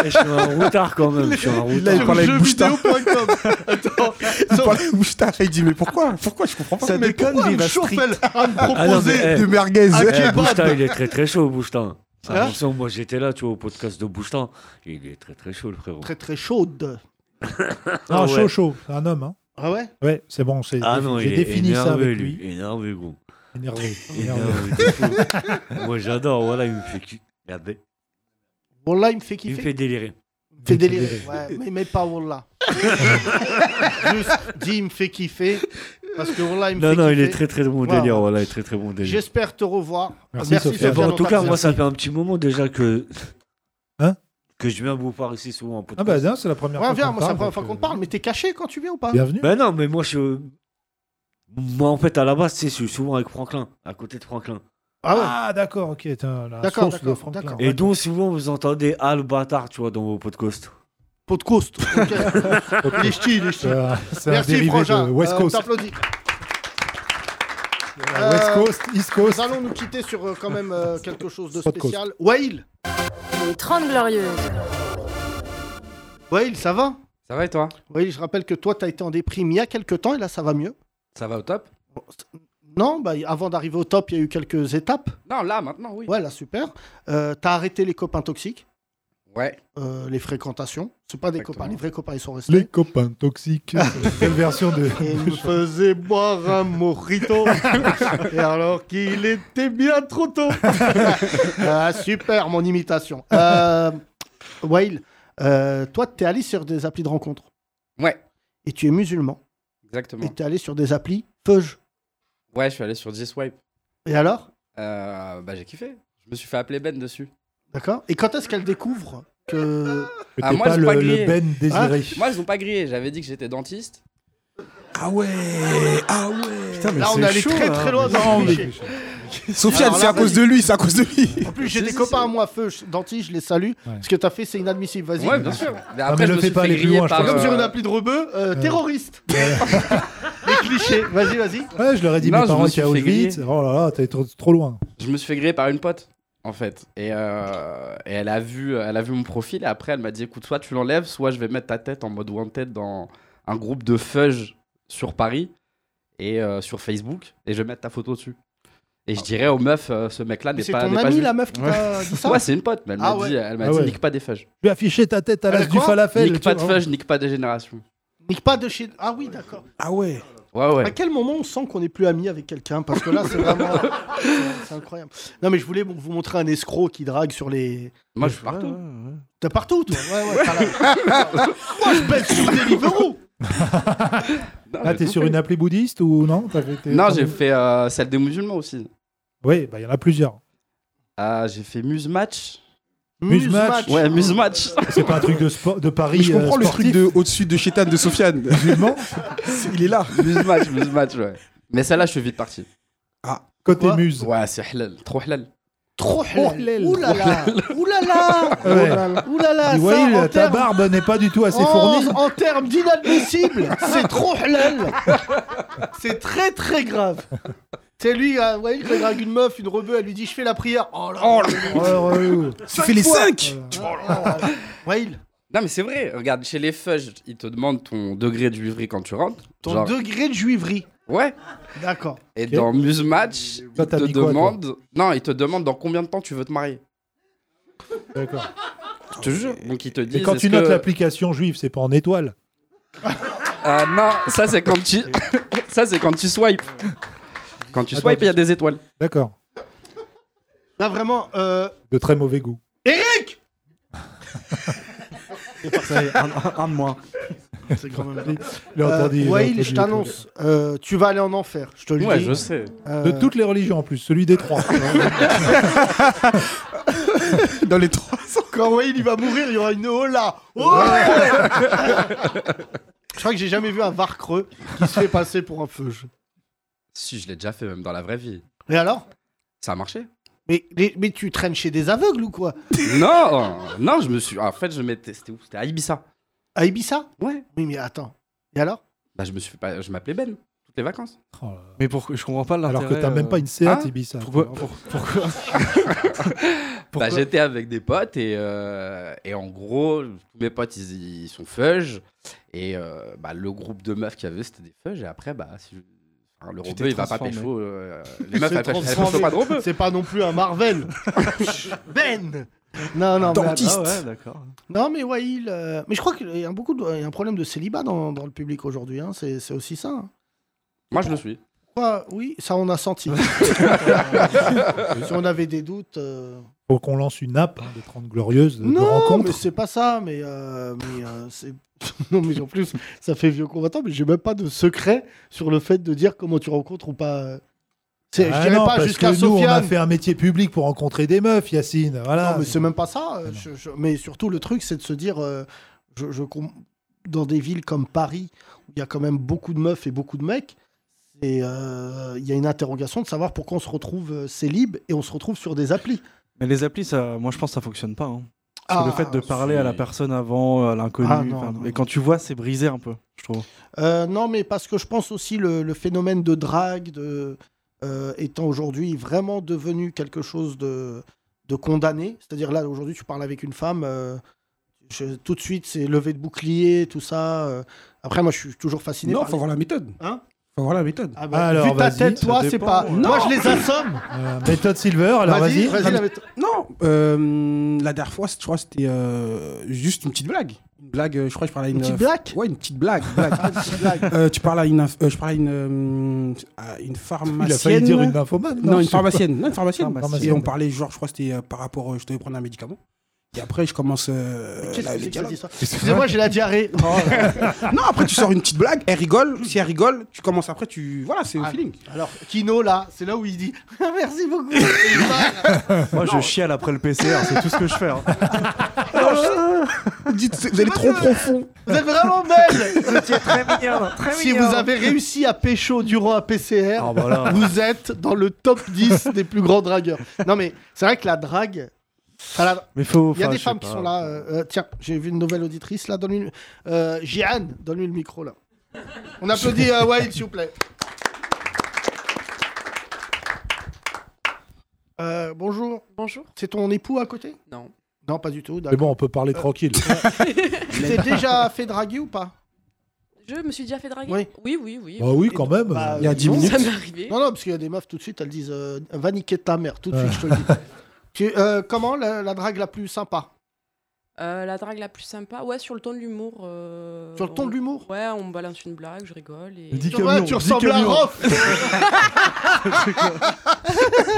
M: Je suis un routard quand même, je suis un routard.
C: Sur jeuxvideo.com. Attends, ça-
G: il dit mais pourquoi Pourquoi je comprends pas
I: Ça
G: Mais
I: déconne,
G: pourquoi
I: il va
G: me chauffe,
I: street.
G: elle, à me
M: Ah non,
G: proposer
M: mais, eh,
G: du merguez
M: eh,
G: un kebab
M: Boustin, il est très très chaud, Boustin.
C: Hein
M: Attention, moi j'étais là, tu vois, au podcast de Boustin. Il est très très chaud, le frérot.
C: Très très chaude.
D: Non,
M: Ah
D: chaud,
M: ouais.
D: chaud. C'est un homme. Hein.
C: Ah ouais
D: Ouais, c'est bon. c'est-
M: Ah non,
D: J'ai
M: il est
D: défini
M: énervé,
D: ça avec
M: lui.
D: lui.
M: Énervé, gros.
D: Énervé.
M: Énervé. de fou. moi j'adore, voilà, il me fait qui- la baie.
C: Bon, là, il me fait
M: Il me
C: kiffer.
M: fait délirer.
C: Il me fait délirer. Ouais, mais, mais pas Wallah. Juste dis, il me fait kiffer. Parce que Wallah, il me
M: Non,
C: fait
M: non, il
C: kiffer.
M: est très très bon
C: Voilà.
M: délire, voilà, il est très très bon délire.
C: J'espère te revoir.
M: Eh ben, en tout cas, moi,
C: Merci.
M: ça fait un petit moment déjà que.
D: Hein
M: Que je viens vous voir ici souvent en
D: Ah
M: podcast.
D: bah non, c'est la première
C: Ouais,
D: fois.
C: viens,
D: qu'on
C: moi, c'est la
D: parle,
C: première fois
D: donc,
C: qu'on parle, mais t'es caché quand tu viens ou pas
M: Ben non, mais moi, je. Moi, en fait, à la base, tu sais, je suis souvent avec Franklin, à côté de Franklin.
C: Ah,
D: d'accord, ok. t'as la
C: D'accord,
D: source de
C: d'accord,
D: Franklin.
C: d'accord.
M: Et donc, souvent, vous entendez Ah le bâtard, tu vois, dans vos podcasts.
C: Podcast. ok. Les ch'tis, les ch'tis.
D: Euh, c'est un
C: Merci,
D: dérivé
C: Frangin.
D: de West
C: Euh, on
D: Coast.
C: t'applaudit.
D: Euh, West Coast, East Coast.
C: Nous allons nous quitter sur euh, quand même euh, quelque chose de
D: South Coast.
C: spécial. Wail
B: Les 30 Glorieuses.
C: Wail, ça va
N: Ça va et toi
C: Wail, je rappelle que toi, t'as été en déprime il y a quelques temps et là, ça va mieux.
N: Ça va au top
C: Non, bah, avant d'arriver au top, il y a eu quelques étapes.
N: Non, là, maintenant, oui.
C: Ouais, là, super. Euh, t'as arrêté les copains toxiques,
N: Ouais.
C: euh, les fréquentations. C'est pas des copains, les vrais copains, ils sont restés.
D: Les copains toxiques. Quelle version de.
C: Il me faisait boire un mojito. et alors qu'il était bien trop tôt. Ah, super, mon imitation. Euh, Wael, euh, toi, t'es allé sur des applis de rencontre.
N: Ouais.
C: Et tu es musulman.
N: Exactement.
C: Et t'es allé sur des applis feuge.
N: Ouais, je suis allé sur G-Swipe.
C: Et alors
N: Euh, bah, j'ai kiffé. Je me suis fait appeler Ben dessus.
C: D'accord Et quand est-ce qu'elle découvre que.
N: Ah, moi, ils ont pas Ben grillé. Ah,
C: Hein
N: Moi, ils ont pas grillé. J'avais dit que j'étais dentiste.
E: Ah ouais Ah ouais
N: Putain,
C: mais Là, on c'est allait chaud, très, hein. très loin dans
E: Non,
C: le
E: mais-
C: cliché.
E: Sofiane,
C: Alors
E: c'est
C: là,
E: à cause
C: vas-y.
E: de lui, c'est à cause de lui.
N: ben,
C: En plus, j'ai des copains à moi, feu, je- denti, je les salue. Ce que t'as fait, c'est inadmissible, vas-y.
N: Ouais, bien sûr. Mais après, je me suis fait griller par,
C: Comme
N: euh,
C: sur une appli de rebeu, euh, terroriste. les clichés, vas-y, vas-y.
D: Ouais, je leur ai dit,
N: Non,
D: mes
N: je me
D: parents
N: suis
D: étaient à
N: fait
D: Auschwitz.
N: griller.
D: Oh là là, t'es trop, trop loin.
N: Je me suis fait griller par une pote, en fait. Et, euh, et elle, a vu, elle a vu mon profil. Et après, elle m'a dit écoute, soit tu l'enlèves, soit je vais mettre ta tête en mode wanted dans un groupe de fudge sur Paris et euh, sur Facebook. Et je vais mettre ta photo dessus. Et
D: Ah.
N: je dirais aux meufs, euh, ce mec-là n'est
C: c'est
N: pas.
C: ton
N: n'est pas
C: amie,
N: juif.
C: la meuf, qui
N: Ouais.
C: t'a dit ça
N: Ouais, c'est une pote, mais elle
C: Ah
N: m'a
C: ouais.
N: dit, elle m'a
D: Ah
N: dit
D: ouais.
N: nique pas des fudge.
D: Je lui ai affiché ta tête à
N: Elle a
D: l'as du
N: quoi
D: falafel.
N: Nique
D: tu
N: pas de
D: vois.
N: fudge, nique pas des générations.
C: Nique pas de chez. Ah oui, d'accord.
E: Ah ouais.
N: Ouais, ouais.
C: À quel moment on sent qu'on n'est plus ami avec quelqu'un Parce que là, c'est vraiment. c'est incroyable. Non, mais je voulais vous montrer un escroc qui drague sur les.
N: Moi, je suis partout.
C: T'es partout, toi Ouais, ouais. t'as la- Moi, je baisse sur Deliveroo
D: Là, Ah, t'es sur une appli bouddhiste ou non T'as fait- t'es-
N: Non,
D: t'as-
N: j'ai fait euh, celle des musulmans aussi.
D: Oui, bah, il y en a plusieurs.
N: Ah, j'ai fait Muse Match.
D: Muse Muse Match. Match.
N: Ouais, Muse Match.
D: C'est pas un truc de, sport, de Paris. euh,
N: Mais je comprends le
D: truc
E: de au-dessus de Chétane de Sofiane.
N: Il est là. Muse Match, Muse Match, ouais. Mais celle-là, je suis vite parti.
E: Ah,
D: côté Muse.
N: Ouais, c'est halal, trop halal.
C: Trop
D: halal.
C: Ouh là là Ouh là
D: Oh, Ouais.
C: là Ouh là là
D: Dis,
C: ça,
D: Wael,
C: en
D: ta
C: termes-
D: barbe n'est pas du tout
N: Oh,
D: assez fournie.
C: En, en termes d'inadmissible, c'est trop halal. C'est très très grave. C'est lui, euh, ouais, il drague une meuf, une rebeu, elle lui dit je fais la prière. Oh là Oh là.
D: Ouais, relou. Oh
N: Non, mais c'est vrai. Regarde, chez les fudge, ils te demandent ton degré de juiverie quand tu rentres.
C: Ton
N: Genre-
C: degré de juiverie.
N: Ouais.
C: D'accord.
N: Et dans Muse Match, ils
D: Toi, t'as
N: te
D: mis quoi, toi
N: demandent. Non, ils te demandent dans combien de temps tu veux te marier.
D: D'accord.
N: Je te jure. Donc ils te disent.
D: Et quand
N: est-ce
D: tu notes
N: que-
D: l'application juive, c'est pas en étoile.
N: Ah non, ça c'est quand tu. ça c'est quand tu swipes. Quand tu
C: Attends,
N: swipes, il y a des étoiles.
D: D'accord.
C: Là, vraiment. euh,
D: De très mauvais goût.
C: Eric
I: un, de moins.
C: C'est quand même
D: Il a
C: Euh,
D: entendu- il a
C: Wail,
D: entendu
C: je
D: le
C: t'annonce, euh, tu vas aller en enfer. Je te le
D: Ouais,
C: dis.
D: je sais.
C: Euh,
D: De toutes les religions en plus, celui des trois.
E: Dans les trois.
C: Quand Wail il va mourir, il y aura une hola. Oh je crois que j'ai jamais vu un var creux qui se fait passer pour un feuge.
N: Si, je l'ai déjà fait, même dans la vraie vie.
C: Et alors
N: Ça a marché
C: mais, mais, mais tu traînes chez des aveugles ou quoi
N: Non Non, je me suis. En fait, je m'étais. C'était où C'était à Ibiza.
C: À Ibiza
N: Ouais.
C: Oui, mais attends. Et alors Oh
N: Bah, je me suis fait pas. Je m'appelais Ben. Toutes les vacances.
J: Mais pourquoi je comprends pas l'intérêt. euh,
D: Alors que t'as même pas une Seat
N: Hein
D: Ibiza.
J: Pourquoi, pour- pourquoi
N: Bah, j'étais avec des potes et, euh, et en gros, tous mes potes ils, ils sont fudge. Et euh, bah, le groupe de meufs qu'il y avait, c'était des fudge. Et après, bah, si je- enfin, le
C: Tu
N: rebeu
C: t'es
N: il va pas
C: transformé.
N: pécho. euh,
C: Il
N: les meufs
C: s'est
N: elles pêchent- elles
C: transformé.
N: pêchent pas de rebeu.
C: C'est pas non plus un Marvel. ben Non, non, mais-
I: Dentiste. Ah ouais, d'accord.
C: Non, mais Wail. euh, Mais je crois qu'il y a beaucoup de- il y a un problème de célibat dans, dans le public aujourd'hui. hein, C'est c'est aussi ça. hein.
N: Moi, je le suis.
C: Pourquoi oui, ça on a senti. si on avait des doutes. euh,
D: Faut qu'on lance une app hein, des 30 glorieuses de, de
C: Non,
D: rencontres.
C: mais c'est pas ça. Mais, euh, mais, euh, c'est- non, mais en plus, ça fait vieux combattant. Mais j'ai même pas de secret sur le fait de dire comment tu rencontres ou pas. euh. C'est-
D: Ah
C: je dirais
D: non,
C: pas
D: parce
C: jusqu'à
D: que nous, on a
C: Sofiane.
D: fait un métier public pour rencontrer des meufs, Yacine. Voilà.
C: Non, mais c'est même pas ça.
J: Ah
C: euh, je- je- mais surtout, le truc, c'est de se dire, euh, je, je com- dans des villes comme Paris, où il y a quand même beaucoup de meufs et beaucoup de mecs, et euh, il y a une interrogation de savoir pourquoi on se retrouve euh, célib et on se retrouve sur des applis.
J: Mais les applis, ça, moi je pense que ça fonctionne pas. hein. Parce que
C: Ah,
J: le fait de parler
C: si.
J: à la personne avant, euh, à l'inconnu,
C: Ah, non,
J: enfin,
C: non,
J: et quand tu vois, c'est brisé un peu, je trouve.
C: Euh, non, mais parce que je pense aussi le, le phénomène de drague de, euh, étant aujourd'hui vraiment devenu quelque chose de, de condamné. C'est-à-dire là, aujourd'hui, tu parles avec une femme, euh, je- tout de suite, c'est lever de bouclier, tout ça. euh. Après, moi, je suis toujours fasciné.
E: Non,
C: par
E: faut
C: les-
E: voir la méthode.
C: Hein
E: Faut voir la méthode.
C: Ah bah, vu ta tête, toi, c'est pas. Moi, je
J: Euh,
C: les assomme.
D: hein. méthode Silver, alors vas-y.
C: la
E: Non, euh, la dernière fois, je crois que c'était euh, juste une petite blague. Une blague, euh, je crois que je parlais à une.
C: Une petite
E: euh,
C: blague
E: Ouais, une petite blague. blague. Euh, tu parles à une, inf- euh, je parlais à une, euh, à une pharmacienne.
D: dire une nymphomane, non,
E: Non,
D: je
E: une
D: sais pas.
E: pharmacienne. Non, une pharmacienne.
D: Pharmacienne.
E: Et on parlait, genre, je crois que c'était euh, par rapport, euh, je devais prendre un médicament. Et après, je commence. euh,
C: Qu'est-ce
E: la-
C: que c'est
E: le
C: que ça
E: dialogue.
C: dit ça Excusez-moi, j'ai la diarrhée. Oh,
E: non, après, tu sors une petite blague, elle rigole. Si elle rigole, tu commences après, tu. Voilà, c'est au
C: Ah,
E: feeling.
C: Alors, Kino, là, c'est là où il dit Merci beaucoup. Et il parle.
J: Moi je chiale après le PCR, c'est tout ce que je fais. hein.
E: Dites, vous allez trop profond.
C: Vous êtes vraiment belle.
I: Vous étiez très mignon, très
C: Si
I: mignon.
C: vous avez réussi à pécho durant un PCR,
I: Ah, bah là.
C: vous êtes dans le top 10 des plus grands dragueurs. Non, mais c'est vrai que la drague. enfin, la-
J: Mais faut.
C: Il y a
J: enfin,
C: des
J: je
C: femmes
J: sais
C: qui
J: pas.
C: sont là. euh, euh, tiens, j'ai vu une nouvelle auditrice là. Donne-lui, euh, Jeanne, donne-lui le micro là. On applaudit euh, Wael, s'il vous plaît. Euh, bonjour.
O: Bonjour.
C: C'est ton époux à côté
O: Non.
C: Non, pas du tout.
D: Mais bon,
C: D'accord. Euh,
D: on peut parler tranquille. Ah
C: Tu t'es déjà fait draguer ou pas
O: Je me suis déjà fait draguer
C: Oui.
O: oui, oui. oui.
D: Bah oui, quand même.
C: Il y a 10 minutes.
O: Ça m'est arrivé.
C: Non, non, parce qu'il y a des meufs tout de suite, elles disent euh, Va niquer ta mère, tout de suite, je te le dis. Tu- euh, comment la, la drague la plus sympa
O: Euh, la drague la plus sympa, ouais, sur le ton de l'humour. euh,
C: Sur le ton
O: on-
C: de l'humour
O: Ouais, on me balance une blague, je rigole. Et...
C: Dis Tu vois, camion, tu dis ressembles à camion. Rof.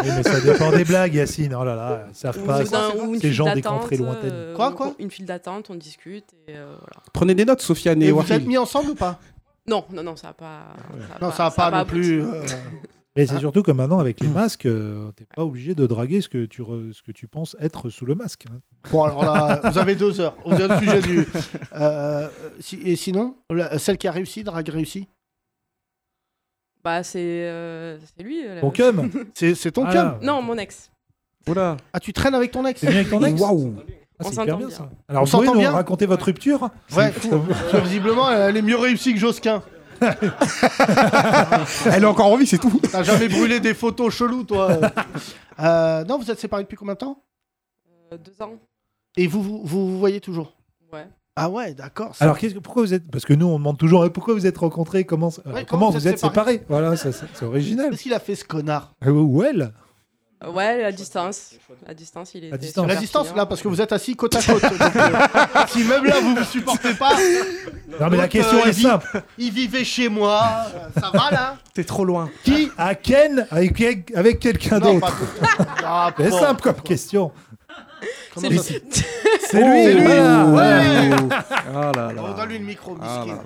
D: Oui, mais ça dépend des blagues, Yacine. Oh là là, ils savent
O: Ou
D: pas.
O: d'un- ou une
D: Ces
O: file
D: gens des
O: d'attente,
D: contrées lointaines.
O: euh,
C: Quoi,
O: ou-
C: quoi
O: Une file d'attente, on discute. Et, euh, voilà.
E: Prenez des notes, Sofiane et,
C: Et vous
E: Wahid.
C: êtes mis ensemble ou pas Ah
O: Non, non, non, ça n'a pas. a
C: Non, ça n'a pas,
O: a
C: non plus.
O: abouti.
C: euh,
D: Mais c'est surtout que maintenant, avec
E: Hmm.
D: les masques, euh, t'es pas obligé de draguer ce que tu, re- ce que tu penses être sous le masque. hein.
C: Bon, alors là, vous avez deux heures. On vient du sujet du. Euh, si- et sinon, la- celle qui a réussi, drague réussie
O: Bah, c'est euh, c'est lui. euh, la-
C: Ton cum C'est c'est ton
O: Ah,
C: cum
O: Non, mon ex.
J: Oula.
C: Ah, tu traînes avec ton ex
D: T'es venu avec ton ex
E: Waouh
D: Ah,
O: On
D: c'est
O: s'entend
D: hyper bien,
O: bien.
D: ça. Alors,
C: On
D: vous pouvez
C: s'entend
D: nous
C: bien
D: raconter votre rupture
C: Ouais, parce que visiblement, elle est mieux réussie que Josquin.
E: Elle est encore en vie, c'est tout.
C: T'as jamais brûlé des photos cheloues, toi Euh, Non, vous êtes séparés depuis combien de temps
O: Euh, deux ans.
C: Et vous vous, vous vous voyez toujours
O: Ouais.
C: Ah ouais, d'accord. ça-
D: Alors, qu'est-ce que- pourquoi vous êtes. Parce que nous, on demande toujours eh, pourquoi vous êtes rencontrés, comment, euh,
C: Ouais,
D: comment vous êtes séparés. Voilà, ça, c'est c'est original.
C: Qu'est-ce qu'il a fait ce connard
D: Euh, Ou elle
O: Ouais, la distance. La distance, il est.
C: La distance. La distance,
O: hein.
C: là, parce que vous êtes assis côte à côte. donc, euh, si même là, vous ne supportez pas.
D: Non, mais la
C: Donc, euh,
D: question
C: il
D: est
C: vit-
D: simple.
C: Il vivait chez moi. euh,
J: Ah,
C: Ça va, là
D: T'es trop loin. Qui À Ken Avec, avec quelqu'un
C: Non, Ah,
D: d'autre. C'est simple comme question.
C: Comment
D: Mais
C: ça
D: c'est-
C: se-
D: C'est lui,
C: Oh, C'est
D: voilà.
C: Ouais.
D: Ouais. Ah là là.
C: Alors, Donne-lui le micro,
D: Ah
C: miskin.
D: là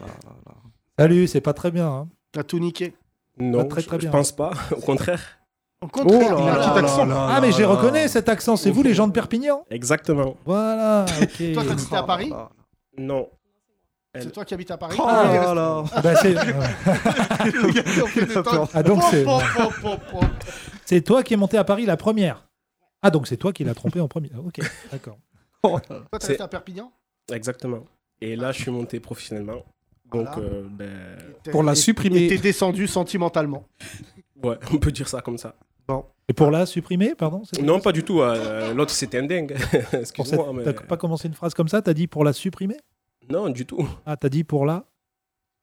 D: Salut, c'est pas très bien. hein.
C: T'as tout niqué.
P: Non,
D: très,
P: je-
D: très
P: je,
D: bien.
P: pense pas. Au contraire.
C: Au contraire, il
D: Oh
C: a
D: là
C: un
D: là
C: petit
D: là
C: accent.
D: là là Ah, mais j'ai reconnais cet accent. C'est vous les gens de Perpignan
P: Exactement.
D: Voilà. ok. Oh
C: Toi, t'habites à Paris
P: Non.
C: C'est toi qui habites à Paris Ah,
D: Oh là là. Bah, c'est- Ah, donc c'est- C'est toi qui es monté à Paris la première. Ah, donc c'est toi qui l'as trompé en premier. Ah, Ok, d'accord.
C: Toi, t'habites à Perpignan
P: Exactement. Et là, je suis monté professionnellement. Donc,
C: Voilà.
P: euh, ben,
C: T'es-
P: pour la
C: et-
P: supprimer.
C: et T'es descendu sentimentalement.
P: Ouais, on peut dire ça comme ça.
D: Et pour la supprimer, pardon c'est-
P: Non, pas du tout. euh, L'autre, c'était un dingue.
D: Pour cette-
P: Excuse-moi. mais-
D: T'as pas commencé une phrase comme ça T'as dit pour la supprimer
P: Non, du tout.
D: Ah, t'as dit pour la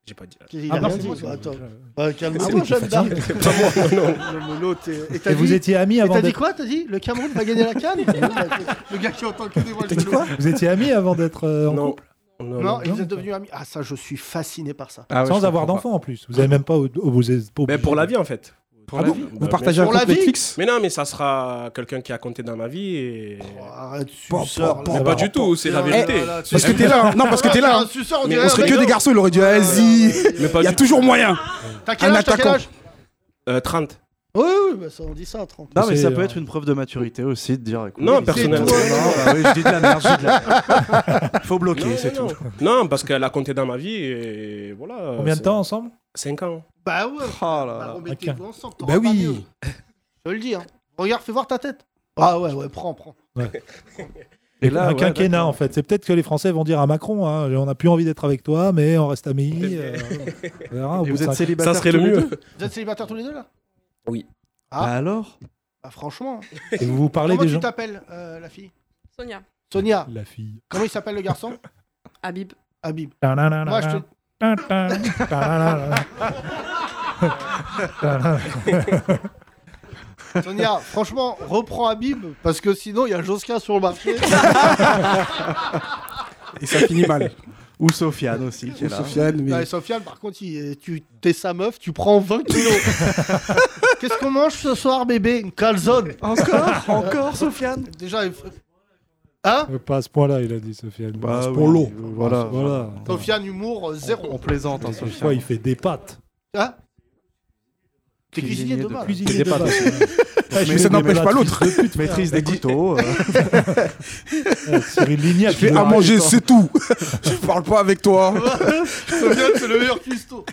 P: J'ai pas dit.
D: Il a Ah, rien pardon. dit,
C: Attends.
D: Bah, calme-toi, jeune dame.
C: C'est
D: pas moi, non,
C: Le- le- l'autre, Et,
D: Et vous étiez amis avant
C: Et t'as dit
D: d'être-
C: quoi T'as dit Le Cameroun va gagner la canne Le gars qui entend que des voix.
D: T'as dit quoi Vous étiez amis avant d'être euh, en
P: Non.
D: couple
C: Non, et vous êtes devenus amis. Ah, ça, je suis fasciné par ça.
P: Ah ouais,
D: Sans
P: je
D: avoir
P: comprends
D: d'enfant en plus. Vous avez même pas.
P: Mais Ben, pour la vie, en fait.
E: Ah
D: Pour la
P: bon
D: vie. Vous
P: bien
D: partagez
P: sûr.
D: un Pour la compte vie Netflix
P: Mais non, mais ça sera quelqu'un qui a compté dans ma vie. Et... Ah,
C: arrête,
P: pas, du tout, c'est la
C: Eh,
P: vérité.
E: Parce que t'es là, hein. non, parce que t'es
C: Ah,
E: là. hein.
P: Mais
E: on serait que des garçons, il aurait dit Asie. Il y a toujours moyen.
C: T'as quel
E: Un
C: âge, t'as quel
E: attaquant.
C: âge
P: Euh, 30.
C: Oui, oui, bah, ça, on dit ça à 30.
J: Non, mais ça peut
D: euh,
J: être une preuve de maturité aussi de dire. écoute,
P: Non,
J: c'est
P: personnellement.
J: toi. Non, bah oui, je dis de la merde, je dis de la- Faut bloquer, c'est
P: non.
J: tout.
P: Non, parce qu'elle a compté dans ma vie et voilà.
D: Combien de
P: c'est-
D: temps ensemble
P: Cinq ans. Oh
C: Bah ouais.
P: là.
C: Bah, remettez-vous
P: Ok.
C: ensemble.
P: Bah
C: t'auras pas
P: oui.
C: mieux. Je le dis. Hein. Regarde, fais voir ta tête. Ah ouais, ouais, prends, prends.
D: Ouais.
J: Et
D: Et
J: là,
D: un
J: ouais,
D: quinquennat en fait. C'est peut-être que les Français vont dire à Macron hein, on n'a plus envie d'être avec toi, mais on reste amis. euh, on verra, au bout de cinq-
C: Vous êtes célibataires tous les deux là
P: Oui.
C: Ah. Bah
J: alors
C: Bah franchement.
D: Et vous vous parlez
C: Comment
D: des
C: tu
D: gens
C: t'appelles euh, la fille
O: Sonia.
C: Sonia.
D: La fille.
C: Comment il s'appelle le garçon
O: Habib.
C: Habib.
D: Ta-na-na-na.
C: Moi je te.
D: Ta-na-na. Ta-na-na.
C: Sonia, franchement, reprends Habib parce que sinon il y a Josquin sur le marché.
J: Et ça finit mal. Ou Sofiane aussi, qui est là.
C: Ouais, Bah, Sofiane, par contre, il- tu t'es sa meuf, tu prends 20 kilos. Qu'est-ce qu'on mange ce soir, bébé Une calzone.
I: Encore Encore,
C: Sofiane Déjà, il faut- Hein
D: Euh, Pas à ce point-là, il a dit Sofiane.
J: Bah
D: C'est
J: oui,
D: pour l'eau.
J: voilà.
D: voilà.
C: Sofiane, humour, euh, zéro.
J: On plaisante, hein,
D: Des
J: Sofiane.
D: fois, il fait des pâtes.
C: Hein T'es cuisinier de base.
D: Cuisinier de base.
E: Mais ça n'empêche pas l'autre.
J: Maîtrise des couteaux. euh.
D: Oh, Cyril Lignac.
E: Je fais
D: il
E: à
D: aurait
E: manger,
D: raison.
E: c'est tout. Je parle pas avec toi.
C: Sofiane, c'est le meilleur cuistot.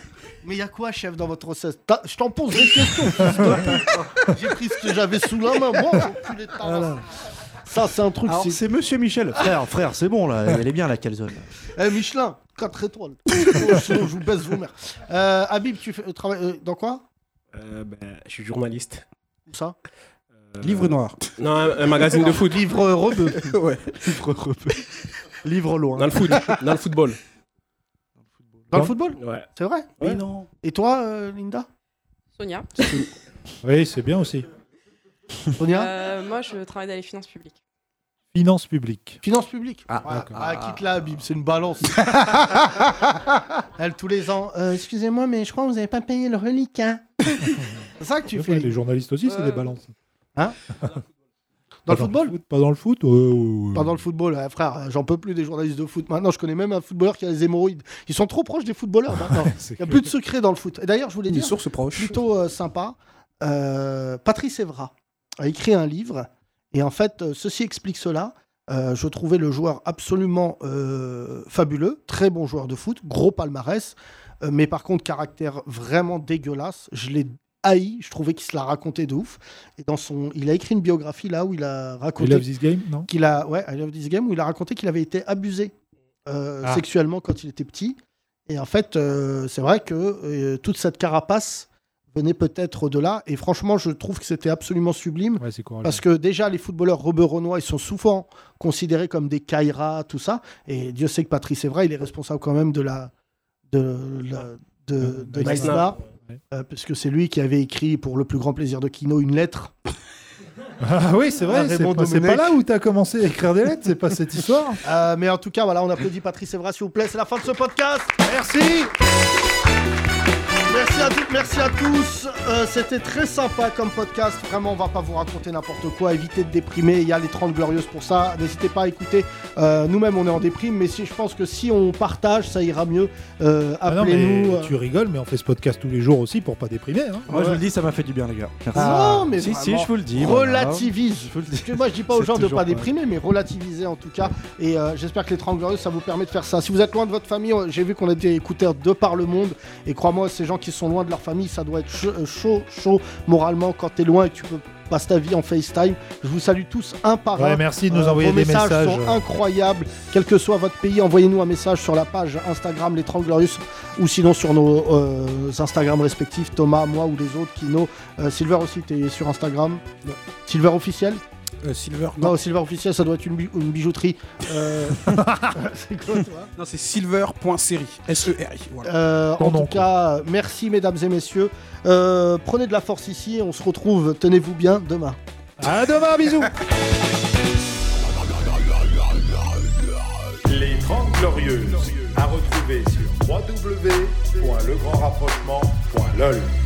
C: Mais y a quoi, chef, dans votre recette T'as- Je t'en pose des questions, fils de pute. J'ai pris ce que j'avais sous la main. Bon, enculé de ta race. Ça, c'est un truc.
J: Alors, c'est Monsieur Michel. Frère, frère, c'est bon là. Elle est bien la calzone.
C: Eh, Michelin, 4 étoiles. Sinon, sinon, je vous baisse vos mères. Euh, Habib, tu fais, euh, travailles euh, dans quoi
P: Euh, ben, je suis journaliste. Euh,
C: Où ça
E: Livre noir.
P: Non, un, un magazine de foot.
C: Livre rebeu.
P: ouais.
J: Livre rebeu. Livre loin.
P: Dans le foot. Dans le football.
C: Dans le football
P: Ouais.
C: C'est vrai
P: Ouais.
C: non. Et toi, euh, Linda
O: Sonia.
D: Oui, c'est bien aussi.
O: Euh, moi, je travaille dans les finances publiques.
D: Finance publique.
C: Finance publique.
D: Ah,
C: Voilà.
D: d'accord.
C: Ah, quitte la Habib, c'est une balance. Elle, tous les ans, euh, excusez-moi, mais je crois que vous n'avez pas payé le reliquat. c'est ça que tu
D: Ouais,
C: fais
D: Les journalistes aussi, c'est
C: Ouais.
D: des balances.
C: Hein
D: Dans
C: le football
D: Pas dans le foot euh, ouais, ouais, ouais.
C: Pas dans le football, euh, frère, euh, j'en peux plus des journalistes de foot. Maintenant, je connais même un footballeur qui a des hémorroïdes. Ils sont trop proches des footballeurs maintenant. Il n'y a plus de secret dans le foot. Et d'ailleurs, je voulais
E: Des
C: dire,
E: sources proches.
C: plutôt euh, sympa, euh, Patrice Evra a écrit un livre, et en fait, euh, ceci explique cela. Euh, je trouvais le joueur absolument euh, fabuleux, très bon joueur de foot, gros palmarès, euh, mais par contre, caractère vraiment dégueulasse. Je l'ai haï, je trouvais qu'il se la racontait de ouf. Et dans son, il a écrit une biographie là où il a raconté.
D: Il love this game, non
C: qu'il a, ouais, I Love This Game, où il a raconté qu'il avait été abusé euh,
D: Ah.
C: sexuellement quand il était petit. Et en fait, euh, c'est vrai que euh, toute cette carapace venait peut-être de là. Et franchement, je trouve que c'était absolument sublime.
D: Ouais, c'est courageux.
C: parce que déjà, les footballeurs rebeux renois, ils sont souvent considérés comme des Kaira, tout ça. Et Dieu sait que Patrice Evra, il est responsable quand même de la. de, la- de, de
D: Nice
C: Nice
D: Now.
C: Now, euh, parce que c'est lui qui avait écrit pour le plus grand plaisir de Kino une lettre
D: Ah oui, c'est vrai, c'est
C: Raymond
D: pas, c'est
C: Domenech.
D: pas là où t'as commencé à écrire des lettres, c'est pas cette histoire.
C: Euh, mais en tout cas, voilà, on applaudit Patrice Evra, s'il vous plaît. C'est la fin de ce podcast. Merci. Merci à toutes, merci à tous. Euh, C'était très sympa comme podcast. Vraiment, on va pas vous raconter n'importe quoi. Évitez de déprimer. Il y a les 30 glorieuses pour ça. N'hésitez pas à écouter. Euh, Nous-mêmes, on est en déprime, mais si, je pense que si on partage, ça ira mieux. Euh,
D: Ah non, mais
C: Appelez-nous.
D: tu rigoles, mais on fait ce podcast tous les jours aussi pour pas déprimer. hein. Ah,
I: Moi, je vous le dis, ça m'a fait du bien, les gars. Merci.
C: Non, Ah, mais
I: si, si,
C: vraiment,
I: je vous le dis. voilà.
C: Relativise.
I: Je vous le dis.
C: Parce que moi, je dis pas aux
I: C'est
C: gens de
I: toujours
C: pas
I: pareil.
C: déprimer, mais relativiser en tout cas. Et euh, j'espère que les 30 Glorieuses, ça vous permet de faire ça. Si vous êtes loin de votre famille, euh, j'ai vu qu'on a été écoutés de par le monde. Et crois-moi, ces gens qui sont loin de leur famille, ça doit être ch- euh, chaud, chaud moralement quand t'es loin et que tu peux passer ta vie en FaceTime. Je vous salue tous un par
D: Ouais,
C: un.
D: merci de nous envoyer
C: euh, vos
D: des
C: messages.
D: messages. euh.
C: sont incroyables. Quel que soit votre pays, envoyez-nous un message sur la page Instagram Les 30 Glorieuses ou sinon sur nos euh, Instagram respectifs, Thomas, moi ou les autres, Kino. Euh, Silver aussi, t'es sur Instagram Silver officiel
E: Silver.
C: Non, Silver officiel, ça doit être une, bi- une bijouterie. Euh, c'est quoi toi
E: Non, c'est silver.série. S-E-R-I. E Voilà.
C: Euh, en
E: Ton
C: tout
E: nom,
C: cas, merci mesdames et messieurs. Euh, prenez de la force ici. On se retrouve, tenez-vous bien, demain.
D: À demain, bisous
Q: Les 30 Glorieuses, à retrouver sur www.legrandrapprochement.lol.